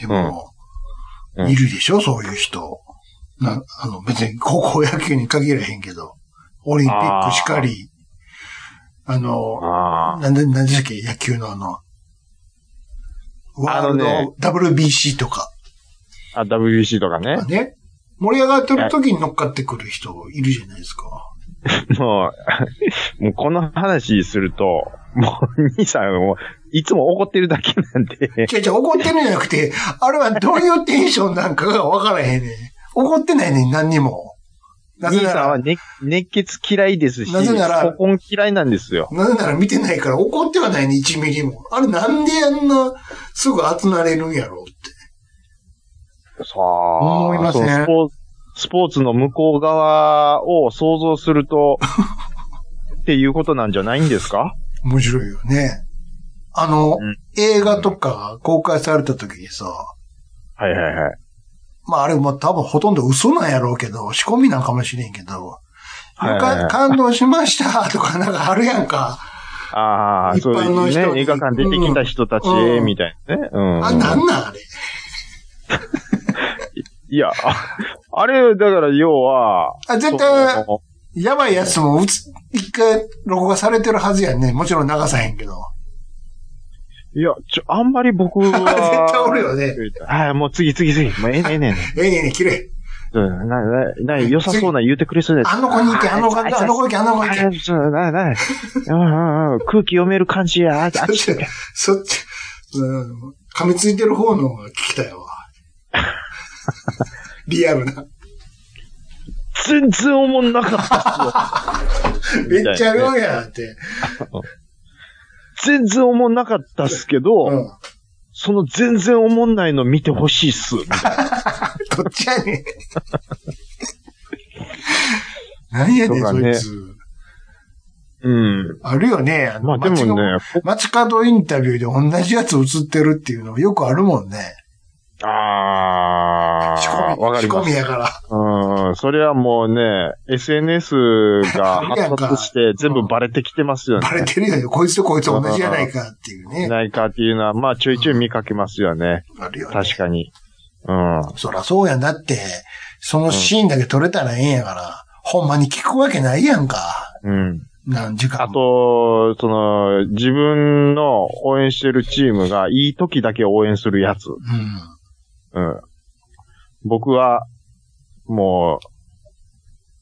でも、
うんうん
いるでしょそういう人。な、あの、別に高校野球に限らへんけど、オリンピックしかり、あの、
あ
なんで、なんでしたっけ野球のあの、ワ
あ
ー
の
ル
ね
ド WBC とか
あ。あ、WBC とかね。
ね。盛り上がってる時に乗っかってくる人いるじゃないですか。
もう、も [LAUGHS] うこの話すると、もう兄さんもいつも怒ってるだけなんで、
じゃじゃ怒ってるんじゃなくて、あれはどういうテンションなんかがわからへんねん。怒ってないねん、何にも。な
兄
ぜな
さんは
ら、
熱熱血嫌いですし、
なぜなら
古今嫌いなんですよ。
なぜなら見てないから怒ってはないねん、1ミリも。あれなんであんな、すぐ集まれるんやろうって。
さあ、
思いません
そのスポーツスポーツの向こう側を想像する
[LAUGHS]
と、っていうことなんじゃないんですか
面白いよね。あの、
うん
映画とか公開された時にさ、
はいはいはい。
まああれも多分ほとんど嘘なんやろうけど、仕込みなんかもしれんけど、
はいはいはい
か感動しましたとかなんかあるやんか。
ああ、
一
そう
般の
い
人に
うね、映画館出てきた人たち
うんう
へ、
ん
みたいなね。うん。
あ、なんなんあれ。
いや、ああれ、だから要は、
あ絶対
その
やばいやつもうつ、一回録画されてるはずやんね。もちろん流さへんけど。
いや、ちょ、あんまり僕は。
[LAUGHS] 絶対おるよね。
はい、もう次次次。もうええねええね
[LAUGHS]
えねえ。
ええねえねえ、綺麗。
うんな、な、な、良さそうな言うてくれそうです。
あの子に行け、あの子に行け、あの子に行け、あの子に
あ
行け。
れ、ちょ、な、
[LAUGHS]
な、うんうんうん、空気読める感じや、ああっち行け。
そっち、うん噛みついてる方の方が聞きた
[LAUGHS]
いわ。リアルな。
全然おもんなかった
[LAUGHS]
っ
めっちゃあるやんって。
すよ。全然おもんなかったっすけ
う
ど、
ん。
その全然おもんないの見てほしいっす。みたいな
どっちやねん。何やねん、
とか
そ
ね
いつ。
うん。
あるよね。あの
まあでも
街の
ね、
街角インタビューで同じやつ映ってるっていうのはよくあるもんね。
あ
仕
あ、わ
込み、
か
仕
りま
込み
す。
や
[LAUGHS]
から。
うん、それはもうね、SNS が発達して全部バレてきてますよね。
バレてるよね。こいつとこいつ同じじゃないかっていうね。
ないかっていうのは、まあちょいちょい見かけますよね。
あるよね。
確かに。うん。
そらそうやんだって、そのシーンだけ撮れたらええんやから、ほんまに聞くわけないやんか。
うん。
何時間
あ
も。
と、その、自分の応援してるチームがいい時だけ応援するやつ。
うん。
うん。僕は、も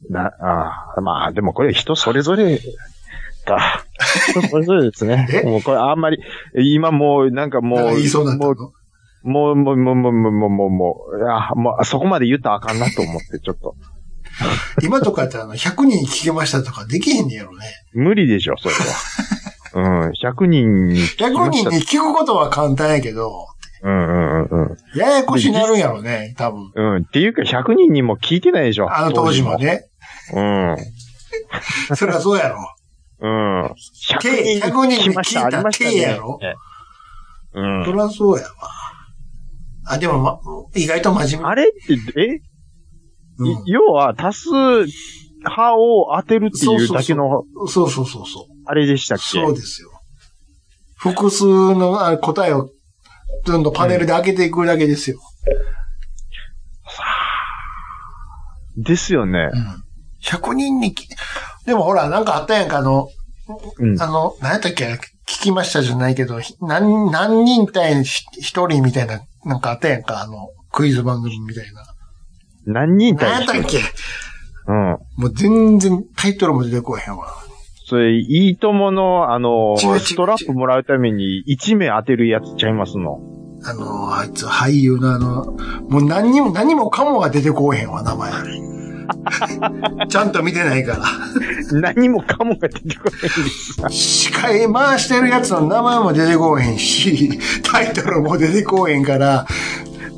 う、な、あーまあ、でもこれ人それぞれか。人それぞれですね
え。
もうこれあんまり、今もう、なんかも
なんか
う、
言いそうになった
も
の
う、もう、もう、もう、もう、もう、もう、もう、もう、あ、もう、そこまで言ったらあかんなと思って、ちょっと。
今とかやってあの、100人聞けましたとかできへんねやろね。
無理でしょ、それは。うん、100人に聞き
100
まし
人
た。
に聞くことは簡単やけど、
うんうんうんうん。
ややこしになるんやろね、多分。
うん。っていうか、100人にも聞いてないでしょ。
あの当時も。ね。
うん。うん。
そりゃそうやろ。
100
K
人
100人
聞きました、
聞
あ
いた
りましたね。
K やろ
う
そ
ん。
りゃそうやわ。あ、でも、ま、意外と真面目。
あれって、え、
うん
い要は、足す、派を当てるっていうだけの、
そうそうそうそう。
あれでしたっけ
そうですよ。複数のあ答えを、どんどんパネルで開けていくだけですよ。
ですよね
う。ん。100人にき、でもほら、なんかあったやんか、あの、
うん。
あの、何やったっけ聞きましたじゃないけど、ひ何、何人対ひ一人みたいな、なんかあったやんか、あの、クイズ番組みたいな。
何人
何や
対
ったっ
して
け
うん。
もう全然タイトルも出てこへんわ。
それ、いいともの、あの、
違う違う違う
ストラップもらうために、1名当てるやつちゃいますの。
あの、あいつ俳優のあの、もう何にも、何もかもが出てこへんわ、名前。 [LAUGHS] ちゃんと見てないから。
何もかもが出てこないんです。
司会回してるやつの名前も出てこへんし、タイトルも出てこへんから、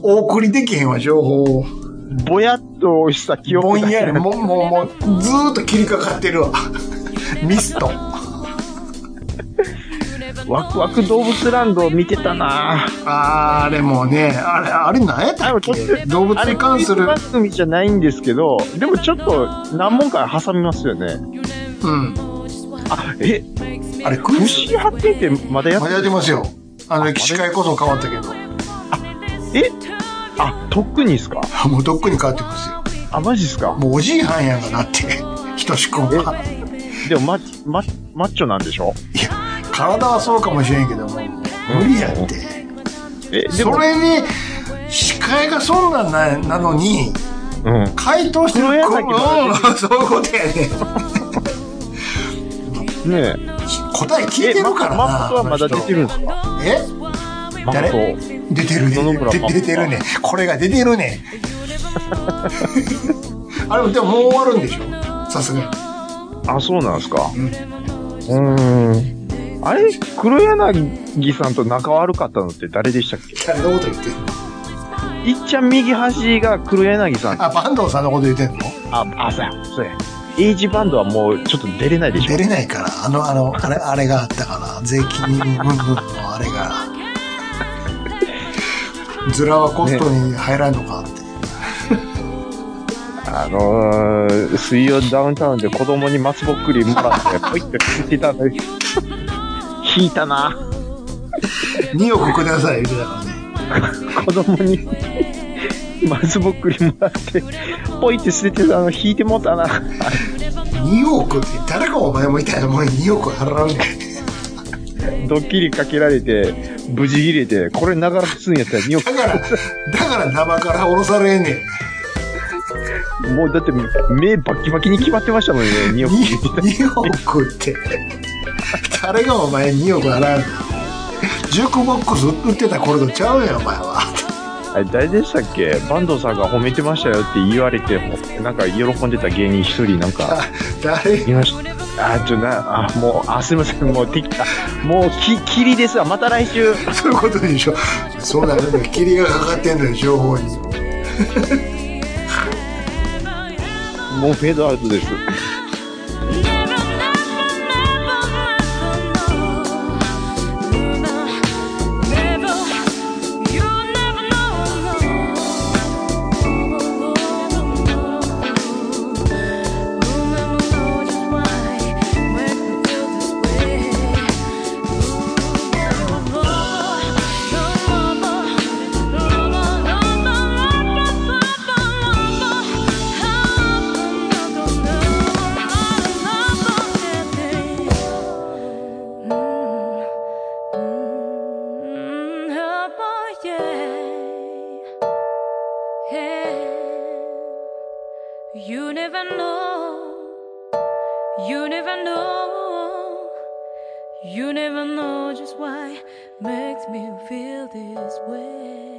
お送りできへんわ、情報を。
ぼやっとした記
ぼ
憶
ん
だけ
やり、もう、もう、もう、ずーっと切りかかってるわ。
[LAUGHS]
ミスト。
ワクワク動物ランドを見てたなぁ
あれもね、あれ、あれ何やったっ
あれ途
け
中
動物
あれ
に関する
番、組じゃないんですけど、でもちょっと何問か挟みますよね。
うん。
あ、え、
あれ、クイズ
虫発見ってまだやっ
ま
て
だやってますよ。あの、司会こそ変わったけど。
えあ、とっくにですか
もうとっくに変わってますよ。
あ、マジですか
もうおじいはんやんか
[LAUGHS]
なって。ひとしくんは。
でもマ、マ、マッチョなんでしょ
いや、体はそうかもしれんけども、無理やって。
え、で
そ
も、
れに、司会がそんなんななのに、
うん。
回答してる
黒柳
こうん [LAUGHS] そういうことやね
ね
答え聞い
え。
て
え、マ
るからな。
マットはまだ出てるんですか
あの人え
マ
誰
ット。
出てるね
野々村真帆
で出てるね。これが出てるね。 [LAUGHS] あれ、でももう終わるんでしょさすがに。
あ、そうなんですか。うん。ん。あれ、黒柳さんと仲悪かったのって誰でしたっけ
誰のこと言ってんの
いっちゃん右端が黒柳さん。あ、
あ、坂東さんのこと言ってんの
あ、そうや、そうや。エイジバンドはもうちょっと出れないでしょ
出。れないから、あの、あの、あれ、あれがあったから、税金、うんうんのあれが。ズラはコストに入らんのかって。
あのー、水曜ダウンタウンで子供に松ぼっくりもら [LAUGHS] って、ポイッと引いてたのに。引いたな。
2億ください、言ってたからね。
子供に。 [LAUGHS] 松ぼっくりもらって、ポイって捨ててたの引いてもうたな。
2億って誰がお前もいたいなもんに2億払うねん。
ドッキリかけられて、無事切れて、これながら普通にやったら2億
だから、だから生から降ろされんねん。
もうだって目バッキバキに決まってましたもんね、2億。
2, 億って。誰がお前2億払うのジュークボックス売ってた頃とちゃうやん、お前は。
あれ誰でしたっけ坂東さんが褒めてましたよって言われても、なんか喜んでた芸人一人なん [LAUGHS] か、
誰
いました。あ、ちょ、な、あ、もう、あ、すいません、もう、てきた。もう、き、きりですわ。また来週。
そういうことでしょ。そうなのよ。霧がかかってんのよ、情報に。
もうフェードアウトです。
ならならなら
You never know. You never know. You never know just why makes me feel this way.